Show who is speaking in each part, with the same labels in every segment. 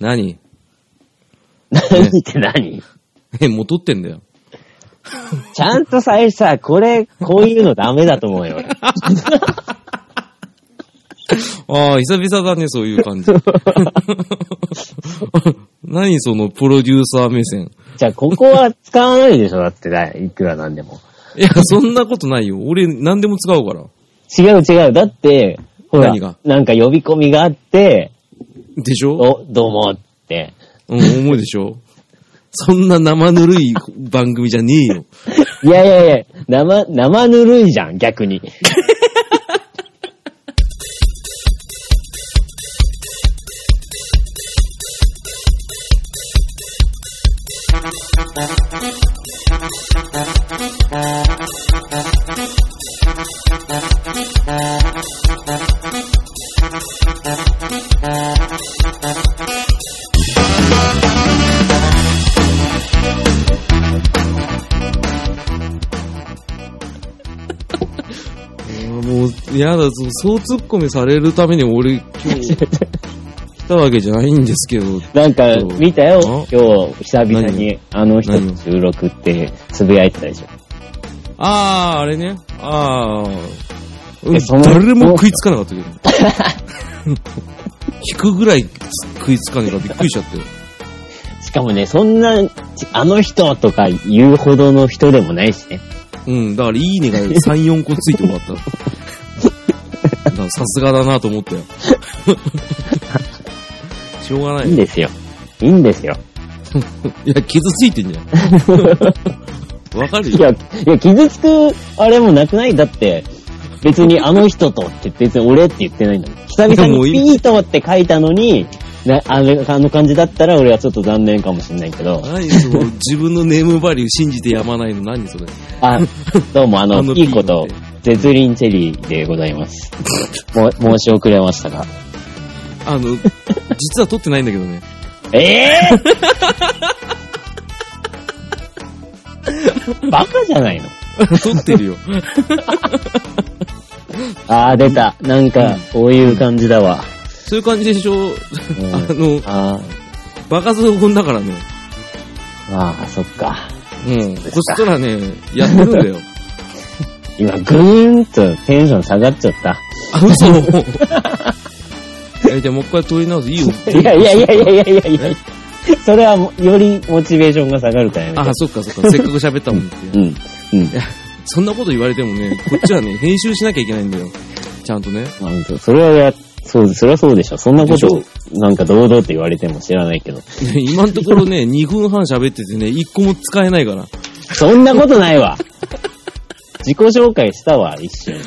Speaker 1: 何
Speaker 2: 何って何、
Speaker 1: え、もう撮ってんだよ。
Speaker 2: ちゃんとさ、えさ、これ、こういうのダメだと思うよ。俺
Speaker 1: ああ、久々だね、そういう 感じ。何そのプロデューサー目線。
Speaker 2: じゃあ、ここは使わないでしょだってだ、いくらなんでも。
Speaker 1: いや、そんなことないよ。俺、何でも使うから。
Speaker 2: 違う違う。だって、ほら
Speaker 1: 何が、
Speaker 2: なんか呼び込みがあって、
Speaker 1: でしょ
Speaker 2: ど、どうもって。
Speaker 1: うん、思うでしょそんな生ぬるい番組じゃねえよ。
Speaker 2: いやいやいや、生、生ぬるいじゃん、逆に。
Speaker 1: もう、やだ、そうそう突っ込みされるために俺、今日、来たわけじゃないんですけど。
Speaker 2: なんか
Speaker 1: そう、
Speaker 2: 見たよ
Speaker 1: あ、
Speaker 2: 今日、久々に、あの人
Speaker 1: 何
Speaker 2: の収録って、つぶやいてたでしょ。
Speaker 1: ああ、あれね。ああ。うん
Speaker 2: えその
Speaker 1: 誰も食いつかなかったけど。 引くぐらい食いつかねえからびっくりしちゃったよ。
Speaker 2: しかもね、そんな、あの人とか言うほどの人でもないしね。
Speaker 1: うん、だからいいねが3、4個つ いて終わった。だからさすがだなと思ったよ。 しょうがないよ
Speaker 2: いいんですよ。いいんですよ。
Speaker 1: いや、傷ついて んじゃん。わかる
Speaker 2: い
Speaker 1: よ。
Speaker 2: や、いや、傷つく、あれもなくないだって、別にあの人とって、別に俺って言ってないんだもん久々
Speaker 1: もう
Speaker 2: に
Speaker 1: いい
Speaker 2: ピートって書いたのに、なあのあの感じだったら俺はちょっと残念かもしれないけど、
Speaker 1: 何その、自分のネームバリュー信じてやまないの何それ。
Speaker 2: あ、どうもあ
Speaker 1: あ
Speaker 2: の、
Speaker 1: の
Speaker 2: いいこと
Speaker 1: ピート、
Speaker 2: 絶倫チェリーでございます。も申し遅れましたが。
Speaker 1: あの、実は撮ってないんだけどね。
Speaker 2: ええ バカじゃないの
Speaker 1: 撮ってるよ。
Speaker 2: あー出た。なんか、こういう感じ だわ。
Speaker 1: そういう感じでしょ、
Speaker 2: うん
Speaker 1: あの、
Speaker 2: あ
Speaker 1: バカゾンだからね。
Speaker 2: ーまあ、そっか。
Speaker 1: うん。そしたらね、やってるんだよ。
Speaker 2: 今、ぐーんとテンション下がっちゃった。
Speaker 1: あ、嘘。 え、じゃあもう一回撮り直す。いいよ。
Speaker 2: いやいやいやいやいやいやいやそれはも、よりモチベーションが下がるからやめ
Speaker 1: あ、
Speaker 2: て
Speaker 1: そっかそっか。せっかく喋ったもんって。
Speaker 2: うん。うん。
Speaker 1: そんなこと言われてもね、こっちは ね、編集しなきゃいけないんだよ。ちゃんとね。
Speaker 2: まあ本当それはや、そう、それはそうでしょ。そんなこ
Speaker 1: で
Speaker 2: と、なんか堂々と言われても知らないけど。
Speaker 1: ね今のところ ね、2分半喋っててね、1個も使えないから。
Speaker 2: そんなことない わ自己紹介したわ、一瞬。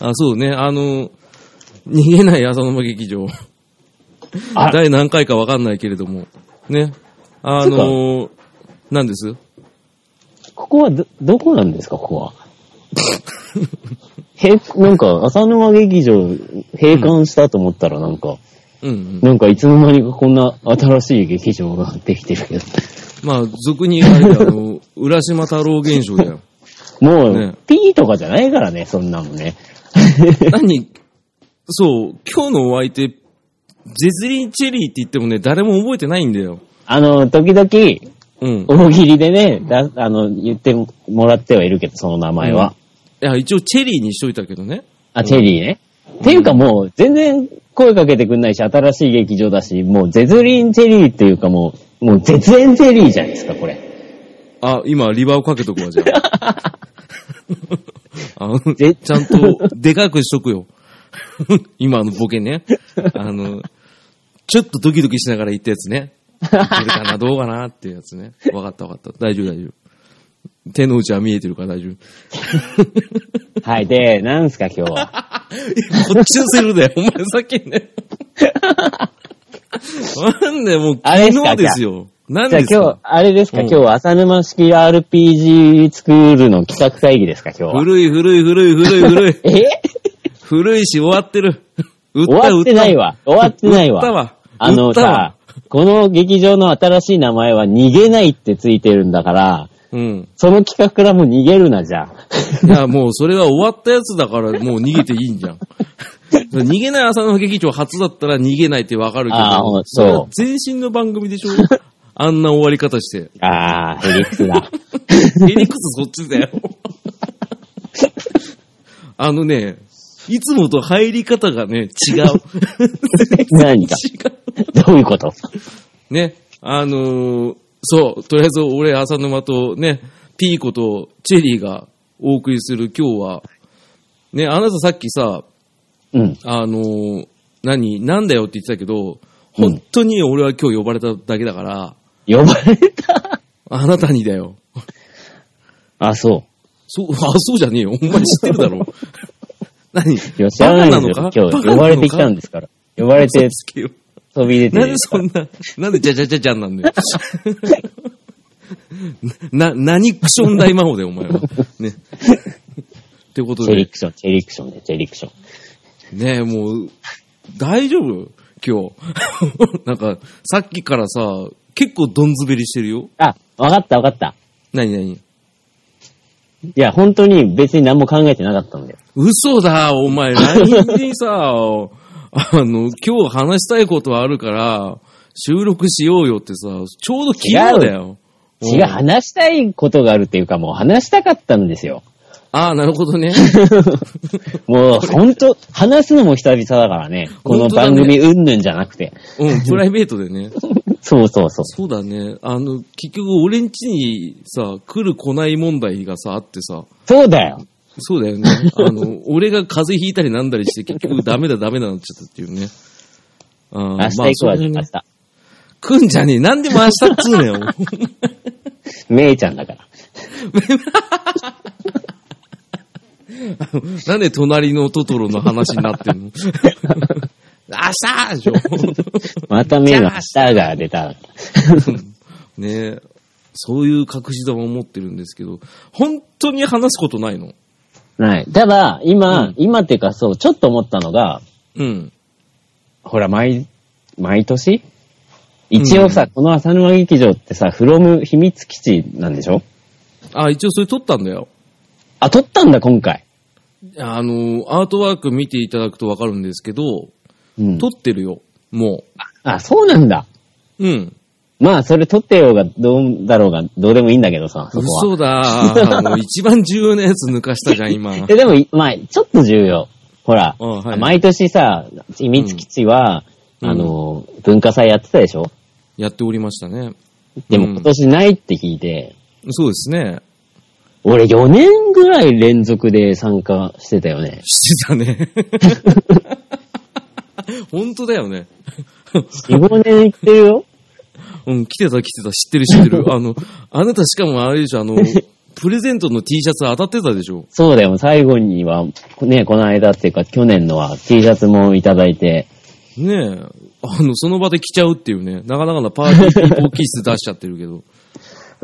Speaker 1: あ、そうね、あの、逃げない浅沼劇場。
Speaker 2: あ
Speaker 1: 第何回かわかんないけれども。ね。あの、なんです
Speaker 2: ここはど、どこなんですか、ここ は。へなんか、浅沼劇場、閉館したと思ったら、なんか、
Speaker 1: うんうん。
Speaker 2: なんかいつの間にかこんな新しい劇場ができてるけど。
Speaker 1: まあ、俗に言われるあの、浦島太郎現象だよ。
Speaker 2: もう、
Speaker 1: ね
Speaker 2: P とかじゃないからね、そんなのね。
Speaker 1: 何そう、今日のお相手、ジェズリン・チェリーって言ってもね、誰も覚えてないんだよ。
Speaker 2: あの、時々、
Speaker 1: うん。
Speaker 2: 大喜利でね、だあの、言ってもらってはいるけど、その名前は。
Speaker 1: いや、一応チェリーにしといたけどね。
Speaker 2: あ、チェリーね。ていうかもう、全然声かけてくんないし、新しい劇場だし、もう、絶倫チェリーっていうかもう、もう、絶縁チェリーじゃないですか、これ。
Speaker 1: あ、今、リバーをかけとくわ、じゃ あ。あの
Speaker 2: ぜ
Speaker 1: ちゃんと、でかくしとくよ。 今あのボケね。あの、ちょっとドキドキしながら言ったやつね。いけるかな、どうかなっていうやつね。わかったわかった。大丈夫大丈夫。手の内は見えてるから大丈夫。
Speaker 2: はい、で、なんすか、今日は。
Speaker 1: こっちのセルだよ。お前さっき ね。なんだよ、もう
Speaker 2: あれっす
Speaker 1: 昨
Speaker 2: か
Speaker 1: 日ですよ。何
Speaker 2: じゃあ
Speaker 1: です
Speaker 2: 今日
Speaker 1: か、
Speaker 2: あれですか、
Speaker 1: うん
Speaker 2: 今日は浅沼式 RPG スクールの企画会議ですか、今日は。。
Speaker 1: 古い古い古い古い古い
Speaker 2: え
Speaker 1: 古いし終わってる。売
Speaker 2: 終わってないわ。終わってない
Speaker 1: 売った
Speaker 2: わ。
Speaker 1: わ。
Speaker 2: あの
Speaker 1: 売ったわ
Speaker 2: さ、この劇場の新しい名前は逃げないってついてるんだから、
Speaker 1: うん。
Speaker 2: その企画からもう逃げるな、じゃあ。
Speaker 1: いや、もうそれは終わったやつだから、 もう逃げていいんじゃん。逃げない朝の劇場初だったら逃げないってわかるけ
Speaker 2: あーほ
Speaker 1: ど
Speaker 2: ん、そう
Speaker 1: れは全身の番組で しょあんな終わり方して。
Speaker 2: あー、ヘリク スだ。
Speaker 1: ヘリクスそっちだよ。 あのね、いつもと入り方がね、違う。
Speaker 2: 何か。
Speaker 1: 違う。
Speaker 2: どういうこと
Speaker 1: ね、あのーそう、とりあえず俺、浅沼とね、ピーコとチェリーがお送りする今日は、ね、あなたさっきさ、
Speaker 2: うん。
Speaker 1: あのー何、なんだよって言ってたけど、
Speaker 2: うん
Speaker 1: 本当に俺は今日呼ばれただけだから、
Speaker 2: 呼ばれた
Speaker 1: あなたにだよ。
Speaker 2: あ、そ
Speaker 1: そう、あ、そうじゃねえよ。お前知ってるだ ろ。何
Speaker 2: う。いや、知らないですよ。
Speaker 1: バ
Speaker 2: 今
Speaker 1: カなのか
Speaker 2: 日呼ばれてきたん
Speaker 1: だ。
Speaker 2: ですから。呼ばれて
Speaker 1: 嘘つけよ
Speaker 2: 飛び出て
Speaker 1: なん
Speaker 2: る
Speaker 1: でそんな、なんでじゃじゃじゃじゃんなんだよ。 な、何クション大魔法だよ、お前は。ね。ってこと
Speaker 2: チェリ
Speaker 1: で、
Speaker 2: クション、チェリクションで、チェリクション。
Speaker 1: ねえ、もう、大丈夫今日。 なんか、さっきからさ、結構どんずべりしてるよ。
Speaker 2: あ、わかったわかった。
Speaker 1: 何何
Speaker 2: いや、本当に別に何も考えてなかったんだよ。
Speaker 1: 嘘だ、お前、LINE にさ、あの、今日話したいことあるから、収録しようよってさ、ちょうど昨日だよ。
Speaker 2: 違う、話したいことがあるっていうか、もう話したかったんですよ。
Speaker 1: ああ、なるほどね。
Speaker 2: もう、本当話すのも久々だか らね。この
Speaker 1: 本当だね
Speaker 2: 番組うんぬんじゃなくて。
Speaker 1: うん、プライベートでね。
Speaker 2: そうそうそう。
Speaker 1: そうだね。あの、結局、俺ん家にさ、来る来ない問題がさ、あってさ、
Speaker 2: そうだよ。
Speaker 1: そうだよね。 あの、俺が風邪ひいたりなんだりして、結局ダメだダメだなっちゃったっていうね。あー
Speaker 2: 明日行くわ、
Speaker 1: それで
Speaker 2: 明
Speaker 1: ね
Speaker 2: 日。
Speaker 1: 来んじゃねえ。なんでも明日っつうのよ。
Speaker 2: めいちゃんだから。
Speaker 1: なんで隣のトトロの話にな ってんの明日でしょ
Speaker 2: まためいの明日が出た。
Speaker 1: ねえ。そういう隠し玉を持ってるんですけど、本当に話すことないの
Speaker 2: ない。ただ、
Speaker 1: う
Speaker 2: 今、
Speaker 1: ん
Speaker 2: 今っていうかそう、ちょっと思ったのが、
Speaker 1: うん。
Speaker 2: ほら、毎、毎年一応さ、
Speaker 1: う
Speaker 2: この浅沼劇場ってさ、フロム秘密基地なんでしょ
Speaker 1: あ、一応それ撮ったんだよ。
Speaker 2: あ、撮ったんだ、今回。
Speaker 1: あの、アートワーク見ていただくとわかるんですけど、
Speaker 2: うん
Speaker 1: 撮。ってるよ。も
Speaker 2: あ、そうなんだ。
Speaker 1: う。うん。
Speaker 2: まあ、それ撮ってようが、どうだろうが、どうでもいいんだけどさ、そこは。
Speaker 1: 嘘だ。 もう一番重要なやつ抜かしたじゃん、今。
Speaker 2: え、でも、いまあ、ちょっと重要。ほら、
Speaker 1: あはい
Speaker 2: 毎年さ、秘密基地は、
Speaker 1: うん
Speaker 2: あの、文化祭やってたでしょ
Speaker 1: やっておりましたね。
Speaker 2: でも
Speaker 1: うん
Speaker 2: 今年ないって聞いて、
Speaker 1: そうですね。
Speaker 2: 俺4年ぐらい連続で参加してたよね。
Speaker 1: してたね。 本当だよね。
Speaker 2: 4、5年行って るよ。
Speaker 1: うん、来てた来てた、知ってる知って る。あの、あなたしかもあれでしょ、あの、プレゼントの T シャツ当たってたでしょ。
Speaker 2: そうだよ、最後には、ね、この間っていうか去年のは T シャツもいただいて、
Speaker 1: ねえ。あの、その場で着ちゃうっていうね。なかなかなパー ティーピーポーキス出しちゃってるけど。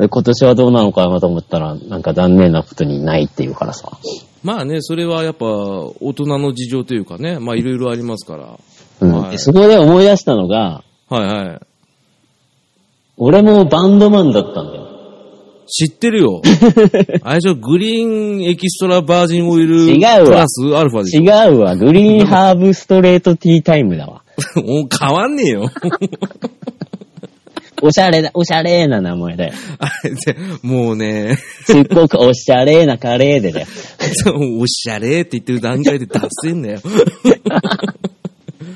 Speaker 2: 今年はどうなのかなと思ったら、なんか残念なことにないっていうからさ。
Speaker 1: まあね、それはやっぱ大人の事情というかね、まあいろいろありますから。
Speaker 2: うん。
Speaker 1: はい
Speaker 2: でそこで思い出したのが、
Speaker 1: はいはい。
Speaker 2: 俺もバンドマンだったんだよ。
Speaker 1: 知ってる よ。あれでしょ、グリーンエキストラバージンオイル
Speaker 2: 違うわ
Speaker 1: プラスアルファでしょ
Speaker 2: 違うわ、グリーンハーブストレートティータイム だわ。
Speaker 1: もう変わんねえよ。
Speaker 2: おしゃれだ、おしゃれな名前だよ。
Speaker 1: あれで、もうね、
Speaker 2: すっごくおしゃれなカレーでだよ。
Speaker 1: そうおしゃれって言ってる段階で出せんだよ。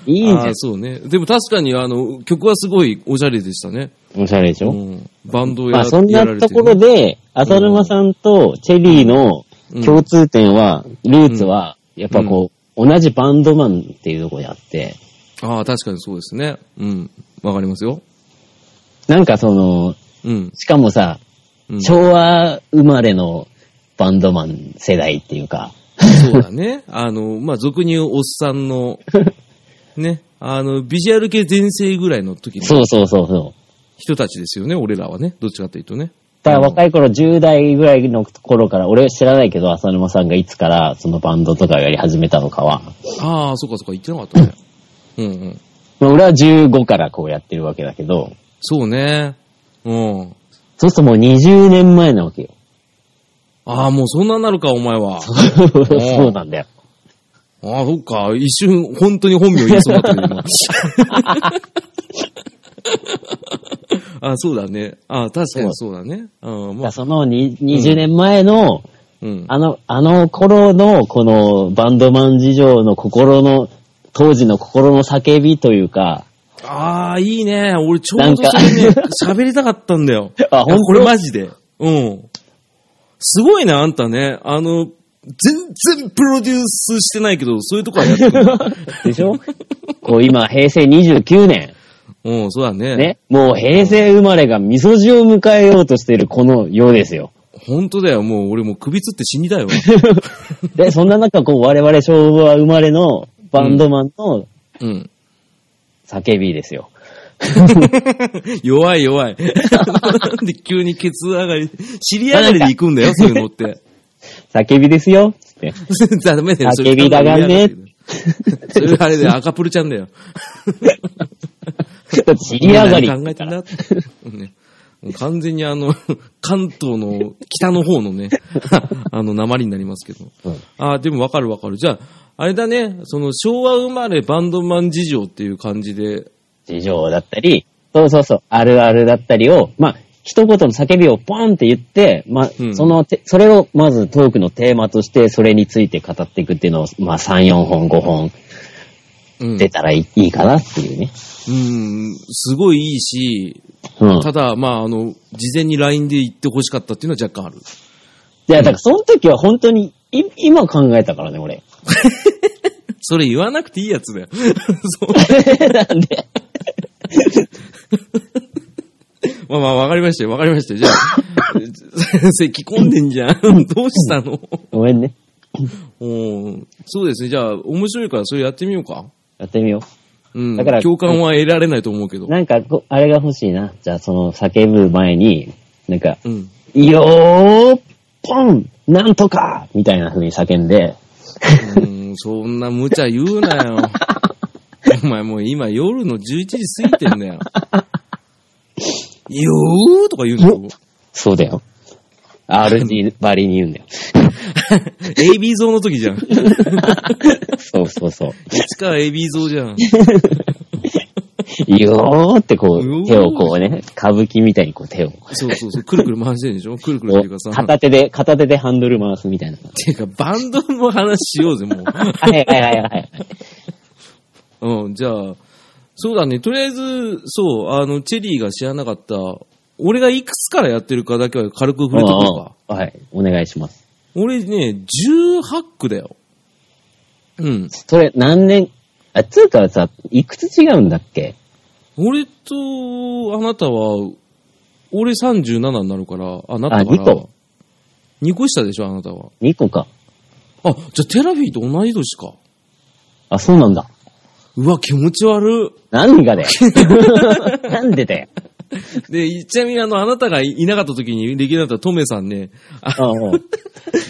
Speaker 2: いいじ
Speaker 1: あ
Speaker 2: ゃ
Speaker 1: ーそうね。でも確かにあの、曲はすごいおしゃれでしたね。
Speaker 2: ん。おしゃれでし
Speaker 1: う
Speaker 2: ょ、
Speaker 1: ん、バンドをや,、
Speaker 2: まあそんな
Speaker 1: やられ
Speaker 2: と
Speaker 1: て
Speaker 2: こ
Speaker 1: る
Speaker 2: ろ
Speaker 1: ね。
Speaker 2: で、浅沼さんとチェリーの共通点は、ルーツは、やっぱこう、同じバンドマンっていうところにあって、
Speaker 1: ああ、確かにそうですね。うん。わかりますよ。
Speaker 2: なんかその、
Speaker 1: うん。
Speaker 2: しかもさ、
Speaker 1: うん、そ
Speaker 2: 昭和生まれのバンドマン世代っていうか、
Speaker 1: うだね。あの、まあ、俗に言うおっさんの、ね、あの、ビジュアル系全盛ぐらいの時の
Speaker 2: そうそうそうそう。
Speaker 1: 人たちですよね、俺らはね。どっちかっていうとね。
Speaker 2: だから若い頃、10代ぐらいの頃から、俺は知らないけど、浅沼さんがいつからそのバンドとかをやり始めたのかは、
Speaker 1: ああ、そっかそっか、言ってなかったね。うんうん。
Speaker 2: まあ俺は15からこうやってるわけだけど、
Speaker 1: そうね。うん。
Speaker 2: そうするともう20年前なわけよ。
Speaker 1: ああ、もうそんなになるか、お前は。
Speaker 2: そうなんだよ。
Speaker 1: ああ、そっか。一瞬、本当に本名言いそうだったけど、今。 ああ、そうだね。ああ、確かにそうだね。うん、
Speaker 2: だか
Speaker 1: ま
Speaker 2: ら
Speaker 1: あ、
Speaker 2: そのに20年前の、
Speaker 1: うん。
Speaker 2: あの、あの頃のこのバンドマン事情の心の、当時の心の叫びとい うか、
Speaker 1: ああ、いいね。俺、ちょ
Speaker 2: な
Speaker 1: うんど
Speaker 2: か
Speaker 1: そ れね、喋りたかったんだよ。
Speaker 2: あ
Speaker 1: いや
Speaker 2: 本当
Speaker 1: これマジで。うん。すごいね、あんたね。あの、全然プロデュースしてないけど、そういうとこはやってる。
Speaker 2: でしょこう今、平成29年、
Speaker 1: うん、そうだね。
Speaker 2: ね、もう平成生まれが味噌汁を迎えようとしているこの世です よ。
Speaker 1: 本当だよ。もう、俺もう首つって死に たいわ。
Speaker 2: で、そんな中、こう我々昭和生まれのバンドマンの
Speaker 1: うん。
Speaker 2: 叫びですよ。
Speaker 1: 弱い弱い。 なんで急にケツ上がり、尻上がりで行く んだよ、そういうのって。
Speaker 2: 叫びですよ、つって。
Speaker 1: ダメだよ、
Speaker 2: 叫びだがね
Speaker 1: そ れあれだよ、赤プルちゃんだよ。
Speaker 2: だって尻上がり。
Speaker 1: 何考えてん だってうんねもう完全にあの、 関東の北の方のね、 あの、鉛になりますけど。
Speaker 2: うん
Speaker 1: ああ、でもわかるわかる。じゃあ、あれだね、その昭和生まれバンドマン事情っていう感じで、
Speaker 2: 事情だったり、そうそうそう、あるあるだったりを、まあ、一言の叫びをポンって言って、まあ、
Speaker 1: うん
Speaker 2: そのて、それをまずトークのテーマとして、それについて語っていくっていうのを、まあ、3、4本、5本
Speaker 1: うん、
Speaker 2: 出たらいい,、いいかなっていうね。
Speaker 1: うん、すごいいいし、
Speaker 2: うん。
Speaker 1: ただ、まあ、あの、事前に LINE で言ってほしかったっていうのは若干ある。
Speaker 2: いや、だからその時は本当に、い今考えたからね、俺。
Speaker 1: それ言わなくていいやつだよ。 そう
Speaker 2: なんで
Speaker 1: まあまあ、わかりましたよ、わかりましたよ。じゃあ、 咳込んでんじゃん。 どうしたの
Speaker 2: ごめんね。
Speaker 1: うんそうですね。じゃあ、面白いからそれやってみようか。
Speaker 2: やってみよ
Speaker 1: うん。
Speaker 2: だから
Speaker 1: 共感は得られないと思うけど
Speaker 2: う。。なんかこ、あれが欲しいな。じゃあ、その叫ぶ前に、なんか、
Speaker 1: うん。
Speaker 2: よーっぽんなんとかみたいな風に叫んで、
Speaker 1: うんそんな無茶言うな よ。お前もう今夜の11時過ぎてんだよ。よーとか言うんだよ。
Speaker 2: そうだよ。RG バリに言うんだ よ。
Speaker 1: AB 像の時じゃん。
Speaker 2: そうそうそう。
Speaker 1: 市川 AB 像じゃん。
Speaker 2: よーってこ
Speaker 1: よー
Speaker 2: う、手をこうね、歌舞伎みたいにこう手を、
Speaker 1: そうそうそう。くるくる回してるんでしょくるくるっていうかさ。
Speaker 2: 片手で、片手でハンドル回すみ たいな。
Speaker 1: ていうか、バンドの話しようぜ、もう。
Speaker 2: はいはいはいはい。
Speaker 1: うん、じゃあ、そうだね。とりあえず、そう、あの、チェリーが知らなかった、俺がいくつからやってるかだけは軽く触れとこうか。
Speaker 2: うんうんはい、お願いします。
Speaker 1: 俺ね、18区だよ。うん。
Speaker 2: それ何年、あ、つうかさ、いくつ違うんだっけ
Speaker 1: 俺と、あなたは、俺37になるから、あ、なった
Speaker 2: あ
Speaker 1: から。
Speaker 2: 二個。
Speaker 1: 2個下でしょ、あなたは。
Speaker 2: ?2 個か。
Speaker 1: あ、じゃあテラフィーと同い年か。
Speaker 2: あ、そうなんだ。
Speaker 1: うわ、気持ち悪い。
Speaker 2: 何 がだよ。なんでだよ。
Speaker 1: で、ちなみにあの、あなたがいいなかった時にできなかったトメさんね、 あ
Speaker 2: うんうん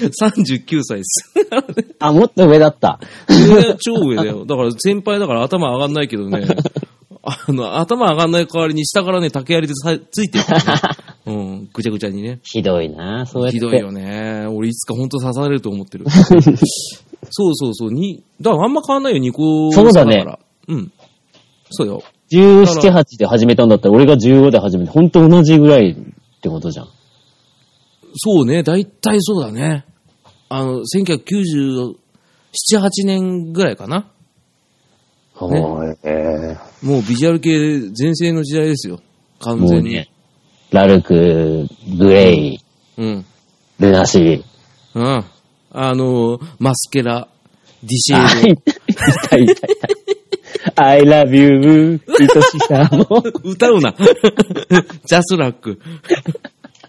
Speaker 1: 39歳です。
Speaker 2: あ、もっと上だった。
Speaker 1: 上は超上だよ。だから先輩だから頭上がんないけどね、あの、頭上がんない代わりに下からね、竹槍でさついてる からね、うん、ぐちゃぐちゃにね。
Speaker 2: ひどいなそうやって。
Speaker 1: ひどいよね。俺いつか本当刺されると思ってる。そうそうそう。に、だからあんま変わんないよ、2個
Speaker 2: そうだね
Speaker 1: 差から。うん。そうよ。
Speaker 2: 17、8で始めたんだったら、俺が15で始めて、ほんと同じぐらいってことじゃん。
Speaker 1: そうね、大体そうだね。あの、1997、8年ぐらいかな。
Speaker 2: はい、え
Speaker 1: もうビジュアル系全盛の時代ですよ。
Speaker 2: ー
Speaker 1: 完
Speaker 2: もう
Speaker 1: 全に。
Speaker 2: ね、ラルク、グレイ、
Speaker 1: うん。
Speaker 2: ルナシー。
Speaker 1: うん。あの、マスケラ、ディシ
Speaker 2: あ、
Speaker 1: ェー
Speaker 2: いたいたいたいた。I love you, 愛しさも。
Speaker 1: ド。歌うな。ジャスラック。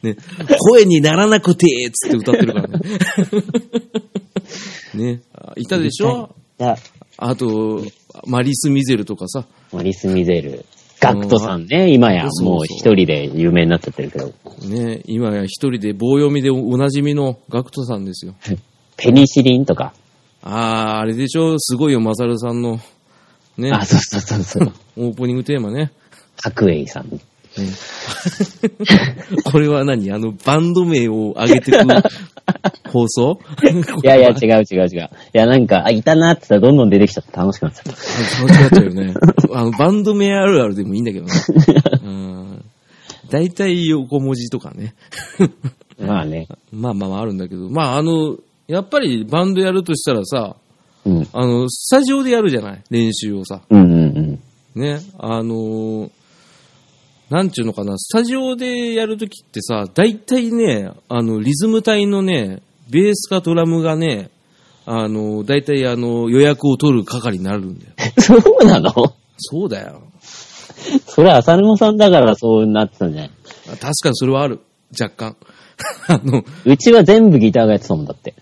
Speaker 1: ね、声にならなくてーっつって歌ってるからね。 ね、あ いたでしょ
Speaker 2: だ
Speaker 1: あと、マリス・ミゼルとかさ。
Speaker 2: マリス・ミゼル。ガクトさんね、今や
Speaker 1: そうそう
Speaker 2: もう一人で有名になっちゃってるけど。
Speaker 1: ね、今や一人で棒読みでおなじみのガクトさんですよ。
Speaker 2: ペニシリンとか。
Speaker 1: あー、あれでしょすごいよ、マサルさんの。ね。
Speaker 2: あ、そうそうそ うそう。
Speaker 1: オープニングテーマね。
Speaker 2: 白衣さん。
Speaker 1: これは何あの、バンド名を上げてく 放送
Speaker 2: いやいや、違う違う違う。いや、なんか、あ、いたなって言ったらどんどん出てきちゃって楽しくなっちゃった。
Speaker 1: 気持ちになっちゃうよね。あの、バンド名あるあるでもいいんだけどね。うん。大体横文字とかね。
Speaker 2: まあね。
Speaker 1: まあまあまああるんだけど、まああの、やっぱりバンドやるとしたらさ、
Speaker 2: うん。
Speaker 1: あの、スタジオでやるじゃない練習をさ。
Speaker 2: うんうんうん。
Speaker 1: ね。あの、なんちゅうのかな、スタジオでやるときってさ、大体ね、あの、リズム隊のね、ベースかドラムがね、あの、大体あの、予約を取る係になるんだよ。
Speaker 2: そうなの
Speaker 1: そうだよ。
Speaker 2: それ浅沼さんだからそうなってたんじゃない
Speaker 1: 確かにそれはある。若干。 あの、
Speaker 2: うちは全部ギターがやってたもんだって。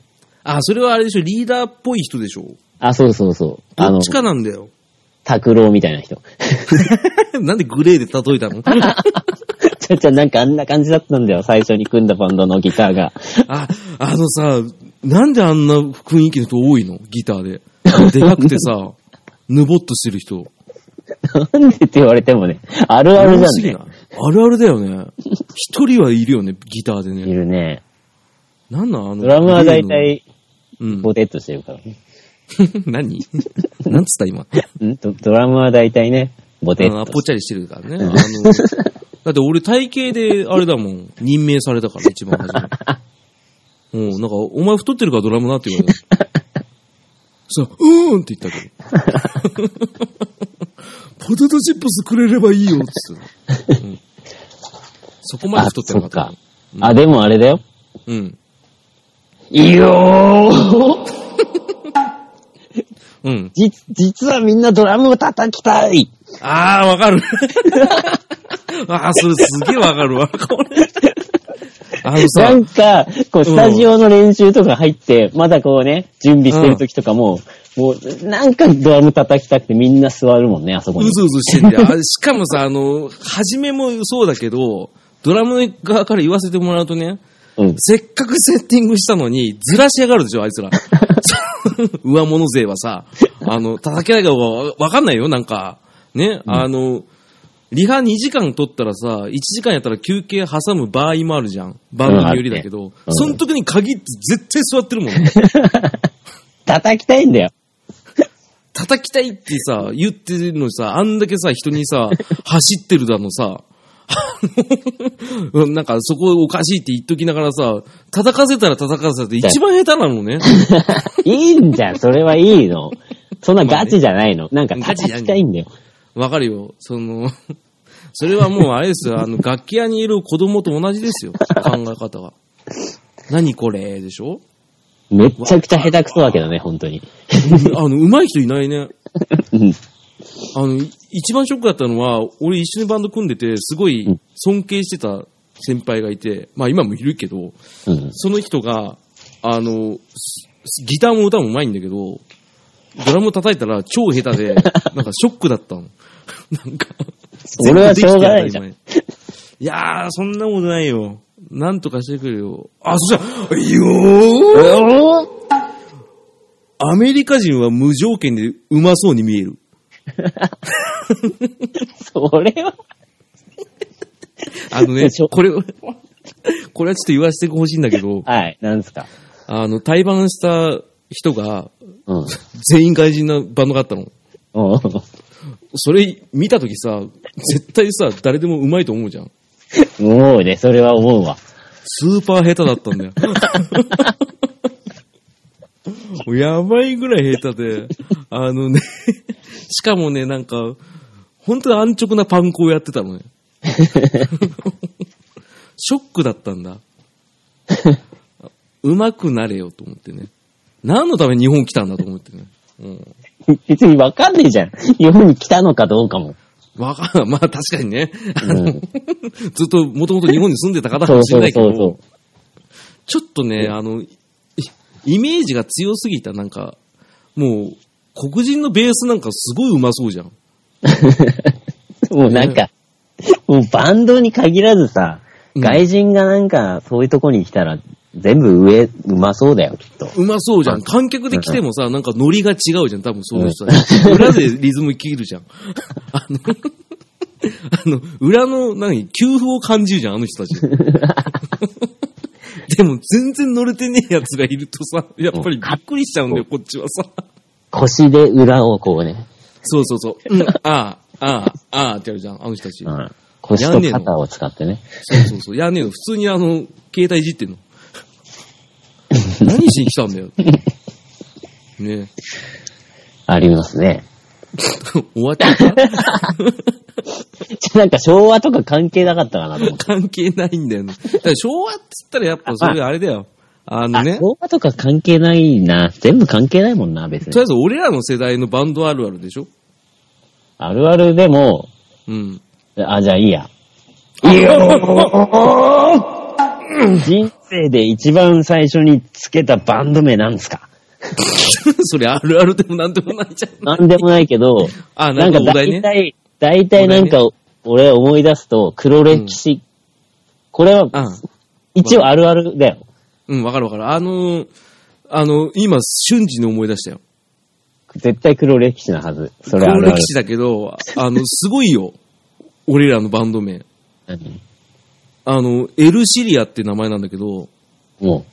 Speaker 1: あ、それはあれでしょ、リーダーっぽい人でしょ。
Speaker 2: あ、そうそうそう。あ
Speaker 1: ど
Speaker 2: の
Speaker 1: っち、かなんだよ。
Speaker 2: 拓郎みたいな人。
Speaker 1: なんでグレーで例えたの
Speaker 2: ちゃちゃ、なんかあんな感じだったんだよ。最初に組んだバンドのギターが。
Speaker 1: あ、あのさ、なんであんな雰囲気の人多いのギターで。あのでかくてさ、 ぬぼっとしてる人。
Speaker 2: なんでって言われてもね、あるあるじゃ
Speaker 1: 多す
Speaker 2: ん、
Speaker 1: ぎ
Speaker 2: ね
Speaker 1: ない。あるあるだよね。一人はいるよね、ギターで
Speaker 2: い
Speaker 1: ね。
Speaker 2: るね。
Speaker 1: なんなんあの。
Speaker 2: ドラムは
Speaker 1: だ
Speaker 2: 大
Speaker 1: いたい
Speaker 2: 体、
Speaker 1: うん。
Speaker 2: ボテッとしてるからね。
Speaker 1: 何 なんつった今。
Speaker 2: んドドラムは大体ね、ボテ
Speaker 1: あ
Speaker 2: ッ
Speaker 1: のあ
Speaker 2: と
Speaker 1: ぽっちゃりしてるからね。あの、だって俺体型で、あれだもん、任命されたから、一番初 め。うん、なんか、お前太ってるからドラムなって言われた。そう、うーんって言ったけど。 ポテトチップスくれればいいよって言って た、うんそこまで
Speaker 2: あ、
Speaker 1: 太って
Speaker 2: そ
Speaker 1: なかっ
Speaker 2: っ
Speaker 1: た。
Speaker 2: か。あ、でもあれだよ。
Speaker 1: うん。
Speaker 2: いいよー
Speaker 1: うん。
Speaker 2: じ、実はみんなドラムを叩きたい
Speaker 1: あー、わか る。あー、それすげえわかるわ、これ。あの
Speaker 2: な
Speaker 1: さ、
Speaker 2: んか、こう、スタジオの練習とか入って、まだこうね、準備してる時とかも、もう、なんかドラム叩きたくてみんな座るもんね、あそこに
Speaker 1: う。ずうずしてんだよ。あしかもさ、あの、初めもそうだけど、ドラム側から言わせてもらうとね、
Speaker 2: うん。
Speaker 1: せっかくセッティングしたのに、ずらしやがるでしょ、あいつら。上物勢はさ、あの、叩けないかわわかんないよ、なんか。ね、あの、リハ2時間取ったらさ、1時間やったら休憩挟む場合もあるじゃん。番組よりだけど、
Speaker 2: うん
Speaker 1: その時に限って絶対座ってるもんね。
Speaker 2: 叩きたいんだよ。
Speaker 1: 叩きたいってさ、言ってるのにさ、あんだけさ、人にさ、走ってるだのさ、あの なんかそこおかしいって言っときながらさ、叩かせたら叩かせたって一番下手なのね。
Speaker 2: いいんじゃん、それはい いの。そんなガチじゃないの。なんか叩きたいんだよ。
Speaker 1: わかるよ。その、それはもうあれですよ、あの、楽器屋にいる子供と同じですよ、考え方が。何これでしょ
Speaker 2: めっちゃくちゃ下手くそだけどね、本当に。
Speaker 1: あの、上手い人いないね。
Speaker 2: うん
Speaker 1: あの、い一番ショックだったのは、俺一緒にバンド組んでて、すごい尊敬してた先輩がいて、まあ今もいるけど、
Speaker 2: うん。
Speaker 1: その人が、あの、すギターも歌もうまいんだけど、ドラム叩いたら超下手 で、なんかショックだったの。なんか、
Speaker 2: 俺は
Speaker 1: 全部できて
Speaker 2: しょうがないじゃん
Speaker 1: 当たり前いやー、そんなことないよ。なんとかしてくれよ。あ、そしたら、よーアメリカ人は無条件でうまそうに見える。
Speaker 2: それは、
Speaker 1: あのね
Speaker 2: でしょ、
Speaker 1: これ、これはちょっと言わせてほしいんだけど、
Speaker 2: はい、なんですか。
Speaker 1: あの、対バンした人が、
Speaker 2: うん。
Speaker 1: 全員外人のバンドがあったの。
Speaker 2: うん
Speaker 1: それ見たときさ、絶対さ、誰でもうまいと思うじゃん。
Speaker 2: 思うね、それは思うわ。
Speaker 1: スーパー下手だったんだよ。もうやばいぐらい下手で、あのね、しかもね、なんか、本当に安直なパンクをやってたのね。ショックだったんだ。うまくなれよと思ってね。何のために日本来たんだと思ってね。うん
Speaker 2: 別にわかんねえじゃん。日本に来たのかどうかも。
Speaker 1: わかん、まあ確かにね。あ
Speaker 2: う
Speaker 1: の
Speaker 2: ん
Speaker 1: ずっと、もともと日本に住んでた方か
Speaker 2: そ
Speaker 1: も
Speaker 2: う
Speaker 1: しれ
Speaker 2: そう
Speaker 1: ないけ
Speaker 2: そ
Speaker 1: ど、
Speaker 2: うそ
Speaker 1: ちょっとね、あの、いイメージが強すぎた、なんか、もう、黒人のベースなんかすごいうまそうじゃん。
Speaker 2: う。もうなんか、もうバンドに限らずさ、
Speaker 1: うん
Speaker 2: 外人がなんかそういうとこに来たら、全部上、うまそうだよ、きっと。
Speaker 1: うまそうじゃん。観客で来てもさ、なんかノリが違うじゃん。多分そういう人たち 裏でリズム切るじゃん。 あの、あの、裏の、何、給付を感じるじゃん、あの人た ち。でも全然乗れてねえやつがいるとさ、やっぱりびっくりしちゃうんだよ、こっちはさ。
Speaker 2: 腰で裏をこうね。
Speaker 1: そうそうそう。 うん、ああ、ああ、ああってやるじゃん、あの人たち。
Speaker 2: うん。腰と肩を使ってね。
Speaker 1: そうそうそう。やんねえの。普通にあの、携帯いじってん の。何しに来たんだよ。ねえ。
Speaker 2: ありますね。
Speaker 1: 終わっちゃった
Speaker 2: じゃなんか昭和とか関係なかったかなと思って。
Speaker 1: 関係ないんだよね。だから昭和っつったらやっぱそれあれだよ。あの
Speaker 2: あ
Speaker 1: ね。
Speaker 2: 昭和とか関係ないな。全部関係ないもんな、別
Speaker 1: とりあ
Speaker 2: に。
Speaker 1: えず俺らの世代のバンドあるあるでしょ
Speaker 2: あるあるでも、
Speaker 1: うん。
Speaker 2: あ、じゃあいいや。いいよ 人生で一番最初につけたバンド名なんですか
Speaker 1: それあるあるでもなんでもないじゃん。
Speaker 2: なんでもないけど、
Speaker 1: あ、な
Speaker 2: なん
Speaker 1: んか
Speaker 2: か
Speaker 1: お題
Speaker 2: 大
Speaker 1: ね。
Speaker 2: 体、大体なんか、俺思い出すと、黒歴史。これは、
Speaker 1: う
Speaker 2: 一応あるあるだよ。
Speaker 1: ん。うん、わかるわかる。あのーあのー今、瞬時に思い出したよ。
Speaker 2: 絶対黒歴史なはず。それあ
Speaker 1: 黒
Speaker 2: るある
Speaker 1: 歴。史だけど、あの、すごいよ。俺らのバンド名。
Speaker 2: 何
Speaker 1: あの、エルシリアって名前なんだけど、
Speaker 2: も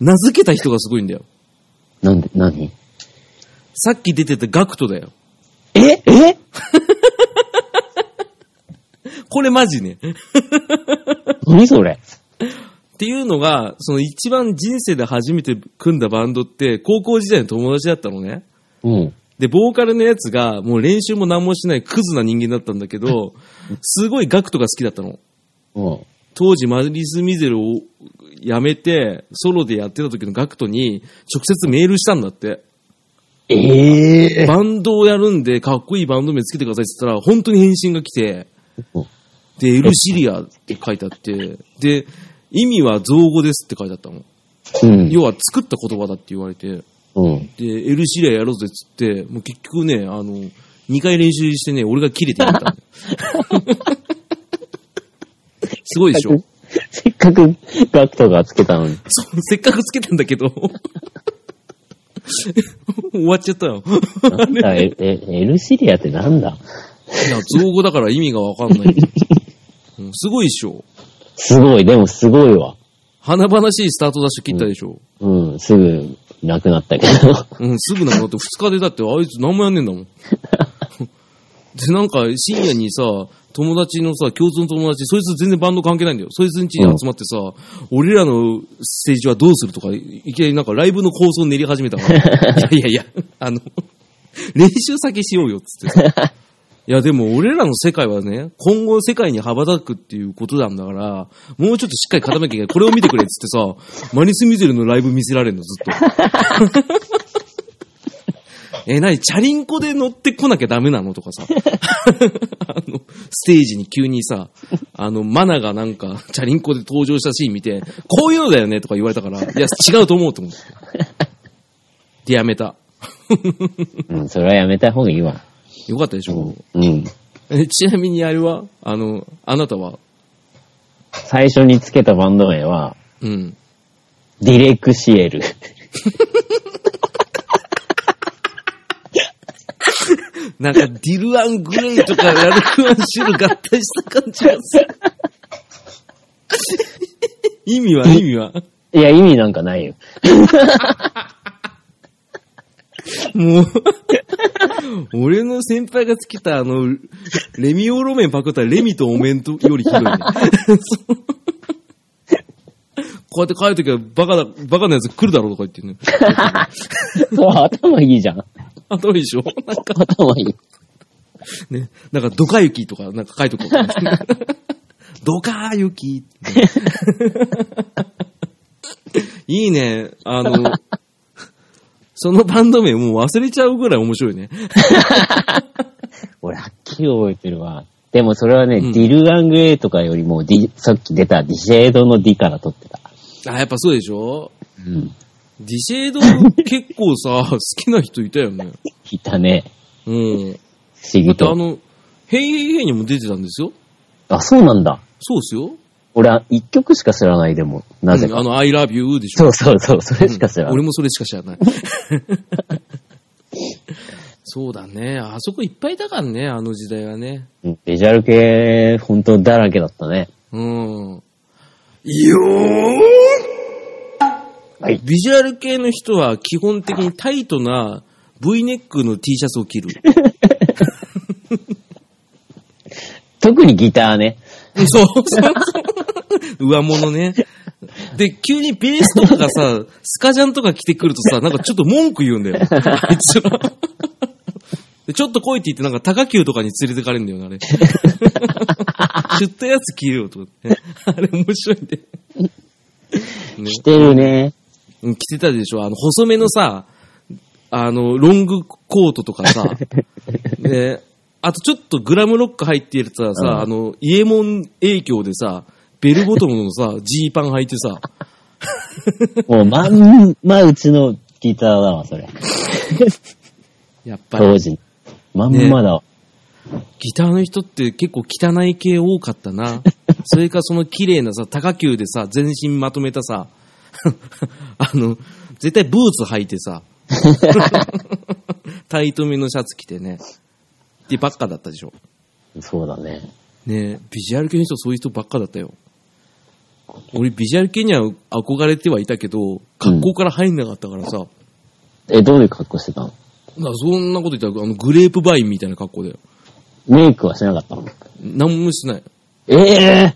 Speaker 1: 名付けた人がすごいんだよ。
Speaker 2: う、なんで、何
Speaker 1: さっき出てたガクトだよ。
Speaker 2: ええ
Speaker 1: これマジね。
Speaker 2: 何それ
Speaker 1: っていうのが、その一番人生で初めて組んだバンドって、高校時代の友達だったのね。
Speaker 2: うん。
Speaker 1: で、ボーカルのやつが、もう練習も何もしないクズな人間だったんだけど、すごいガクトが好きだったの。
Speaker 2: うん。
Speaker 1: 当時マリス・ミゼルを辞めて、ソロでやってた時のガクトに、直接メールしたんだって。
Speaker 2: ええ
Speaker 1: バンドをやるんで、かっこいいバンド名つけてくださいって言ったら、本当に返信が来て、
Speaker 2: うん
Speaker 1: で、エルシリアって書いてあって、で、意味は造語ですって書いてあったの。
Speaker 2: うん。
Speaker 1: 要は作った言葉だって言われて、
Speaker 2: うん。
Speaker 1: で、エルシリアやろうぜっつって、もう結局ね、あの、2回練習してね、俺が切れてやめたの すごいでしょ
Speaker 2: せっかく、ガクトがつけたのに。
Speaker 1: そうせっかくつけたんだけど。終わっちゃったよ。
Speaker 2: なんだ、え、え、エルシリアってなんだ
Speaker 1: いや、造語だから意味がわかんない。うんすごいでしょ
Speaker 2: すごい、でもすごいわ。
Speaker 1: 華々しいスタートダッシュ切ったでしょ、
Speaker 2: うん、すぐ、なくなったけど。
Speaker 1: うん、すぐなくなって、二日でだって、あいつ何もやんねえんだもん。で、なんか、深夜にさ、友達のさ、共通の友達、そいつ全然バンド関係ないんだよ。そいつん家に集まってさ、俺らのステージはどうするとか、いいきなりなんかライブの構想練り始めたから。いやいやいや、あの、練習先しようよ、つってさ。いや、でも俺らの世界はね、今後世界に羽ばたくっていうことなんだから、もうちょっとしっかり固めなきゃいけない。これを見てくれ、つってさ、マニス・ミゼルのライブ見せられるの、ずっと。え、なに、チャリンコで乗ってこなきゃダメなのとかさ。 あの、ステージに急にさ、あの、マナがなんか、チャリンコで登場したシーン見て、こういうのだよねとか言われたから、いや、違うと思うと思って。で、やめた。
Speaker 2: うん、それはやめた方がいいわ。
Speaker 1: よかったでしょ、
Speaker 2: うん。
Speaker 1: えちなみにあれは、あの、あなたは、
Speaker 2: 最初につけたバンド名は、
Speaker 1: うん。
Speaker 2: ディレクシエル。
Speaker 1: なんか、ディル・アン・グレイとか、ラルフ・アン・シュル合体した感じがする。 意味は、意味は。
Speaker 2: いや、意味なんか ないよ。
Speaker 1: もう、俺の先輩がつけたあの、レミオーロメンパクったらレミとお面とよりひどいね。そうこうやって帰るときはバカだ、バカなやつ来るだろうとか言ってんね。
Speaker 2: そう、頭いいじゃん。
Speaker 1: あ、どうでしょうなんか
Speaker 2: 頭いい。
Speaker 1: ね、なんかドカ雪とかなんか書いとこうかな。 ドカ雪って。いいね。あの、そのバンド名もう忘れちゃうぐらい面白いね。
Speaker 2: 俺、はっきり覚えてるわ。でもそれはね、
Speaker 1: うん
Speaker 2: ディル・アングレイとかよりもディ、さっき出たディシェードのディから取ってた。
Speaker 1: あ、やっぱそうでしょ
Speaker 2: うん。
Speaker 1: ディシェード結構さ、好きな人いたよね。
Speaker 2: いたね。
Speaker 1: うん。
Speaker 2: 不思
Speaker 1: だっ
Speaker 2: 議
Speaker 1: てあ
Speaker 2: と。
Speaker 1: の、ヘイヘイヘイにも出てたんですよ。
Speaker 2: あ、そうなんだ。
Speaker 1: そうですよ。
Speaker 2: 俺は一曲しか知らないでも、なぜ
Speaker 1: うんあ
Speaker 2: か。
Speaker 1: の、I love you でしょ。
Speaker 2: そうそうそう、それしか知らない。
Speaker 1: 俺もそれしか知らない。そうだね。あそこいっぱいだからね、あの時代はね。
Speaker 2: うんビジュアル系、本当だらけだったね。
Speaker 1: うん。よー
Speaker 2: はい
Speaker 1: ビジュアル系の人は基本的にタイトな V ネックの T シャツを着る。
Speaker 2: 特にギターね。
Speaker 1: そうそうそう。上物ね。で、急にベースとかがさ、スカジャンとか着てくるとさ、なんかちょっと文句言うんだよ。あいつら。 でちょっと来いって言って、なんか高級とかに連れてかれるんだよね、あれ。 知ったやつ着れよ、とかって。あれ面白いんで。ね
Speaker 2: 着てるね。
Speaker 1: うん着てたでしょあの、細めのさ、あの、ロングコートとかさ、 で、あとちょっとグラムロック入ってるとさ、
Speaker 2: うん
Speaker 1: あの、イエモン影響でさ、ベルボトムの さ、ジーパン履いてさ、
Speaker 2: もうまんまうちのギターだわ、それ。
Speaker 1: やっぱ
Speaker 2: 当
Speaker 1: り、
Speaker 2: 時。まんまだわ。
Speaker 1: ギターの人って結構汚い系多かったな。それかその綺麗なさ、高級でさ、全身まとめたさ、 あの、絶対ブーツ履いて さ、タイトめのシャツ着てね、ってばっかだったでしょ。
Speaker 2: そうだね。
Speaker 1: ねえ、ビジュアル系の人そういう人ばっかだったよ。俺ビジュアル系には憧れてはいたけど、学校から入んなかったからさ、
Speaker 2: え、どういう格好してたの
Speaker 1: なそんなこと言ったらあのグレープバインみたいな格好だよ。
Speaker 2: メイクはしなかったの
Speaker 1: 何もしない。
Speaker 2: ええ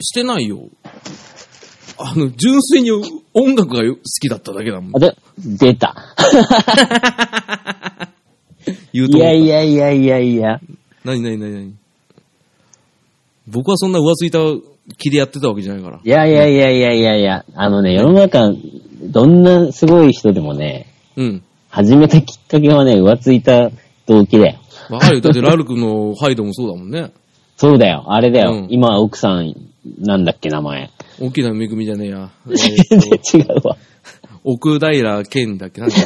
Speaker 1: してないよ。あの、純粋に音楽がよ好きだっただけだもん
Speaker 2: あ、。で、出た。
Speaker 1: 言う
Speaker 2: い
Speaker 1: と思った。
Speaker 2: やいやいやいやいや。
Speaker 1: なになになになに僕はそんな上ついた気でやってたわけじゃないから
Speaker 2: い。やいやいやいやいやいや、あのね、世の中、どんなすごい人でもね、
Speaker 1: うん。
Speaker 2: 始めたきっかけはね、浮ついた動機だよ。
Speaker 1: わかるよ。だってラルクのハイドもそうだもんね。
Speaker 2: そうだよ、あれだよ。
Speaker 1: うん
Speaker 2: 今、奥さん、なんだっけ、名前。
Speaker 1: 大きな恵みじゃねえや。 えー
Speaker 2: 全然 違うわ。
Speaker 1: 奥平健だっけ なんだ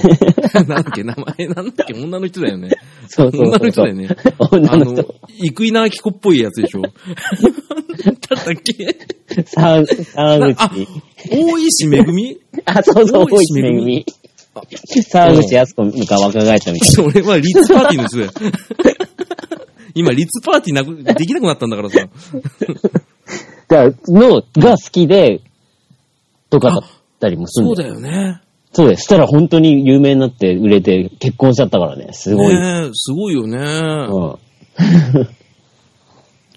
Speaker 1: なんだっけ名前なんだっけ女の人だよね。
Speaker 2: そうそうそう
Speaker 1: 女の人だよね。
Speaker 2: 女
Speaker 1: あ
Speaker 2: の
Speaker 1: の
Speaker 2: 人。、
Speaker 1: 生稲晃子っぽいやつでしょ。だったっけ
Speaker 2: 沢沢
Speaker 1: あ
Speaker 2: 口。、
Speaker 1: 大石めぐみ
Speaker 2: あ、そうそう、
Speaker 1: 大
Speaker 2: 大
Speaker 1: 石
Speaker 2: 石
Speaker 1: め
Speaker 2: め
Speaker 1: ぐ
Speaker 2: ぐ
Speaker 1: み
Speaker 2: み。沢口康子が若返ったみたい。
Speaker 1: それはリッツパーティーの人だよ。今、リッツパーティーなく、できなくなったんだからさ。
Speaker 2: だからの、が好きで、とかだったりもする
Speaker 1: そ
Speaker 2: ん
Speaker 1: う
Speaker 2: だ
Speaker 1: だ
Speaker 2: よ。
Speaker 1: よね。
Speaker 2: そうです。したら本当に有名になって売れて結婚しちゃったからね。すごい。
Speaker 1: ねえすごいよね。
Speaker 2: うん。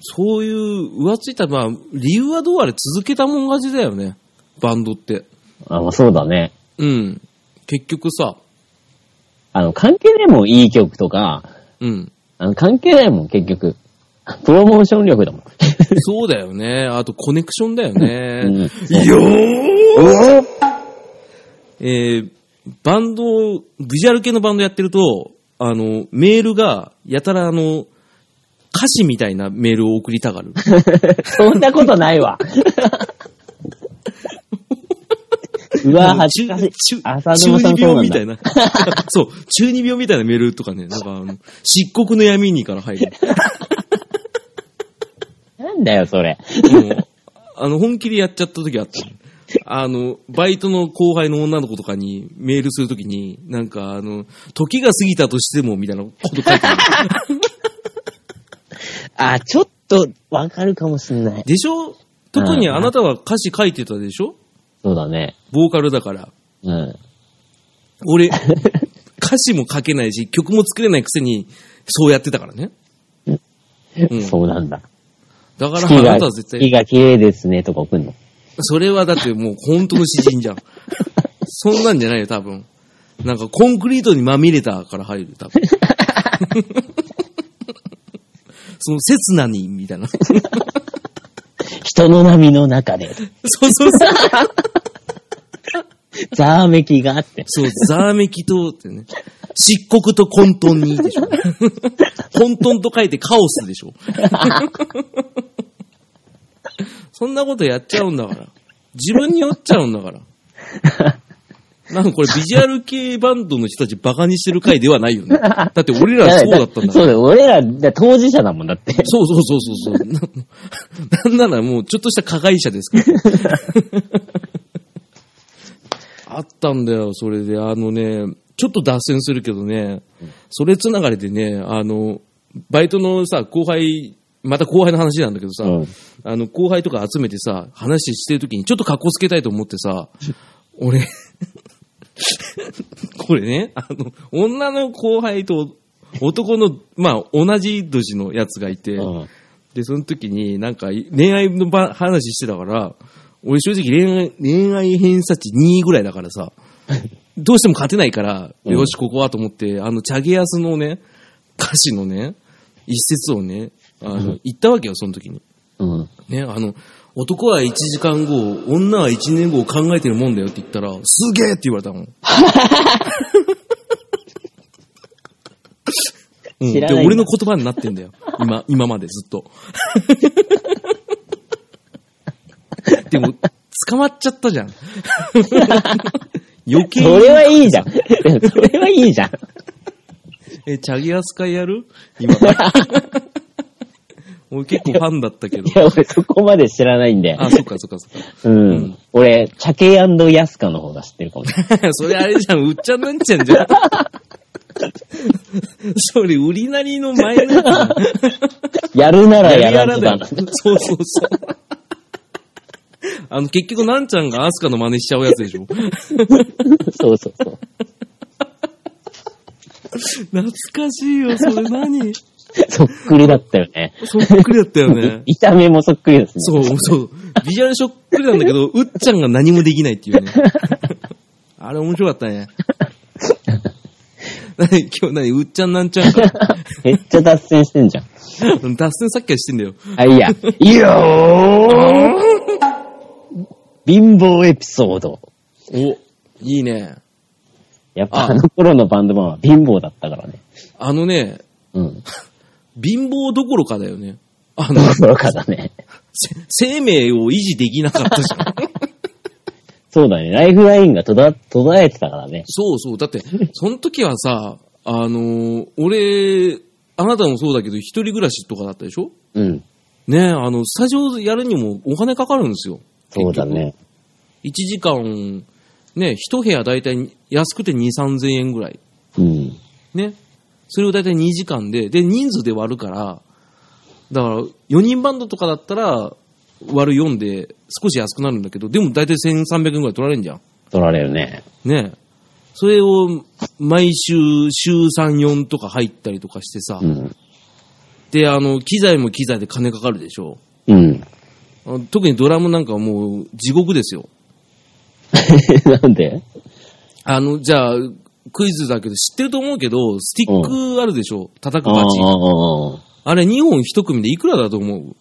Speaker 1: そういう、浮ついた、まあ、理由はどうあれ続けたもん勝ちだよね。バンドって。
Speaker 2: あ、まあそうだね。
Speaker 1: うん。結局さ、
Speaker 2: あの、関係ないもん、いい曲とか、
Speaker 1: うん。
Speaker 2: あの、関係ないもん、結局。プロモーション力だもん。
Speaker 1: そうだよね。あと、コネクションだよ
Speaker 2: うん
Speaker 1: ね。よーえー、バンドを、ビジュアル系のバンドやってると、あの、メールが、やたらあの、歌詞みたいなメールを送りたが る。
Speaker 2: そんなことない わ。うわ、恥ずかしい。
Speaker 1: 中
Speaker 2: 浅
Speaker 1: 中
Speaker 2: 沼さん
Speaker 1: 二
Speaker 2: そう
Speaker 1: 病
Speaker 2: なん
Speaker 1: みたい
Speaker 2: だ。
Speaker 1: な。 そう、中二病みたいなメールとかね、なんかあの、漆黒の闇にから入る。
Speaker 2: なんだよ、それ。
Speaker 1: もうあの、本気でやっちゃった時あったの。あの、バイトの後輩の女の子とかにメールするときに、なんか、あの、時が過ぎたとしても、みたいなこと書いてある。
Speaker 2: あ、ちょっと、わかるかもしんない。
Speaker 1: でしょ特にあなたは歌詞書いてたでしょ
Speaker 2: そうだね。
Speaker 1: ボーカルだから。
Speaker 2: うん。
Speaker 1: 俺、歌詞も書けないし、曲も作れないくせに、そうやってたからね。うん
Speaker 2: そうなんだ。
Speaker 1: だから、
Speaker 2: 月
Speaker 1: あ
Speaker 2: が、
Speaker 1: なたは絶
Speaker 2: 月
Speaker 1: 対、
Speaker 2: が綺麗ですね、とか送んの。
Speaker 1: それはだってもう本当の詩人じゃん。そんなんじゃないよ、多分。なんか、コンクリートにまみれたから入る、多分。 その、刹那に、みたいな。そう
Speaker 2: 人の波の中で、
Speaker 1: そうそう。
Speaker 2: ざわめきがあって。
Speaker 1: そう、ざわめきと、ってね。漆黒と混沌にでしょ。混沌と書いてカオスでしょ。そんなことやっちゃうんだから。自分に酔っちゃうんだから。なんかこれビジュアル系バンドの人たちバカにしてる回ではないよね。だって俺らそうだったんだ
Speaker 2: そ
Speaker 1: から。
Speaker 2: うだよ、俺ら、だ当事者だもんだって。
Speaker 1: そうそうそうそうそうな。なんならもうちょっとした加害者ですから。あったんだよ、それで。あのね、ちょっと脱線するけどね、それつながりでね、あの、バイトのさ、後輩、また後輩の話なんだけどさ、
Speaker 2: うん
Speaker 1: あの、後輩とか集めてさ、話してるときにちょっと格好つけたいと思ってさ、俺、これね、あの、女の後輩と男の、まあ、同じ年のやつがいて、
Speaker 2: うん
Speaker 1: で、その時になんか恋愛のば話してたから、俺正直恋愛、恋愛偏差値2位ぐらいだからさ、どうしても勝てないから、
Speaker 2: うん
Speaker 1: よし、ここはと思って、あの、チャゲアスのね、歌詞のね、一節をね、あの、言ったわけよ、その時に。
Speaker 2: うん。
Speaker 1: ね、あの、男は1時間後、女は1年後を考えてるもんだよって言ったら、すげえって言われた もん。うん、
Speaker 2: 知
Speaker 1: で
Speaker 2: らないんだ
Speaker 1: 俺の言葉になってんだよ。今、今までずっと。 でも、捕まっちゃった じゃん。余計
Speaker 2: それはいいじゃん。 それはいいじゃん。
Speaker 1: え、チャギアス会やる 今。俺結構ファンだったけど
Speaker 2: い。や、俺そこまで知らないんで。
Speaker 1: あ、そっかそっかそっか。
Speaker 2: うん。俺、チャケヤスカの方が知ってるかもしれな い。
Speaker 1: それあれじゃん、うっちゃんなんちゃんじゃん。それ、売りなりの前のやつ だ
Speaker 2: やるなら
Speaker 1: やり
Speaker 2: や
Speaker 1: やら
Speaker 2: らず
Speaker 1: だ
Speaker 2: だ
Speaker 1: よ
Speaker 2: な。。
Speaker 1: そうそうそう。あの、結局、なんちゃんがアスカの真似しちゃうやつでしょ。
Speaker 2: そうそうそう。
Speaker 1: 懐かしいよ、それ何
Speaker 2: そっくりだったよね。
Speaker 1: そっくりだったよね。
Speaker 2: 見た目もそっくりですね。
Speaker 1: そうそう。ビジュアルショックなんだけど、うっちゃんが何もできないっていうね。あれ面白かったね。何今日何うっちゃんなんちゃん か。
Speaker 2: めっちゃ脱線してんじゃん。
Speaker 1: 脱線さっきはしてん だよ。
Speaker 2: あ、いい や。いいよー貧乏エピソード。
Speaker 1: お、いいね。
Speaker 2: やっぱあの頃のバンドマンは貧乏だったからね。
Speaker 1: あのね、
Speaker 2: うん。
Speaker 1: 貧乏どころかだよね。あの、
Speaker 2: そうかだね。
Speaker 1: せ生命を維持できなかったじゃん。
Speaker 2: そうだね。ライフラインが途絶途絶えてたからね。
Speaker 1: そうそう。だって、その時はさ、あのー俺、あなたもそうだけど、一人暮らしとかだったでしょ
Speaker 2: うん。
Speaker 1: ねあの、スタジオやるにもお金かかるんですよ。
Speaker 2: そうだね。
Speaker 1: 1時間、ね、一部屋だいたい安くて2、3000円ぐらい。
Speaker 2: うん。
Speaker 1: ね。それをだいたい2時間で、で、人数で割るから、だから、4人バンドとかだったら、割る4で少し安くなるんだけど、でもだいたい1300円ぐらい取られるじゃん。
Speaker 2: 取られるね。
Speaker 1: ね。それを、毎週、週3、4とか入ったりとかしてさ、
Speaker 2: うん。
Speaker 1: で、あの、機材も機材で金かかるでしょ。
Speaker 2: うん。
Speaker 1: あの特にドラムなんかはもう地獄ですよ。
Speaker 2: なんで
Speaker 1: あの、じゃあ、クイズだけど、知ってると思うけど、スティックあるでしょ、叩く
Speaker 2: ああ
Speaker 1: バチ。あ
Speaker 2: ああああ。
Speaker 1: れ2本1組でいくらだと思う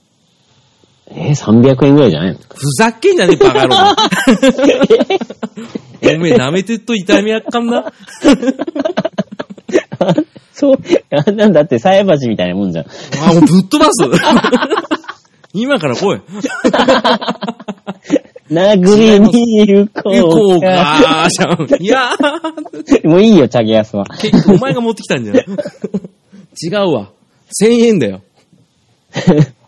Speaker 2: えー、300円ぐらいじゃないの
Speaker 1: ふざけんじゃねえ、バカ野 郎。おめえ舐めてっと痛みやっかんな。
Speaker 2: そう、あんなんだって、菜箸みたいなもんじゃん。
Speaker 1: あ、もうぶっ飛ば す。今から来い。
Speaker 2: 殴りに行こ
Speaker 1: 行こ
Speaker 2: う
Speaker 1: う
Speaker 2: か。
Speaker 1: かーじゃん。いやー、
Speaker 2: もういいよ、チャゲヤスは。
Speaker 1: 結構お前が持ってきたんじゃない違うわ。1000円だよ。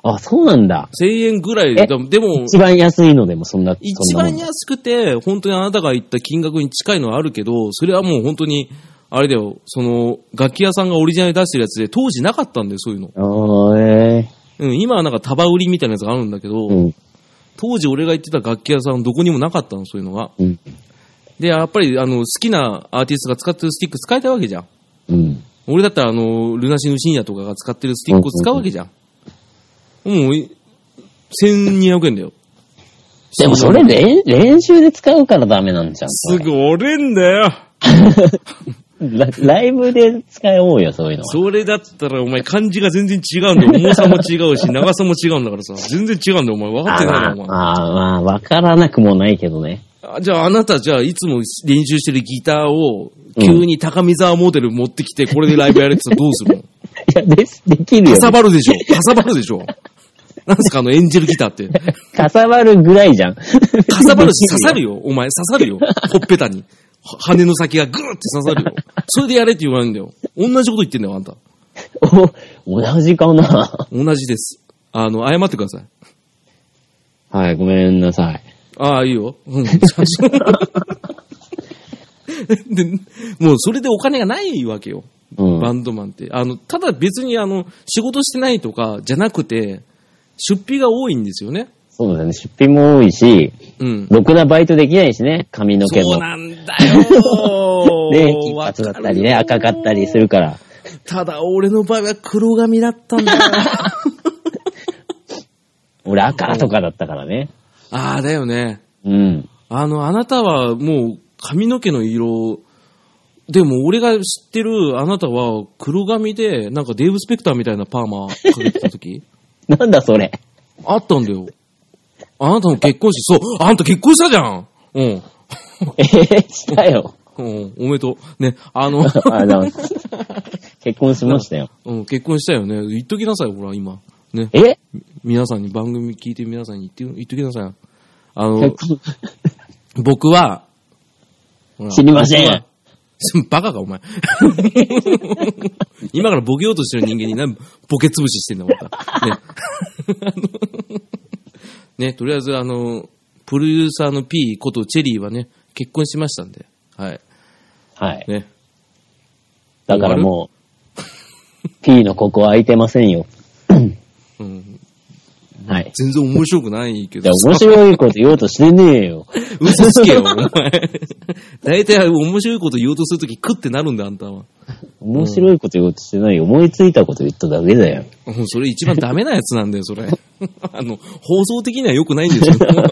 Speaker 2: あ、そうなんだ。
Speaker 1: 1000円ぐらいで。
Speaker 2: え
Speaker 1: でもでも、
Speaker 2: 一番安いのでもそんな、
Speaker 1: 一
Speaker 2: そんなも
Speaker 1: 番
Speaker 2: んだ。
Speaker 1: 安くて、本当にあなたが言った金額に近いのはあるけど、それはもう本当に、あれだよ、その、楽器屋さんがオリジナルで出してるやつで、当時なかったんだよ、そういうの。
Speaker 2: あーえ
Speaker 1: うん、今はなんか束売りみたいなやつがあるんだけど、
Speaker 2: ーうん、
Speaker 1: 当時俺が行ってた楽器屋さん、どこにもなかったの、そういうのが。
Speaker 2: うん、
Speaker 1: で、やっぱり、あの、好きなアーティストが使ってるスティック使いたいわけじゃん。
Speaker 2: うん。
Speaker 1: 俺だったら、あの、ルナシヌ深夜とかが使ってるスティックを使うわけじゃん。もう、い1200円だよ。
Speaker 2: でもそれ練、練習で使うからダメなんじゃん。
Speaker 1: すぐ折れんだよ
Speaker 2: ラライブで使おうよ、そういうのは。
Speaker 1: それだったらお前漢字が全然違うんだよ。重さも違うし、 長さも違うんだからさ。全然違うんだよ、お前。分かっ
Speaker 2: あ
Speaker 1: て
Speaker 2: ー
Speaker 1: ない
Speaker 2: ま
Speaker 1: よ、お前。
Speaker 2: あ、あーまあ、わからなくもないけどね。
Speaker 1: あじゃああなた、じゃあいつも練習してるギターを、急に高見沢モデル持ってきて、これでライブやれって言ったらどうするの
Speaker 2: いや、です、できるよ
Speaker 1: か。さばるで しょかさばるでしょなんすかあのエンジェルギターって。
Speaker 2: かさばるぐらいじゃん。
Speaker 1: かさばるし刺さるよ、お前。刺さるよ。ほっぺたに。は羽の先がグーって刺さるよ。それでやれって言わないんだよ。同じこと言ってんだよ、あんた。
Speaker 2: お、同じかな
Speaker 1: 同じです。あの、謝ってください。
Speaker 2: はい、ごめんなさい。
Speaker 1: ああ、いいよ。うん。 で、もうそれでお金がないわけよ。
Speaker 2: うん。
Speaker 1: バンドマンって。あの、ただ別にあの、仕事してないとかじゃなくて、出費が多いんですよね。
Speaker 2: そうだね、出費も多いし、
Speaker 1: うん。
Speaker 2: ろくなバイトできないしね、髪の毛
Speaker 1: そう
Speaker 2: も。
Speaker 1: なんだ よ
Speaker 2: ね、金髪だったりね、赤かったりするから。
Speaker 1: ただ俺の場合は黒髪だったんだよ。
Speaker 2: 俺赤とかだったからね。
Speaker 1: ああ、だよね。
Speaker 2: うん。
Speaker 1: あの、あなたはもう髪の毛の色、でも俺が知ってるあなたは黒髪で、なんかデーブ・スペクターみたいなパーマかけてた時
Speaker 2: なんだそれ。
Speaker 1: あったんだよ。あなたの結婚式、そう、あんた結婚したじゃんうん。
Speaker 2: えー、したよ。
Speaker 1: うん、おめでとう。ね、あ の、
Speaker 2: あ、だから結婚しましたよ。
Speaker 1: うん、結婚したよね。言っときなさい、ほら、今。ね、
Speaker 2: え
Speaker 1: 皆さんに、番組聞いてる皆さんに言って、言っときなさい。あの
Speaker 2: 結、婚
Speaker 1: 僕は、ほら
Speaker 2: 知りません。
Speaker 1: 僕は バカか、お前。今からボケようとしてる人間に何、ボケ潰ししてんだ、また。ねあの ね、とりあえず、あの、プロデューサーの P ことチェリーはね、結婚しましたんで。はい。
Speaker 2: はい。
Speaker 1: ね。
Speaker 2: だからもう、P のここは空いてませんよ。
Speaker 1: うん。
Speaker 2: はい。
Speaker 1: 全然面白くないけ
Speaker 2: じゃ
Speaker 1: ど。
Speaker 2: 面白いこと言おうとしてねえよ。
Speaker 1: 嘘つけよ、お前。 大体面白いこと言おうとするとき、クってなるんだ、あんたは。
Speaker 2: 面白いこと言おうとしてないよ。思いついたこと言っただけだよ。
Speaker 1: うんそれ一番ダメなやつなんだよ、それ。 あの、放送的には良くないんですけど。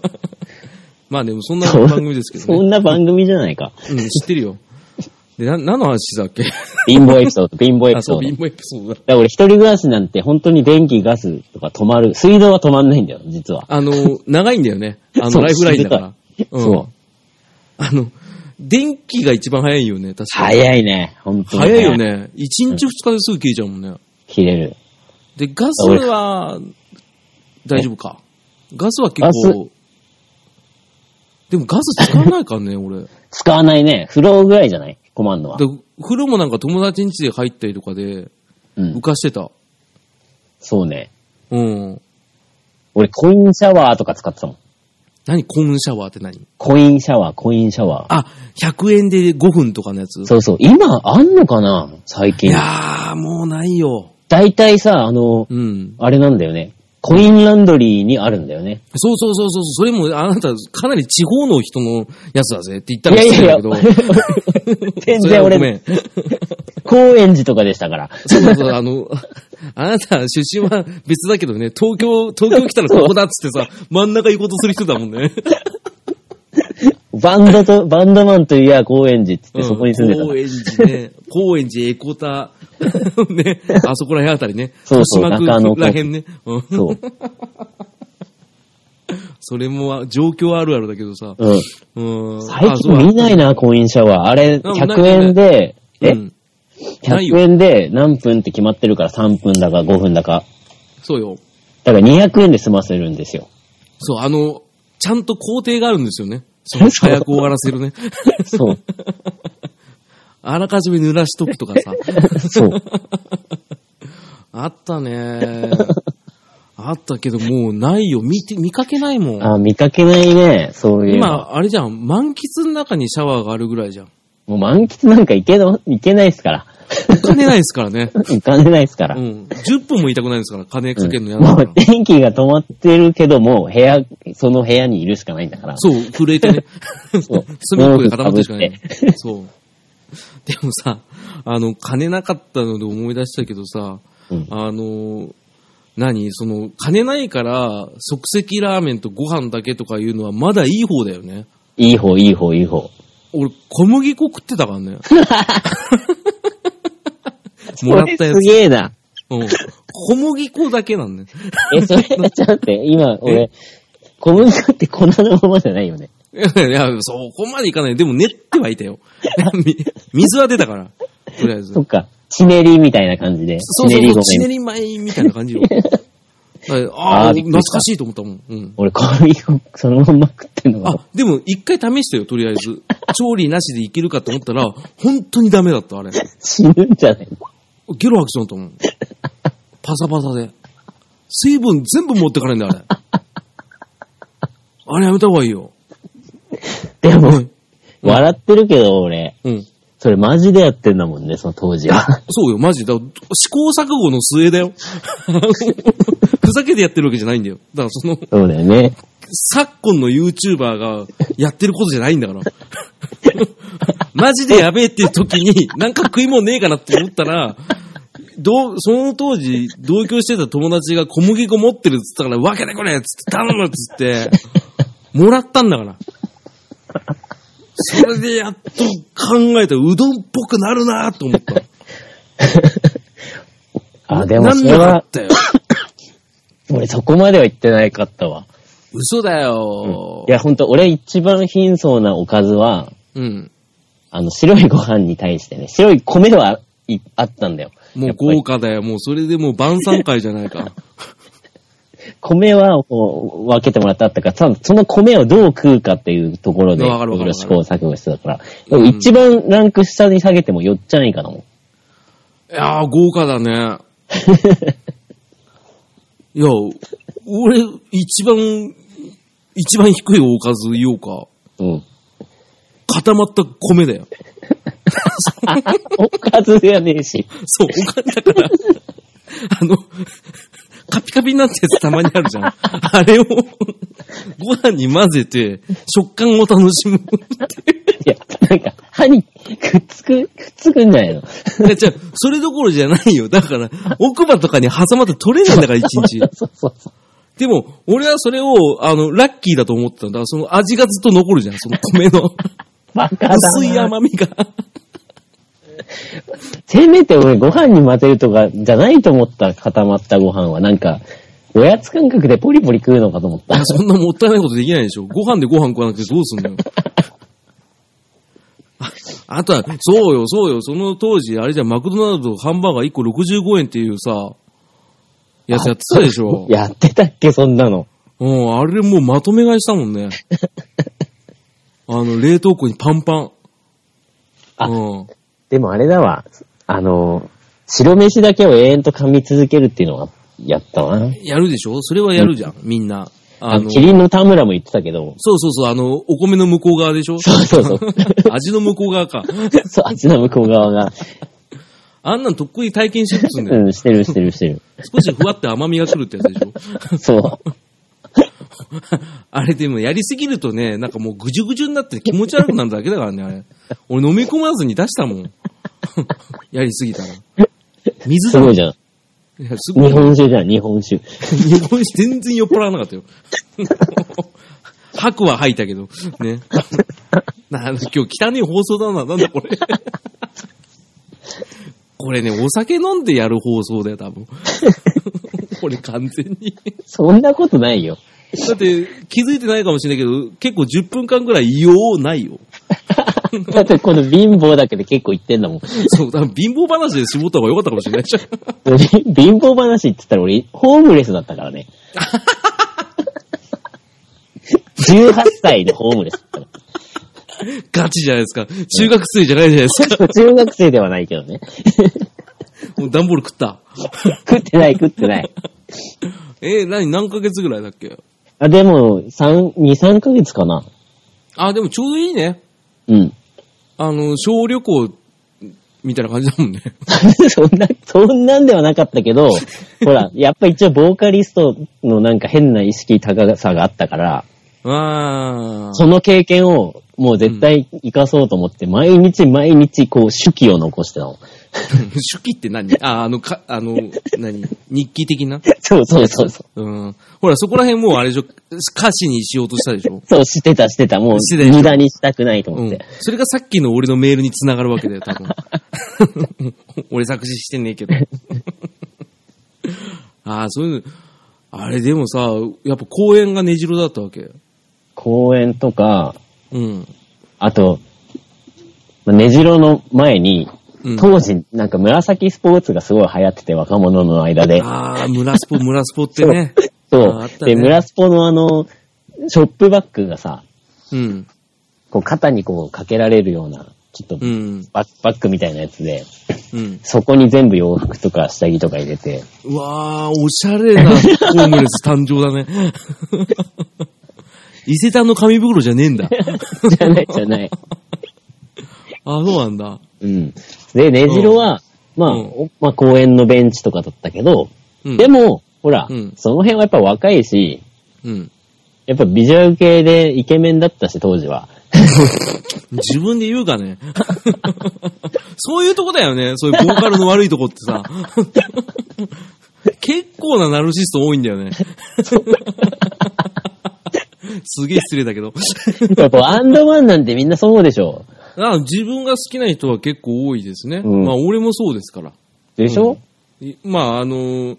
Speaker 1: まあでもそんな番組ですけ
Speaker 2: そ
Speaker 1: どね。
Speaker 2: んな番組じゃないか。
Speaker 1: うん、知ってるよ。で、な、何の話だっけ
Speaker 2: 貧乏エピソード、貧乏エピ
Speaker 1: あ、
Speaker 2: ソ
Speaker 1: そう、
Speaker 2: ード。だ
Speaker 1: 貧
Speaker 2: か
Speaker 1: 乏エピソードだ。
Speaker 2: ら俺一人暮らしなんて本当に電気、ガスとか止まる。水道は止まんないんだよ、実は。
Speaker 1: あの、長いんだよね。あ
Speaker 2: そ
Speaker 1: の、
Speaker 2: う
Speaker 1: ライフラインだから。うん。
Speaker 2: そう。
Speaker 1: あの、電気が一番早いよね、確かに。
Speaker 2: 早いね、本当に。
Speaker 1: 早いよ。ね。一日二日ですぐ消えちゃうもんね。
Speaker 2: 切れる。
Speaker 1: で、ガスは、大丈夫か。ガスは結構、でもガス使わないからね、俺。で、
Speaker 2: 使わないね。風呂ぐらいじゃない困んのは。
Speaker 1: 風呂もなんか友達ん家で入ったりとかで、
Speaker 2: う
Speaker 1: 浮
Speaker 2: ん。
Speaker 1: かしてた。
Speaker 2: そうね。
Speaker 1: うん。
Speaker 2: 俺コインシャワーとか使ってたもん。
Speaker 1: 何コーンシャワーって何
Speaker 2: コインシャワー、コインシャワー。
Speaker 1: あ、100円で5分とかのやつ
Speaker 2: そうそう。今、あんのかな最
Speaker 1: い
Speaker 2: 近。
Speaker 1: やー、もうないよ。
Speaker 2: だいたいさ、あの、
Speaker 1: うん。
Speaker 2: あれなんだよね。コインランドリーにあるんだよね。
Speaker 1: そうそうそうそう。それも、あなた、かなり地方の人のやつだぜって言った
Speaker 2: い
Speaker 1: ら
Speaker 2: やいやいや
Speaker 1: けど。、
Speaker 2: 全
Speaker 1: それ
Speaker 2: 然
Speaker 1: はご
Speaker 2: 俺、
Speaker 1: めん。
Speaker 2: 高円寺とかでしたから。
Speaker 1: そうそうそう、あの、あなた出身は別だけどね、東京、東京来たらここだっつってさ、真ん中行こうとする人だもんね。
Speaker 2: バン ドと、バンドマンといや高円寺って言ってそこに住んでた
Speaker 1: う
Speaker 2: の。
Speaker 1: 高円寺 ね、高円寺エコタ、 ね、あそこら辺あたりね、
Speaker 2: そうそう
Speaker 1: 豊
Speaker 2: 中
Speaker 1: 島
Speaker 2: 野
Speaker 1: 区ら辺ね。うん
Speaker 2: そう。
Speaker 1: それも状況ある あるだけどさ。
Speaker 2: うん。
Speaker 1: うん。
Speaker 2: 最
Speaker 1: あそう
Speaker 2: 近見ないな、コインシャワー。あれ、
Speaker 1: んない
Speaker 2: 100円で、
Speaker 1: う
Speaker 2: え
Speaker 1: ん。ないよ
Speaker 2: ?100 円で何分って決まってるから3分だか5分だか。
Speaker 1: そうよ。
Speaker 2: だから200円で済ませるんですよ。
Speaker 1: そう、あの、ちゃんと工程があるんですよね。その
Speaker 2: そう
Speaker 1: 早く終わらせるね。
Speaker 2: そう。
Speaker 1: あらかじめ濡らしとくとか さ。
Speaker 2: そう。
Speaker 1: あったね。あったけど、もうないよ。見て、見かけないもん。
Speaker 2: あ、見かけないね、そういうの。
Speaker 1: 今、あれじゃん。満喫の中にシャワーがあるぐらいじゃん。
Speaker 2: もう満喫なんかいけの、いけないですから。
Speaker 1: お金ないですからね。
Speaker 2: いかねないですから。
Speaker 1: う
Speaker 2: うん
Speaker 1: ん。10分も痛くないですから、金かけるのやだ
Speaker 2: も
Speaker 1: から
Speaker 2: う。電気が止まってるけども、部屋、その部屋にいるしかないんだから。
Speaker 1: そう、震えてね。
Speaker 2: そう
Speaker 1: 隅っこで固まってるしかない
Speaker 2: 毛布。
Speaker 1: そう。でもさ、あの、金なかったので思い出したけどさ、
Speaker 2: うん
Speaker 1: あの、何その、金ないから、即席ラーメンとご飯だけとかいうのはまだいい方だよね。
Speaker 2: いい方、いい方、いい方。
Speaker 1: 俺、小麦粉食ってたから ね。も
Speaker 2: こ
Speaker 1: らっ
Speaker 2: れ
Speaker 1: たやつ。
Speaker 2: すげえな。
Speaker 1: うん。小麦粉だけなんね。
Speaker 2: え、 それ、ちょっと待って、今、俺、小麦粉って粉のままじゃないよね。
Speaker 1: いやいや、そこまでいかない。でも練ってはいたよ。 み水は出たから。とりあえず
Speaker 2: そ。っか。ちねりみたいな感じで。
Speaker 1: そうそう
Speaker 2: ちねり
Speaker 1: そう、
Speaker 2: ご
Speaker 1: ち
Speaker 2: め
Speaker 1: ねり
Speaker 2: ん。
Speaker 1: 米みたいな感じよ。ああ、
Speaker 2: あーびっくりし
Speaker 1: 懐
Speaker 2: た
Speaker 1: かしいと思ったもん。うん。
Speaker 2: 俺、紙をそのまんま食ってんのが
Speaker 1: あ、でも一回試してよ、とりあえず。調理なしでいけるかと思ったら、本当にダメだった、あれ。
Speaker 2: 死ぬんじゃない
Speaker 1: ゲロ吐きそうになったもん。パサパサで。水分全部持ってかれんだよ、あれ。あれやめた方がいいよ。
Speaker 2: で
Speaker 1: う
Speaker 2: も
Speaker 1: ん、
Speaker 2: 笑ってるけど俺、
Speaker 1: うん。
Speaker 2: それマジでやってんだもんね、その当時 は。
Speaker 1: そうよ、マジで。だから試行錯誤の末だよ。 ふざけてやってるわけじゃないんだよ。だからその、
Speaker 2: そうだよね。
Speaker 1: 昨今の YouTuber がやってることじゃないんだから。 マジでやべえっていう時に、なんか食い物ねえかなって思ったら、どう、その当時、同居してた友達が小麦粉持ってるっつったから、わけてくれっつって頼むっつって、もらったんだから。それでやっと考えたら、うどんっぽくなるなと思った。
Speaker 2: あ、でも
Speaker 1: なん
Speaker 2: そ
Speaker 1: な
Speaker 2: れ
Speaker 1: か
Speaker 2: は
Speaker 1: っ、たよ。
Speaker 2: 俺そこまでは言ってないかったわ。
Speaker 1: 嘘だよ
Speaker 2: い。や、ほんと、俺一番貧相なおかずは、
Speaker 1: うん。
Speaker 2: あの、白いご飯に対してね、白い米はいあったんだよ。
Speaker 1: も
Speaker 2: や
Speaker 1: う
Speaker 2: っぱり
Speaker 1: 豪華だよ。もうそれでもう晩餐会じゃない か。
Speaker 2: 米はこう分けてもらってあったから、ただその米をどう食うかっていうところで、い
Speaker 1: わかる
Speaker 2: ろ
Speaker 1: わ
Speaker 2: い
Speaker 1: かる
Speaker 2: ろ試行錯誤してたから。でも一番ランク下に下げてもよっちゃないかなもん。
Speaker 1: いやー、豪華だ ね。いや、俺、一番、一番低いおかず言おうか。
Speaker 2: うん。
Speaker 1: 固まった米だよ。
Speaker 2: おかずやねえし。
Speaker 1: そう、おかずだ から。あの、カピカピになったやつたまにあるじゃん。あれを、ご飯に混ぜて、食感を楽しむ。
Speaker 2: いや、なんか、歯にくっつく、くっつくんじゃないの
Speaker 1: いや、 じゃそれどころじゃないよ。だから、奥歯とかに挟まって取れないんだから、一日。
Speaker 2: そうそうそう。
Speaker 1: でも、俺はそれを、あの、ラッキーだと思ってたんだ。その味がずっと残るじゃん、その米の。
Speaker 2: バカだな。
Speaker 1: 薄い甘みが。
Speaker 2: せめて俺ご飯に混ぜるとかじゃないと思った固まったご飯は、なんか、おやつ感覚でポリポリ食うのかと思った。
Speaker 1: そんなもったいないことできないでしょ。ご飯でご飯食わなくてどうすんのよ。ああとは、そうよ、そうよ、その当時、あれじゃんマクドナルドハンバーガー1個65円っていうさ、やつやってたでしょ。
Speaker 2: やってたっけ、そんなの。
Speaker 1: うん、あれもうまとめ買いしたもん ね。あの、冷凍庫にパンパン。
Speaker 2: あ
Speaker 1: うん。
Speaker 2: でもあれだわ。あの、白飯だけを永遠と噛み続けるっていうのはやったな。
Speaker 1: やるでしょそれはやるじゃん、みんな。
Speaker 2: あの、キリンの田村も言ってたけ ど、
Speaker 1: そうそうそう、あの、お米の向こう側でしょ
Speaker 2: そうそうそう。
Speaker 1: 味の向こう側か。
Speaker 2: そう、あっちの向こう側が、
Speaker 1: あんなんとっくに体験してるっつうんだよ。
Speaker 2: うん、してるしてるしてる。
Speaker 1: 少しふわって甘みが来るってやつでしょ
Speaker 2: そう。
Speaker 1: あれでもやりすぎるとね、なんかもうぐじゅぐじゅになって気持ち悪くなるだけだからね、あれ。俺飲み込まずに出したも ん。やりすぎたら。水
Speaker 2: す
Speaker 1: だ。
Speaker 2: ごいじゃん。
Speaker 1: いやすごい
Speaker 2: 日本酒じゃん、日本酒。
Speaker 1: 日本酒全然酔っ払わなかったよ。 吐くは吐いたけど、ね。 な今日汚い放送だな、なんだこれ。 これね、お酒飲んでやる放送だよ、多分。 これ完全に。
Speaker 2: そんなことない よ。
Speaker 1: だって、気づいてないかもしれないけど、結構10分間ぐらい異様ないよ。
Speaker 2: だってこの貧乏だけで結構言ってんだもん。
Speaker 1: そう、多分貧乏話で絞った方が良かったかもしれないじゃん。
Speaker 2: 貧乏話って言ったら俺、ホームレスだった からね。18歳でホームレスだったか
Speaker 1: ガチじゃないですか。中学生じゃないじゃないです
Speaker 2: ら。中学生ではないけどね。
Speaker 1: か。もう段ボール食った。
Speaker 2: 食ってない食ってない。
Speaker 1: えー、何、何ヶ月ぐらいだっけ
Speaker 2: あでも、3、2、3ヶ月かな。
Speaker 1: あ、でもちょうどいいね。
Speaker 2: うん。
Speaker 1: あの、小旅行みたいな感じだもん ね。
Speaker 2: そんな、そんなんではなかったけど、ほら、やっぱ一応ボーカリストのなんか変な意識高さがあったから、
Speaker 1: あー
Speaker 2: その経験をもう絶対活かそうと思って、毎日毎日こう手記を残してたの。
Speaker 1: 手記って何あ、あの、か、あの、何日記的な
Speaker 2: そうそうそうそう。
Speaker 1: うん。ほら、そこら辺もうあれでしょ、歌詞にしようとしたでしょ
Speaker 2: そう、してた、してた。もう、
Speaker 1: してたでしょ
Speaker 2: 無駄にしたくないと
Speaker 1: う
Speaker 2: 思っ
Speaker 1: ん
Speaker 2: て。。
Speaker 1: それがさっきの俺のメールに繋がるわけだよ、多分。 俺作詞してねえけど。 ああ、そういうの、あれでもさ、やっぱ公園が根城だったわけ。
Speaker 2: 公園とか、
Speaker 1: うん。
Speaker 2: あと、まあ根城の前に、
Speaker 1: うん
Speaker 2: 当時、なんか紫スポーツがすごい流行ってて、若者の間で。
Speaker 1: ああ、村スポ、村スポってね。ああっ
Speaker 2: そう。
Speaker 1: たね
Speaker 2: で、村スポのあの、ショップバッグがさ、
Speaker 1: うん。
Speaker 2: こう肩にこうかけられるような、ちょっと
Speaker 1: うん。
Speaker 2: バックパックみたいなやつで、
Speaker 1: うん。
Speaker 2: そこに全部洋服とか下着とか入れて、
Speaker 1: うわー、おしゃれなホームレス誕生だ ね。伊勢丹の紙袋じゃねえんだ。
Speaker 2: じゃないじゃない。
Speaker 1: あ、そうなんだ。
Speaker 2: うん。で、ネジロは、まあ、
Speaker 1: うん
Speaker 2: おまあ公園のベンチとかだったけど、
Speaker 1: うん
Speaker 2: でも、ほら、
Speaker 1: うん
Speaker 2: その辺はやっぱ若いし、
Speaker 1: うん。
Speaker 2: やっぱビジュアル系でイケメンだったし、当時は。
Speaker 1: 自分で言うかね。 そういうとこだよね。そういうボーカルの悪いとこってさ。 結構なナルシスト多いんだよ ね。すげえ失礼だけ ど。
Speaker 2: やっぱアンドマンなんてみんなそうでしょ。
Speaker 1: あ自分が好きな人は結構多いですね。
Speaker 2: うん
Speaker 1: まあ、俺もそうですから。
Speaker 2: でしょ、
Speaker 1: いまあ、あのー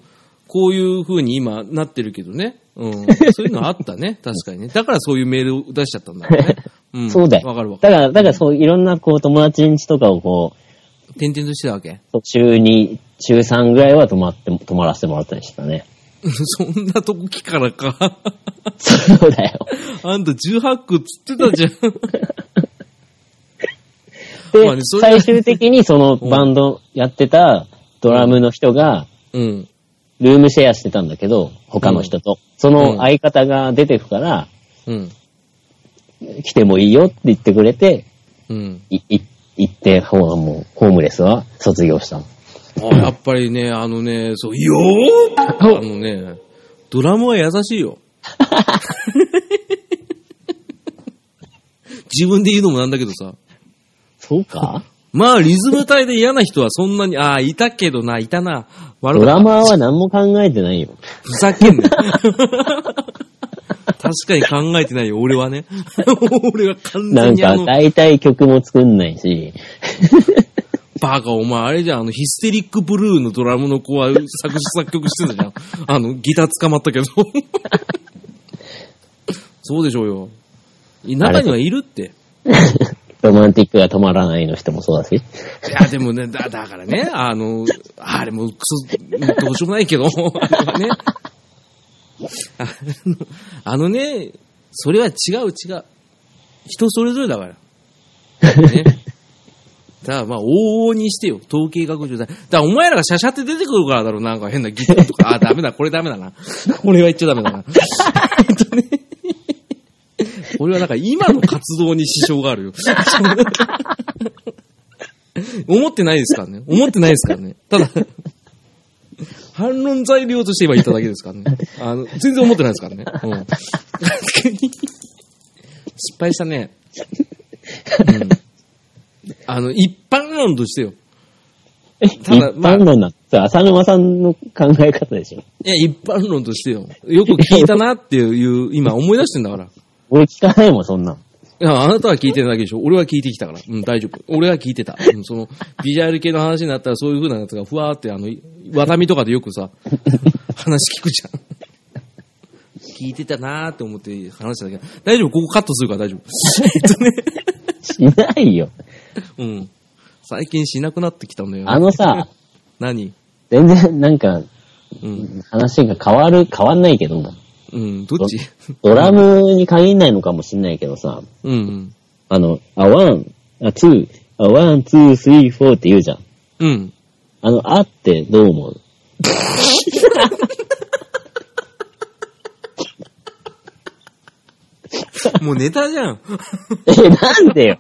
Speaker 1: こういう風に今なってるけどね。うん。そういうのあったね。確かにね。だからそういうメールを出しちゃったんだろうね。うん。
Speaker 2: そうだよ。
Speaker 1: わかるわか
Speaker 2: だから、だからそう、いろんなこう友達ん家とかをこ
Speaker 1: る。点々としてたわけ。
Speaker 2: う、週2、週3ぐらいは泊まって、泊まらせてもらったりしてたね。
Speaker 1: そんなとこ来からか。
Speaker 2: そうだよ。
Speaker 1: あんた18区つってたじゃん。
Speaker 2: で、
Speaker 1: まあねそれ
Speaker 2: 最終的にそのバンドやってたドラムの人が、
Speaker 1: うん。
Speaker 2: ルームシェアしてたんだけど、他の人と。そ
Speaker 1: うん
Speaker 2: の相方が出てくから、
Speaker 1: うん。
Speaker 2: 来てもいいよって言ってくれて、
Speaker 1: うん。
Speaker 2: い、い、行って、ほう、もう、ホームレスは卒業したの。
Speaker 1: あやっぱりね、あのね、そう、よーあのね、ドラムは優しいよ。自分で言うのもなんだけどさ。
Speaker 2: そうか
Speaker 1: まあ、リズム体で嫌な人はそんなに、ああ、いたけどな、いたな。悪か
Speaker 2: ド
Speaker 1: っ
Speaker 2: ラ
Speaker 1: た。
Speaker 2: マーは何も考えてないよ。
Speaker 1: ふざけんなよ。確かに考えてないよ、俺はね。 俺は完
Speaker 2: な
Speaker 1: 全
Speaker 2: ん
Speaker 1: にあ
Speaker 2: か、
Speaker 1: の、
Speaker 2: 大体曲も作んな いし、
Speaker 1: バカ、お前、あれじゃん、あの、ヒステリックブルーのドラムの子は作詞作曲してたじゃん。あの、ギター捕まった けど。そうでしょうよ。中にはいるって。
Speaker 2: ロマンティックが止まらないの人もそうだし。
Speaker 1: いや、でもね、だ、 だからね、あの、あれもうクソ、どうしようもないけど、 あれはね。あの、 あのね、それは違う違う。人それぞれだから。ね。 だからまあ、往々にしてよ。統計学上だ。だからお前らがシャシャって出てくるからだろ。なんか変なギターとか。あ、ダメだ。これダメだな。 これは言っちゃダメだな。本 当ね。 俺はなんか今の活動に支障があるよ。 思ってないですからね。思ってないですからね。ただ、反論材料として今言っただけですからね。あの、全然思ってないですからね。うん。 確かに。失敗したね。うん。あの、一般論としてよ。
Speaker 2: 一
Speaker 1: ただまあ
Speaker 2: 般論なんて、浅沼さんの考え方でしょ。
Speaker 1: いや、一般論としてよ。よく聞いたなっていう、今思い出してんだから。
Speaker 2: 俺聞かないもん、そんなん。
Speaker 1: いや、あなたは聞いてるだけでしょ。俺は聞いてきたから。うん、大丈夫。俺は聞いてた。うん、その、ビジュアル系の話になったらそういう風なやつがふわーって、あの、わたみとかでよくさ、話聞くじゃん。聞いてたなーって思って話しただけど。大丈夫、ここカットするから大丈夫。
Speaker 2: しないよ。
Speaker 1: うん。最近しなくなってきたんだよ、
Speaker 2: あのさ、
Speaker 1: 何
Speaker 2: 全然、なんか、
Speaker 1: うん。
Speaker 2: 話が変わる、変わんないけど、
Speaker 1: うん、どっち
Speaker 2: ドラムに限らないのかもしんないけどさ、
Speaker 1: うんうん。
Speaker 2: あの、あ、ワン、あ、ツー、あ、ワン、ツー、スリー、フォーって言うじゃん。
Speaker 1: うん。
Speaker 2: あの、あってどう思う
Speaker 1: もうネタじゃん。
Speaker 2: え、なんでよ。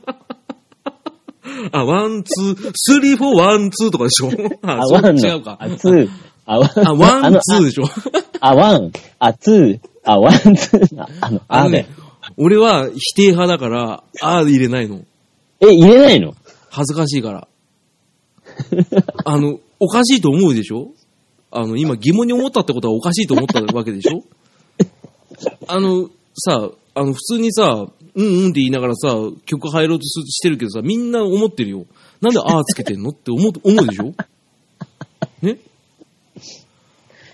Speaker 1: あ、ワン、ツー、スリー、フォー、ワン、ツーとかでしょあ、
Speaker 2: あ、
Speaker 1: そ
Speaker 2: ワ
Speaker 1: れ
Speaker 2: ン
Speaker 1: 違
Speaker 2: の
Speaker 1: うか。
Speaker 2: あ、ツー、あ、ワン、
Speaker 1: あ、ワ
Speaker 2: あ
Speaker 1: ン、
Speaker 2: の
Speaker 1: ツーでしょ
Speaker 2: あ、ワン、あ、ツー、あ、ワン、ツー、ああの、
Speaker 1: あ
Speaker 2: あ
Speaker 1: の
Speaker 2: で
Speaker 1: ね。、俺は否定派だから、あー入れないの。
Speaker 2: え、入れないの
Speaker 1: 恥ずかしいから。あの、おかしいと思うでしょあの、今疑問に思ったってことはおかしいと思ったわけでしょあの、さ、あの、普通にさ、うんうんって言いながらさ、曲入ろうとすしてるけどさ、みんな思ってるよ。なんであーつけてんのって思う、思うでしょね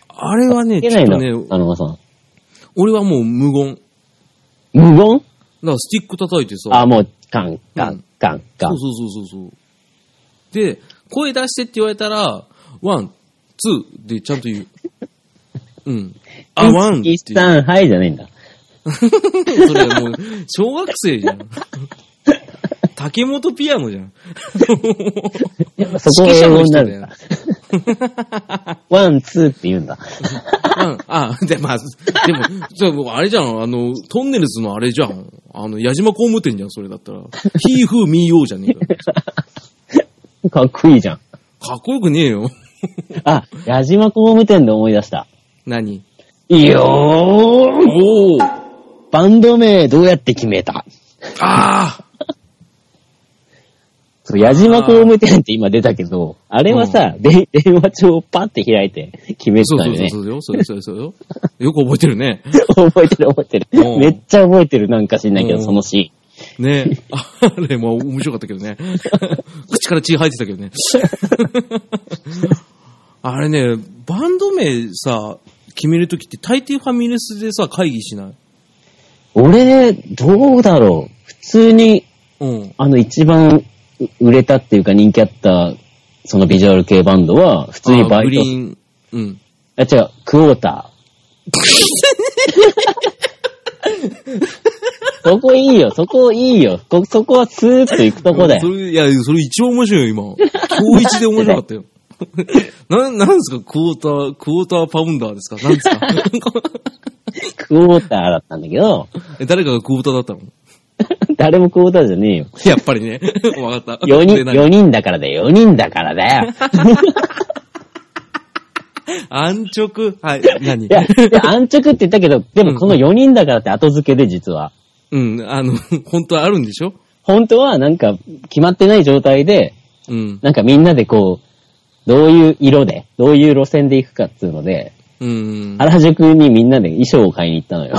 Speaker 1: あれはね、
Speaker 2: 入れ
Speaker 1: ち
Speaker 2: な
Speaker 1: ょっ
Speaker 2: い
Speaker 1: と
Speaker 2: の
Speaker 1: ね、
Speaker 2: あの、さん。
Speaker 1: 俺はもう無言。
Speaker 2: 無言
Speaker 1: だからスティック叩いてさ、
Speaker 2: あ、もう、カン、カ
Speaker 1: うん
Speaker 2: ン、カン、カン。
Speaker 1: そうそうそうそうそう。で、声出してって言われたら、ワン、ツーでちゃんと 言う。うん。あ、ワンって
Speaker 2: 一
Speaker 1: 言う。
Speaker 2: 三はいじゃないんだ。
Speaker 1: それもう、小学生じゃ ん。竹本ピアノじゃん。
Speaker 2: やっぱそこ英語になるんだ。ワン、ツーって言うんだ。
Speaker 1: うん、あ、で、まあ、でも、じゃあ僕あれじゃん、あの、トンネルズのあれじゃん。あの、矢島工務店じゃん、それだったら。ヒーフーミーヨーじゃねえか。
Speaker 2: かっこいいじゃん。
Speaker 1: かっこよくねえよ。
Speaker 2: あ、矢島工務店で思い出した。
Speaker 1: 何
Speaker 2: いいよー
Speaker 1: おおあ
Speaker 2: バンド名どうやって決めた
Speaker 1: あー
Speaker 2: そう、矢島工務店って今出たけど、あれはさ、で電話帳をパッて開いて決めて
Speaker 1: そう
Speaker 2: た
Speaker 1: そ
Speaker 2: よ
Speaker 1: うそう
Speaker 2: ね。
Speaker 1: そうよ。そうよ、そうよ、そうよ。よく覚えてるね。
Speaker 2: 覚えてる覚えてる。
Speaker 1: うん
Speaker 2: めっちゃ覚えてるなんか知んないけ
Speaker 1: う
Speaker 2: ど、
Speaker 1: ん
Speaker 2: そのシ
Speaker 1: ねあれ、まあ、面白かったけどね。 口から血吐いてたけどね。 あれね、バンド名さ、決めるときって大抵ファミレスでさ、会議しない。
Speaker 2: ーン。俺、どうだろう。普通に、
Speaker 1: うん。
Speaker 2: あの一番売れたっていうか人気あった、そのビジュアル系バンドは、普通に
Speaker 1: あ
Speaker 2: バ
Speaker 1: グ
Speaker 2: イ
Speaker 1: リ
Speaker 2: ト。
Speaker 1: ーン、うん。
Speaker 2: あ、違う、クォータ ー。そこいいよ、そこいいよ。こそこはスーッと行くとこだ
Speaker 1: そ
Speaker 2: よ。
Speaker 1: れ、いや、それ一番面白いよ、今。今日一で面白かったよ。 な、なんですかクォーター、クォーターパウンダーですかなんですか
Speaker 2: クォーターだったんだけど、
Speaker 1: え誰かがクォーターだったの
Speaker 2: 誰もクォーターじゃねえよ。
Speaker 1: やっぱりね。 わかった。
Speaker 2: 4
Speaker 1: 出
Speaker 2: 人、
Speaker 1: ない
Speaker 2: 四人だからだよ、4人だからだよ。
Speaker 1: 安直。はい。何
Speaker 2: いや、いや安直って言ったけど、でもこの4人だからって後付けで実は。
Speaker 1: うん。あの、 本当はあるんでしょ
Speaker 2: 本当はなんか決まってない状態で、
Speaker 1: うん。
Speaker 2: なんかみんなでこう、どういう色で、どういう路線で行くかっていうので、
Speaker 1: うん。
Speaker 2: 原宿にみんなで衣装を買いに行ったのよ。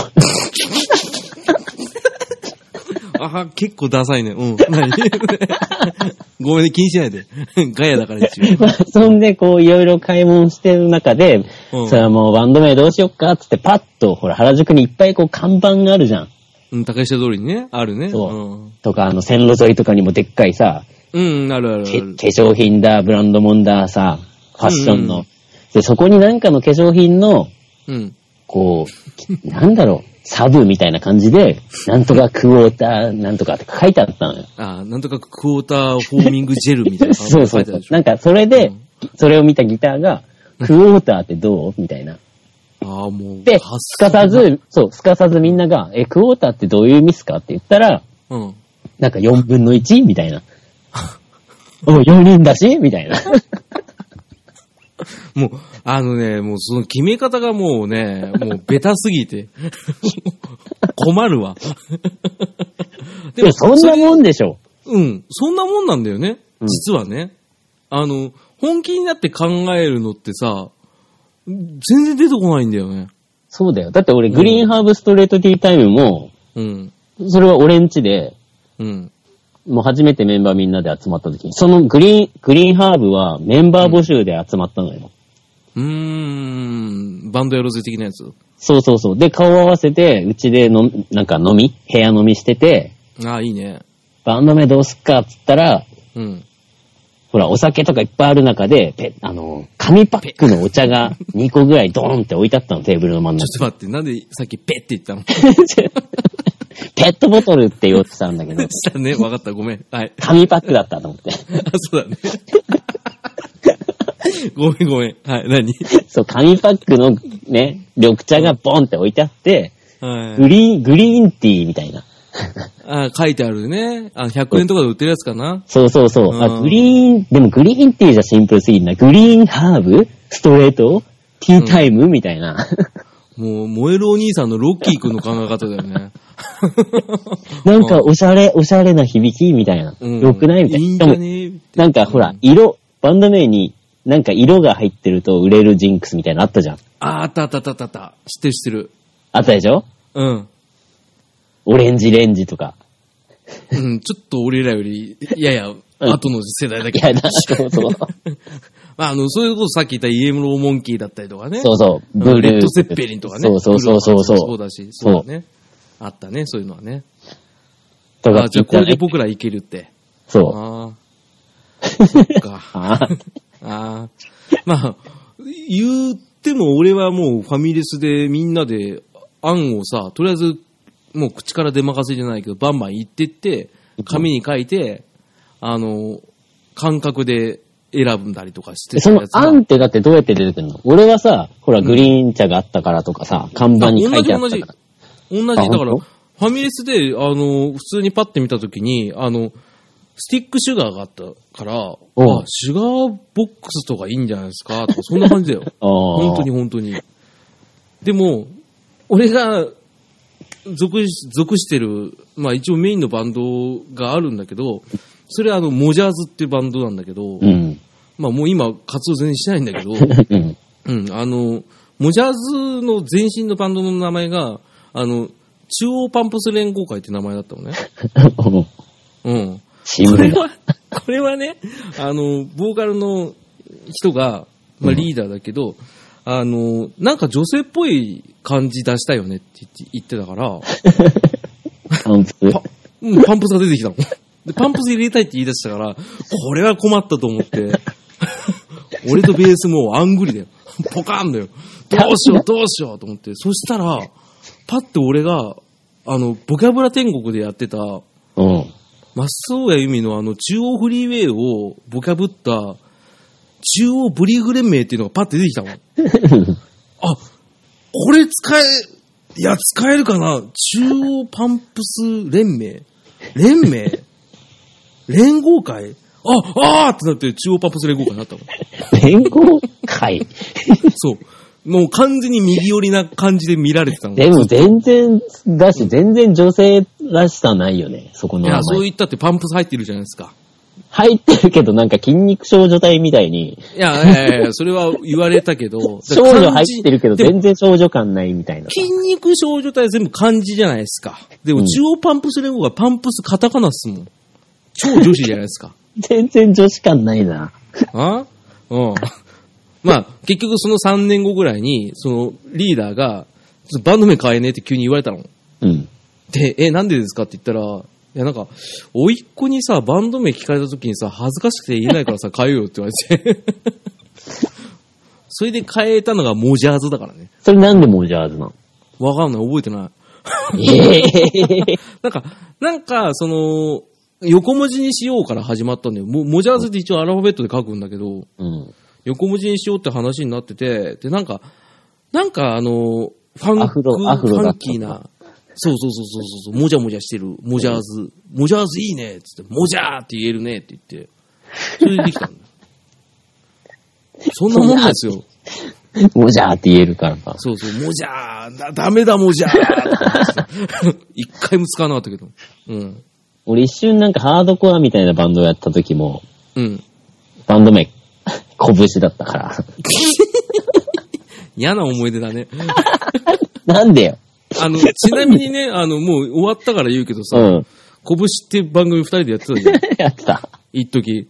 Speaker 1: あ、結構ダサいね。うん。何 ごめんね、気にしないで。 ガヤだから一応。
Speaker 2: まあそんでこういろいろ買い物してる中で、
Speaker 1: うん
Speaker 2: それはもうバンド名どうしよっかっつってパッと、ほら原宿にいっぱいこう看板があるじゃん。
Speaker 1: うん、竹下通りにね、あるね。
Speaker 2: そう。とかあの線路沿いとかにもでっかいさ、
Speaker 1: うん。うん、あるあるあ
Speaker 2: け
Speaker 1: る
Speaker 2: 化。粧品だ、ブランドもんだ、さ、ファッションの。
Speaker 1: うんうん
Speaker 2: で、そこになんかの化粧品の、
Speaker 1: うん。
Speaker 2: こう、 なんだろう、サブみたいな感じで、なんとかクォーター、なんとかって書いてあったのよ。
Speaker 1: ああ、なんとかクォーターフォーミングジェルみたいな感じ
Speaker 2: そ
Speaker 1: で
Speaker 2: うそ
Speaker 1: 書
Speaker 2: う
Speaker 1: いてある
Speaker 2: そう
Speaker 1: でし。ょ。
Speaker 2: なんか、それで、それを見たギターが、クォーターってどうみたいな。
Speaker 1: ああ、もう。
Speaker 2: で、
Speaker 1: 発
Speaker 2: すかさず、そう、すかさずみんなが、え、クォーターってどういう意味っすかって言ったら、
Speaker 1: 想。うん。
Speaker 2: なんか4分の 1? みたいな。お、4人だしみたいな。
Speaker 1: もう、あのね、もうその決め方がもうね、もうベタすぎ て。困るわ。
Speaker 2: でも、そんなもんでしょ。
Speaker 1: うん、そんなもんなんだよね。実はね。あの、本気になって考えるのってさ、全然出てこないんだよね。
Speaker 2: そうだよ。だって俺、グリーンハーブストレートティータイムも、
Speaker 1: うん。
Speaker 2: それは俺んちで、
Speaker 1: うん。
Speaker 2: もう初めてメンバーみんなで集まった時に、そのグリーン、グリーンハーブはメンバー募集で集まったのよ。
Speaker 1: うーん、バンドやろうぜ的なやつ。
Speaker 2: そうそうそう。で、顔を合わせて、うちで飲みなんか飲み部屋飲みしてて、
Speaker 1: ああ、いいね。
Speaker 2: バンド名どうすっかっつったら、
Speaker 1: うん。
Speaker 2: ほら、お酒とかいっぱいある中で、ペあの、紙パックのお 茶が2個ぐらいドーンって置いてあったの、テーブルの真ん
Speaker 1: ちょ
Speaker 2: 中
Speaker 1: っと待って、なんでさっきペって言ったの
Speaker 2: に。ペットボトルって言おうとしたんだけど、
Speaker 1: したね、わかった、ごめん。はい。
Speaker 2: 紙パックだったと思って。
Speaker 1: あ、そうだね。 ごめんごめん。はい、何
Speaker 2: そう、紙パックのね、緑茶がボンって置いてあって、
Speaker 1: は
Speaker 2: グ
Speaker 1: い。
Speaker 2: リーン、グリーンティーみたいな。
Speaker 1: あ、書いてあるね。あ、100円とかで売ってるやつかな。
Speaker 2: そうそうそう。
Speaker 1: う
Speaker 2: あ、
Speaker 1: ん
Speaker 2: グリーン、でもグリーンティーじゃシンプルすぎるな。グリーンハーブストレートティータイム、みたいな。
Speaker 1: もう、燃えるお兄さんのロッキーくんの考え方だよね。
Speaker 2: なんかおしゃれ、おしゃれな響きみたいな。
Speaker 1: うん
Speaker 2: よくないみたいな。
Speaker 1: いいん
Speaker 2: し
Speaker 1: じ
Speaker 2: か
Speaker 1: ゃ
Speaker 2: も
Speaker 1: ね
Speaker 2: なんかほら、色、バンド名になんか色が入ってると売れるジンクスみたいなのあったじゃん。
Speaker 1: あ、あったあったあったあったあった。知ってる知ってる。
Speaker 2: あったでしょ
Speaker 1: うん。
Speaker 2: オレンジレンジとか。
Speaker 1: うん、ちょっと俺らより、やや、後の世代だ
Speaker 2: い
Speaker 1: けど。
Speaker 2: や、だそうそう。
Speaker 1: まあ、あの、そういうことさっき言ったイエムローモンキーだったりとかね。
Speaker 2: そうそう。
Speaker 1: うん
Speaker 2: ブルー。
Speaker 1: レッド・ゼッペリンとかね。
Speaker 2: そうそうそうそう。
Speaker 1: ブルーハーツ
Speaker 2: そ
Speaker 1: も
Speaker 2: う
Speaker 1: そうだし、そうだね。あったね、そういうのはね。
Speaker 2: とか
Speaker 1: あじゃあこれで僕らいけるって。
Speaker 2: そう。
Speaker 1: ああ。そっ か。
Speaker 2: ああ。
Speaker 1: ああ。まあ、言っても俺はもうファミレスでみんなで、あんをさ、とりあえず、もう口から出まかせじゃないけど、バンバン言ってって、紙に書いて、あの、感覚で選んだりとかして
Speaker 2: そ
Speaker 1: た
Speaker 2: の
Speaker 1: やつが
Speaker 2: あんってだってどうやって出てくるの俺はさ、ほら、グリーン茶があったからとかさ、看板に書いてあったから。
Speaker 1: 同じ、だ
Speaker 2: あ
Speaker 1: から、
Speaker 2: 本
Speaker 1: ファミレスで、あの、普通にパッて見たときに、あの、スティックシュガーがあったから、
Speaker 2: うん
Speaker 1: あ、シュガーボックスとかいいんじゃないですか、とか、そんな感じだよ。
Speaker 2: ああ。
Speaker 1: 本当に本当に。でも、俺が属し属してる、まあ一応メインのバンドがあるんだけど、それはあの、モジャーズっていうバンドなんだけど、
Speaker 2: うん。
Speaker 1: まあもう今活動全然してないんだけど、
Speaker 2: うん。
Speaker 1: うん、あの、モジャーズの前身のバンドの名前が、あの、中央パンプス連合会って名前だったのね。 うん。
Speaker 2: 新
Speaker 1: これ
Speaker 2: 聞だ。
Speaker 1: は、これはね、あの、ボーカルの人が、まあ、リーダーだけど、あの、なんか女性っぽい感じ出したよねって言って言ってたから、
Speaker 2: パンプス。
Speaker 1: パうんパンプスが出てきたの。で、パンプス入れたいって言い出したから、これは困ったと思って、俺とベースもうあんぐりだよ。ポカーンだよ。どうしよう、どうしようと思って。そしたら、パッて俺が、あの、ボキャブラ天国でやってた、
Speaker 2: うん。
Speaker 1: マスオヤユミのあの中央フリーウェイをボキャブった中央ブリーフ連盟っていうのがパッて出てきたもん。あ、 これ使え、いや使えるかな中央パンプス連盟連盟連合会あ、あーってなって中央パンプス連合会になったもん。
Speaker 2: 連合会。
Speaker 1: そう。もう完全に右寄りな感じで見られてたの。
Speaker 2: でも全然、だし、全然女性らしさないよね、そこ
Speaker 1: い
Speaker 2: の名
Speaker 1: や、そう
Speaker 2: 前。
Speaker 1: 言ったってパンプス入ってるじゃないですか。
Speaker 2: 入ってるけど、なんか筋肉少女体みたいに、
Speaker 1: いや、いやいや、それは言われたけど。
Speaker 2: 少女入ってるけど、
Speaker 1: でも
Speaker 2: 全然少女感ないみたいな。
Speaker 1: 筋肉少女体全部漢字じゃないですか。でも
Speaker 2: うん
Speaker 1: 中央パンプス連合がパンプスカタカナっすもん。超女子じゃない ですか。
Speaker 2: 全然女子感ないな。
Speaker 1: あうん。まあ、結局その3年後ぐらいに、そのリーダーが、ちょっとバンド名変えねえって急に言われたの。
Speaker 2: うん。
Speaker 1: で、え、なんでですかって言ったら、いや、なんか、甥っ子にさ、バンド名聞かれた時にさ、恥ずかしくて言えない からさ、変えようよって言われて。 それで変えたのがモジャーズだからね。
Speaker 2: それなんでモジャーズなの
Speaker 1: わかんない、覚えて ない。
Speaker 2: ええ
Speaker 1: なんか、なんか、その、横文字にしようから始まったんだよ。もモジャーズって一応アルファベットで書くんだけど、
Speaker 2: うん。
Speaker 1: 横文字にしようって話になってて、で、なんか、なんかあの、ファンク、
Speaker 2: アフロアフ
Speaker 1: フ
Speaker 2: ロ
Speaker 1: ァ
Speaker 2: だった
Speaker 1: ンキーな、そうそうそうそうそう、もじゃもじゃしてる、モジャーズ、モジャーズいいねっつって、もじゃーって言えるねって言って、それでできたんだよ。そんなもんですよ。
Speaker 2: モジャーって言えるからさ。
Speaker 1: そうそう、もじゃー、だ、ダメだもじゃ ー一回も使わなかったけど。うん。
Speaker 2: 俺一瞬なんかハードコアみたいなバンドをやった時も、
Speaker 1: うん。
Speaker 2: バンド名、拳だったから。
Speaker 1: 嫌な思い出だね。
Speaker 2: なんでよ。
Speaker 1: あの、ちなみにね、あの、もう終わったから言うけどさ、
Speaker 2: うん。
Speaker 1: 拳って番組二人でやってたじゃん。
Speaker 2: やってた。
Speaker 1: 一時。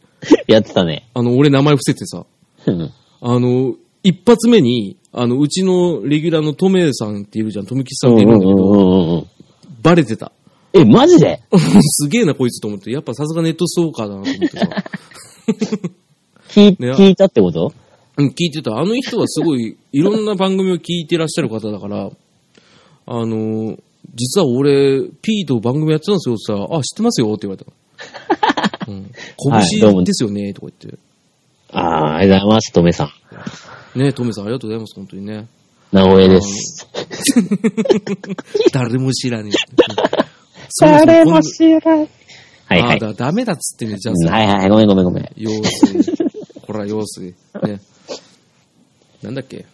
Speaker 2: やってたね。
Speaker 1: あの、俺名前伏せてさ、
Speaker 2: うん。
Speaker 1: あの、一発目に、あの、うちのレギュラーのトメさんっているじゃん、トムキさんっているんだけど、
Speaker 2: ど。
Speaker 1: バレてた。
Speaker 2: え、マジです
Speaker 1: げえな、こいつと思って。やっぱさすがネットストーカーだなと思ってさ。
Speaker 2: 聞い
Speaker 1: いや
Speaker 2: 聞いたってこと
Speaker 1: うん、聞いてた。あの人はすご い、いろんな番組を聞いてらっしゃる方だから、あの、実は俺、P と番組やってたんですよって言ったら、あ、知ってますよって言われた。 うん、
Speaker 2: はいどうも
Speaker 1: 拳ですよね、とか言って。
Speaker 2: ああ、ありがとうございます、とめさん。
Speaker 1: ねトメさんありがとうございます、本当に ね。
Speaker 2: なおえです。
Speaker 1: 誰も知 らねえ。
Speaker 2: 誰も
Speaker 1: 知
Speaker 2: 知らない。は
Speaker 1: ら
Speaker 2: い
Speaker 1: ねえ。
Speaker 2: は
Speaker 1: あ
Speaker 2: い。
Speaker 1: だ、ダメだっつってね、じゃあ
Speaker 2: うん
Speaker 1: さ、
Speaker 2: はいはい、ごめんごめんごめん。
Speaker 1: 用水。こら、用水。ね。なんだっけ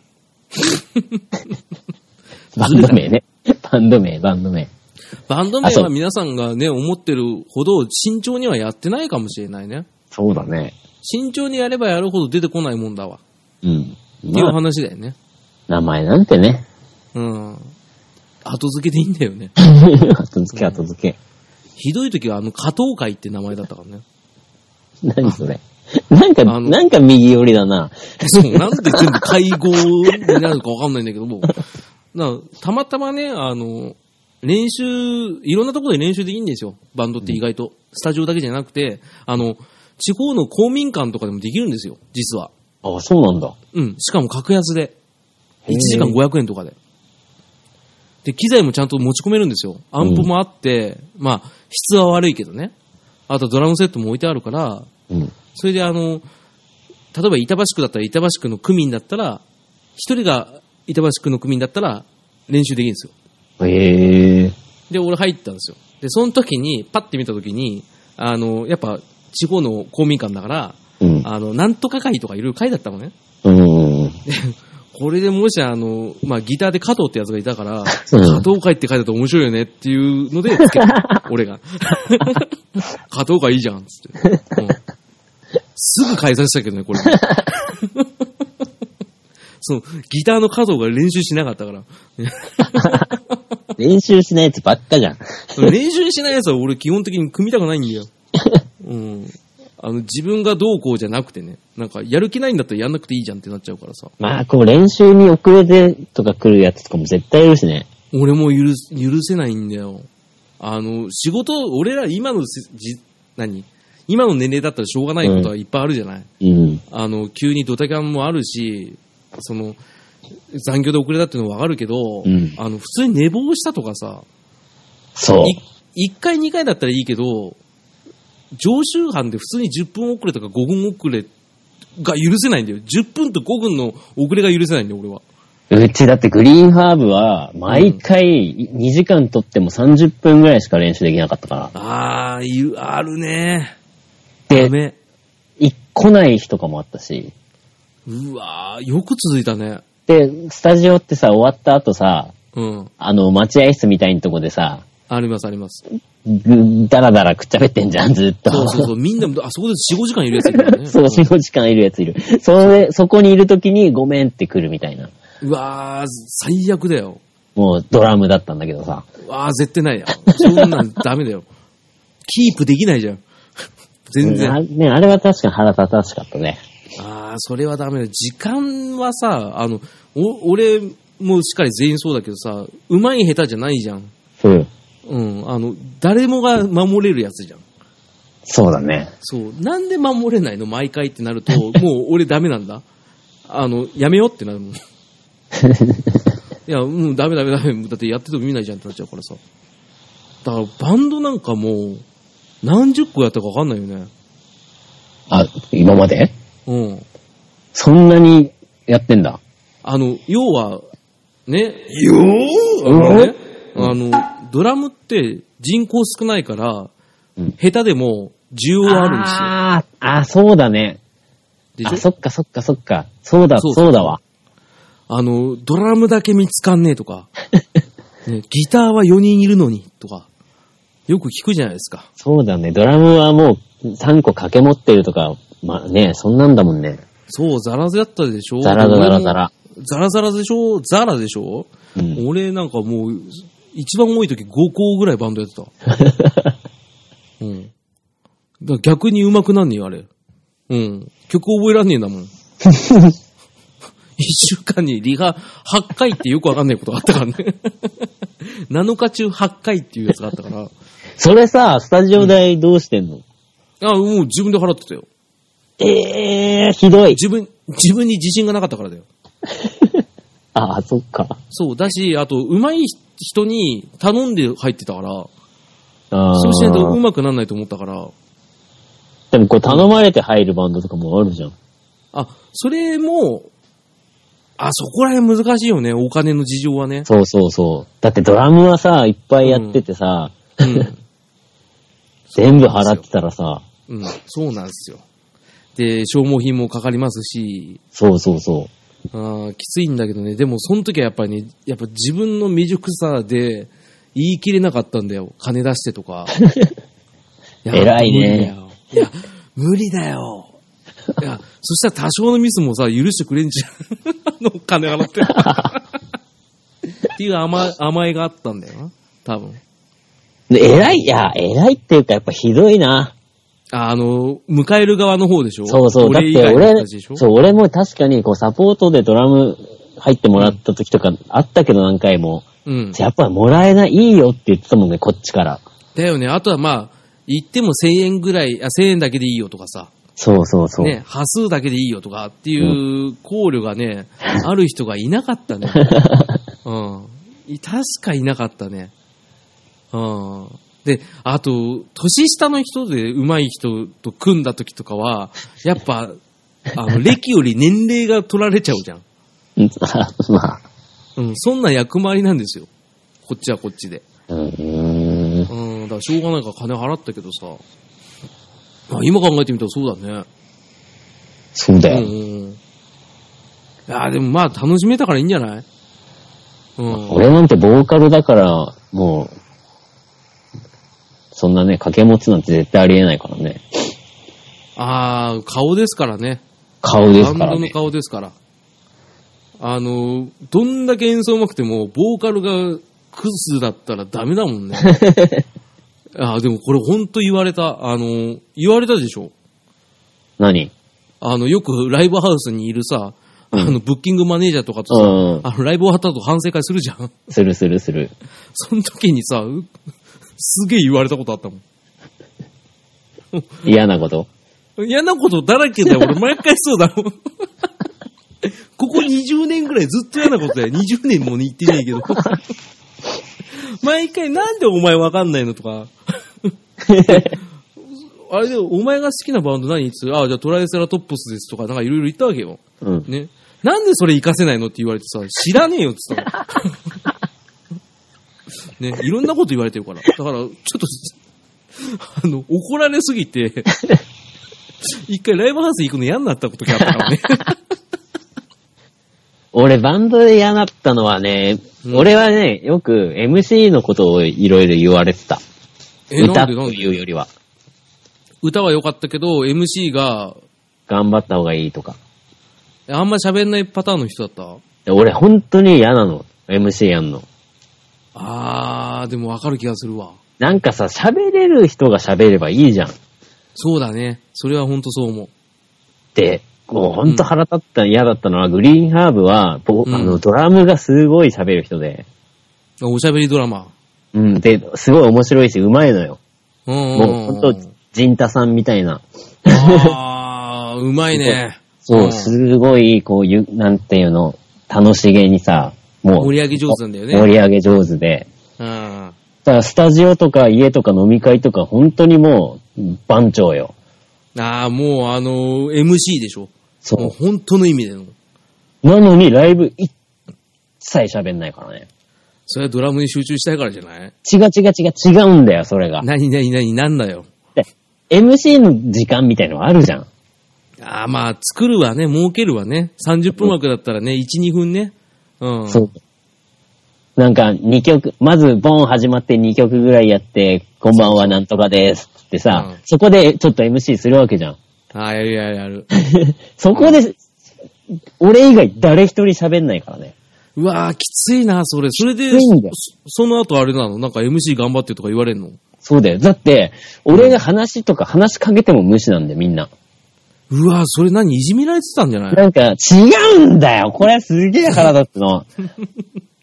Speaker 2: バンド名ね。バンド名、バンド名。
Speaker 1: バンド
Speaker 2: あ
Speaker 1: 名
Speaker 2: そ
Speaker 1: は
Speaker 2: う
Speaker 1: 皆さんがね、思ってるほど慎重にはやってないかもしれないね。
Speaker 2: そうだね。
Speaker 1: 慎重にやればやるほど出てこないもんだわ。
Speaker 2: うん。
Speaker 1: っていう
Speaker 2: まあ、
Speaker 1: 話だよね。
Speaker 2: 名前なんてね。
Speaker 1: うん。後付けでいいんだよね。
Speaker 2: 後付け後付け。
Speaker 1: ひどい時はあの、加藤会って名前だったからね。
Speaker 2: 何それ。なんか、
Speaker 1: あの
Speaker 2: なんか右寄りだな。
Speaker 1: そう、なんで全部会合になるかわかんないんだけども。なたまたまね、あの、練習、いろんなところで練習でいいんですよ。バンドって意外と。スタジオだけじゃなくて、あの、地方の公民館とかでもできるんですよ、実は。
Speaker 2: あ、そうなんだ。
Speaker 1: うん。しかも格安で。
Speaker 2: へー
Speaker 1: 1時間500円とかで。で、機材もちゃんと持ち込めるんですよ。アンプもあって、まあ、質は悪いけどね。あとドラムセットも置いてあるから、
Speaker 2: うん。
Speaker 1: それであの、例えば板橋区だったら板橋区の区民だったら、一人が板橋区の区民だったら練習できるんですよ。
Speaker 2: へえ。
Speaker 1: で、俺入ったんですよ。で、その時に、パッて見た時に、あの、やっぱ地方の公民館だから、
Speaker 2: うん。
Speaker 1: あの、なんとか会とかいろいろ会だったのね。
Speaker 2: うん。
Speaker 1: これでもしあの、まあ、ギターで加藤ってやつがいたから、
Speaker 2: うん
Speaker 1: 加藤会って書いてたら面白いよねっていう のでつけた、俺が。 加藤会いいじゃん、つって。うんすぐ変えさせたけどね、これ。 その、ギターの加藤が練習しなかったから。
Speaker 2: 練習しないやつばっかじゃん。
Speaker 1: 練習しないやつは俺基本的に組みたくないんだよ。うん。あの、自分がどうこうじゃなくてね。なんか、やる気ないんだったらやんなくていいじゃんってなっちゃうからさ。
Speaker 2: まあ、こう練習に遅れてとか来るやつとかも絶対いるしね。
Speaker 1: 俺も許す許せないんだよ。あの、仕事、俺ら今のせ、じ、何今の年齢だったらしょうがないことはいっぱいあるじゃない、
Speaker 2: うん。
Speaker 1: あの、急にドタキャンもあるし、その、残業で遅れたっていうのはわかるけど、
Speaker 2: うん
Speaker 1: あの、普通に寝坊したとかさ、
Speaker 2: そう。
Speaker 1: い1回2回だったらいいけど、常習犯で普通に10分遅れとか5分遅れが許せないんだよ。10分と5分の遅れが許せないんだよ、俺は。
Speaker 2: うちだってグリーンハーブは、毎回2時間とっても30分ぐらいしか練習できなかったから。
Speaker 1: あー、いうあるね。ダ
Speaker 2: で、
Speaker 1: メ。
Speaker 2: い来ない日とかもあったし。
Speaker 1: うわー、よく続いたね。
Speaker 2: で、スタジオってさ、終わった後さ、
Speaker 1: うん。
Speaker 2: あの、待合室みたいなとこでさ、
Speaker 1: あります、あり ます。
Speaker 2: ぐダラダラくっちゃべってんじゃん、ずっと。
Speaker 1: そうそうそう。みんな、あそこで4、5時間いるやついるからね。
Speaker 2: そう、4、5時間いるやついる。それ、そこにいるときにごめんって来るみたいな。
Speaker 1: うわー、最悪だよ。
Speaker 2: もうドラムだったんだけどさ。
Speaker 1: うわー、絶対ないや。そんなんダメだよ。キープできないじゃん。 全
Speaker 2: うんあ
Speaker 1: 然。
Speaker 2: ね、あれは確かに腹立たしかったね。
Speaker 1: あー、それはダメだよ。時間はさ、あの、お俺もしっかり全員そうだけどさ、うまい下手じゃないじゃん。
Speaker 2: うん。
Speaker 1: うん。あの、誰もが守れるやつじゃん。
Speaker 2: そうだね。
Speaker 1: そう。なんで守れないの毎回ってなると、もう俺ダメなんだ。あの、やめようってなるもん。いや、もうダメダメダメ。だってやってても見ないじゃんってなっちゃうからさ。だからバンドなんかもう、何十個やったかわかんないよね。
Speaker 2: あ、今まで
Speaker 1: うん。
Speaker 2: そんなにやってんだ。
Speaker 1: あの、要は、ね、
Speaker 2: う
Speaker 1: あのね
Speaker 2: ん、
Speaker 1: あの、ドラムって人口少ないから
Speaker 2: うん、
Speaker 1: 下手でも需要はあるんですよ。
Speaker 2: あーあ、そうだね。
Speaker 1: で
Speaker 2: あ、
Speaker 1: しょ
Speaker 2: そっかそっかそっか。そうだ、
Speaker 1: そう
Speaker 2: そう
Speaker 1: そう
Speaker 2: だわ。
Speaker 1: あの、ドラムだけ見つかんねえと か、ね、ギターは4人いるのにとか、よく聞くじゃないですか。
Speaker 2: そうだね。ドラムはもう3個掛け持ってるとか、まあね、そんなんだもんね。
Speaker 1: そう、ザラだったでしょ
Speaker 2: ザラザラザラ。
Speaker 1: ザラザラでしょザラでしょ、
Speaker 2: うん。
Speaker 1: 俺なんかもう、一番多い時5個ぐらいバンドやってた。 うん。だから逆に上手くなんねえよ、あれ。うん。曲覚えらんねえんだ もん。一週間にリハ8回ってよくわかんないことがあったからね。7日中8回っていうやつがあったから。
Speaker 2: それさ、スタジオ代どうしてんの、
Speaker 1: あ、もう自分で払ってたよ。
Speaker 2: ええー、ひどい。
Speaker 1: 自分、自分に自信がなかったからだよ。
Speaker 2: ああ、そっか。
Speaker 1: そう。だし、あと、上手い人に頼んで入ってたから、
Speaker 2: あー
Speaker 1: そうしないと上手くならないと思ったから、
Speaker 2: でもこう頼まれて入るバンドとかもあるじゃん。
Speaker 1: あ、それも、あ、そこら辺難しいよね。お金の事情はね。
Speaker 2: そうそうそう。だってドラムはさ、いっぱいやっててさ、
Speaker 1: うん。
Speaker 2: 全部払ってたらさ、
Speaker 1: うん。そうなんですよ。で、消耗品もかかりますし、
Speaker 2: そうそうそう。
Speaker 1: あーきついんだけどね。でも、その時はやっぱりね、やっぱ自分の未熟さで言い切れなかったんだよ。金出してと か。や
Speaker 2: 偉いね。
Speaker 1: 無理だよいや、無理だよ。いや、そしたら多少のミスもさ、許してくれん じゃん。あの、金払って。っていう甘え甘えがあったんだよな。多分。
Speaker 2: で偉い、いや、偉いっていうかやっぱひどいな。
Speaker 1: ああの、迎える側の方でしょ
Speaker 2: そうそう。だっ
Speaker 1: 俺以
Speaker 2: て
Speaker 1: 外の人
Speaker 2: 俺
Speaker 1: たちでし、ょ
Speaker 2: そう、俺も確かにこうサポートでドラム入ってもらった時とかあったけど何回も。
Speaker 1: うん。
Speaker 2: やっぱもらえない、いいよって言ってたもんね、こっちから。
Speaker 1: だよね。あとはまあ、行っても1000円ぐらい、あ、1000円だけでいいよとかさ、
Speaker 2: そうそうそう。
Speaker 1: ね、端数だけでいいよとかっていう考慮がね、ある人がいなかったね。うん。い確かいなかったね。うん。で、あと、年下の人で上手い人と組んだ時とかは、やっぱ、あの、歴より年齢が取られちゃうじゃん。
Speaker 2: うん あまあ。
Speaker 1: うん、そんな役回りなんですよ。こっちはこっちで。
Speaker 2: うーん。
Speaker 1: うん、だからしょうがないから金払ったけどさ。あ今考えてみたらそうだね。
Speaker 2: そうだ
Speaker 1: うん
Speaker 2: よ。
Speaker 1: うん。いや、でもまあ楽しめたからいいんじゃないうん。
Speaker 2: 俺なんてボーカルだから、もう、そんなね、掛け持つなんて絶対ありえないからね。
Speaker 1: ああ、顔ですからね。
Speaker 2: 顔ですか
Speaker 1: バン
Speaker 2: ら
Speaker 1: ドの
Speaker 2: ね。
Speaker 1: 顔ですから。あの、どんだけ演奏うまくても、ボーカルがクズだったらダメだも んね。あーでもこれほんと言われた。あの、言われたでしょ
Speaker 2: 何
Speaker 1: あの、よくライブハウスにいるさ、あの、ブッキングマネージャーとかと
Speaker 2: う
Speaker 1: さ、
Speaker 2: ん。
Speaker 1: あの、ライブ終わった後反省会するじゃん。
Speaker 2: するするする。
Speaker 1: その時にさ、うすげえ言われたことあったもん。
Speaker 2: 嫌なこと。
Speaker 1: 嫌なことだらけだよ。俺毎回そうだもん。こ こ20年ぐらいずっと嫌なことだよ。20年も言ってねえけど。 毎回なんでお前わかんないのと か。あれで、お前が好きなバンド何つってあ、じゃあトライセラトップスですとか、なんかいろいろ言ったわけよ。
Speaker 2: うん。
Speaker 1: ね。なんでそれ活かせないのって言われてさ、知らねえよって言った の。ね、いろんなこと言われてるから。だから、ちょっと、あの、怒られすぎて、一回ライブハウス行くの嫌になったことがあったから ね。
Speaker 2: 俺、バンドで嫌だったのはね、
Speaker 1: うん
Speaker 2: 俺はね、よく MC のことをいろいろ言われてた。
Speaker 1: え、な
Speaker 2: 歌
Speaker 1: ん
Speaker 2: と
Speaker 1: でなんで
Speaker 2: いうよりは。
Speaker 1: 歌は良かったけど、MC が、
Speaker 2: 頑張った方がいいとか。
Speaker 1: あんま喋んないパターンの人だった
Speaker 2: で俺、本当に嫌なの。MC やんの。
Speaker 1: あー、でもわかる気がするわ。
Speaker 2: なんかさ、喋れる人が喋ればいいじゃん。
Speaker 1: そうだね。それはほんとそう思う。
Speaker 2: で、もう本当腹立った、嫌だったのは、グリーンハーブは、ぼ
Speaker 1: うん
Speaker 2: あの、ドラムがすごい喋る人で、
Speaker 1: おしゃべりドラマ。
Speaker 2: うん、で、すごい面白いし、上手いのよ。
Speaker 1: うんうんうん。
Speaker 2: もう本当ジンタさんみたいな。
Speaker 1: あー、うまいね。
Speaker 2: そう、
Speaker 1: ん
Speaker 2: すごい、こういう、なんていうの、楽しげにさ、もう、
Speaker 1: 盛り上げ上手なんだよね。
Speaker 2: 盛り上げ上手で。
Speaker 1: うん。
Speaker 2: だから、スタジオとか家とか飲み会とか、本当にもう、番長よ。
Speaker 1: ああ、もうあのー MC でしょ。もう
Speaker 2: そ
Speaker 1: 本当の意味での。
Speaker 2: う。なのに、ライブ、一切喋んないからね。
Speaker 1: それはドラムに集中したいからじゃない
Speaker 2: 違う違う違う、違うんだよ、それが。
Speaker 1: なになになになんだよ。
Speaker 2: で、MC の時間みたいのあるじゃん。
Speaker 1: ああ、まあ、作るわね、儲けるわね。30分枠だったらね、1、2分ね。うん。
Speaker 2: そう。なんか、2曲、まず、ボン始まって2曲ぐらいやって、こんばんはなんとかですってさ、
Speaker 1: うん
Speaker 2: そこでちょっと MC するわけじゃん。
Speaker 1: ああ、やるやるやる。
Speaker 2: そこで、俺以外誰一人喋んないからね。
Speaker 1: うわーきついな、それ。それで、
Speaker 2: きついんだよ
Speaker 1: そその後あれなのなんか MC 頑張ってとか言われんの
Speaker 2: そうだよ。だって、俺が話とか話しかけても無視なんで、みんな。
Speaker 1: うわーそれ何いじめられてたんじゃない
Speaker 2: なんか、違うんだよこれすげえ腹立つの。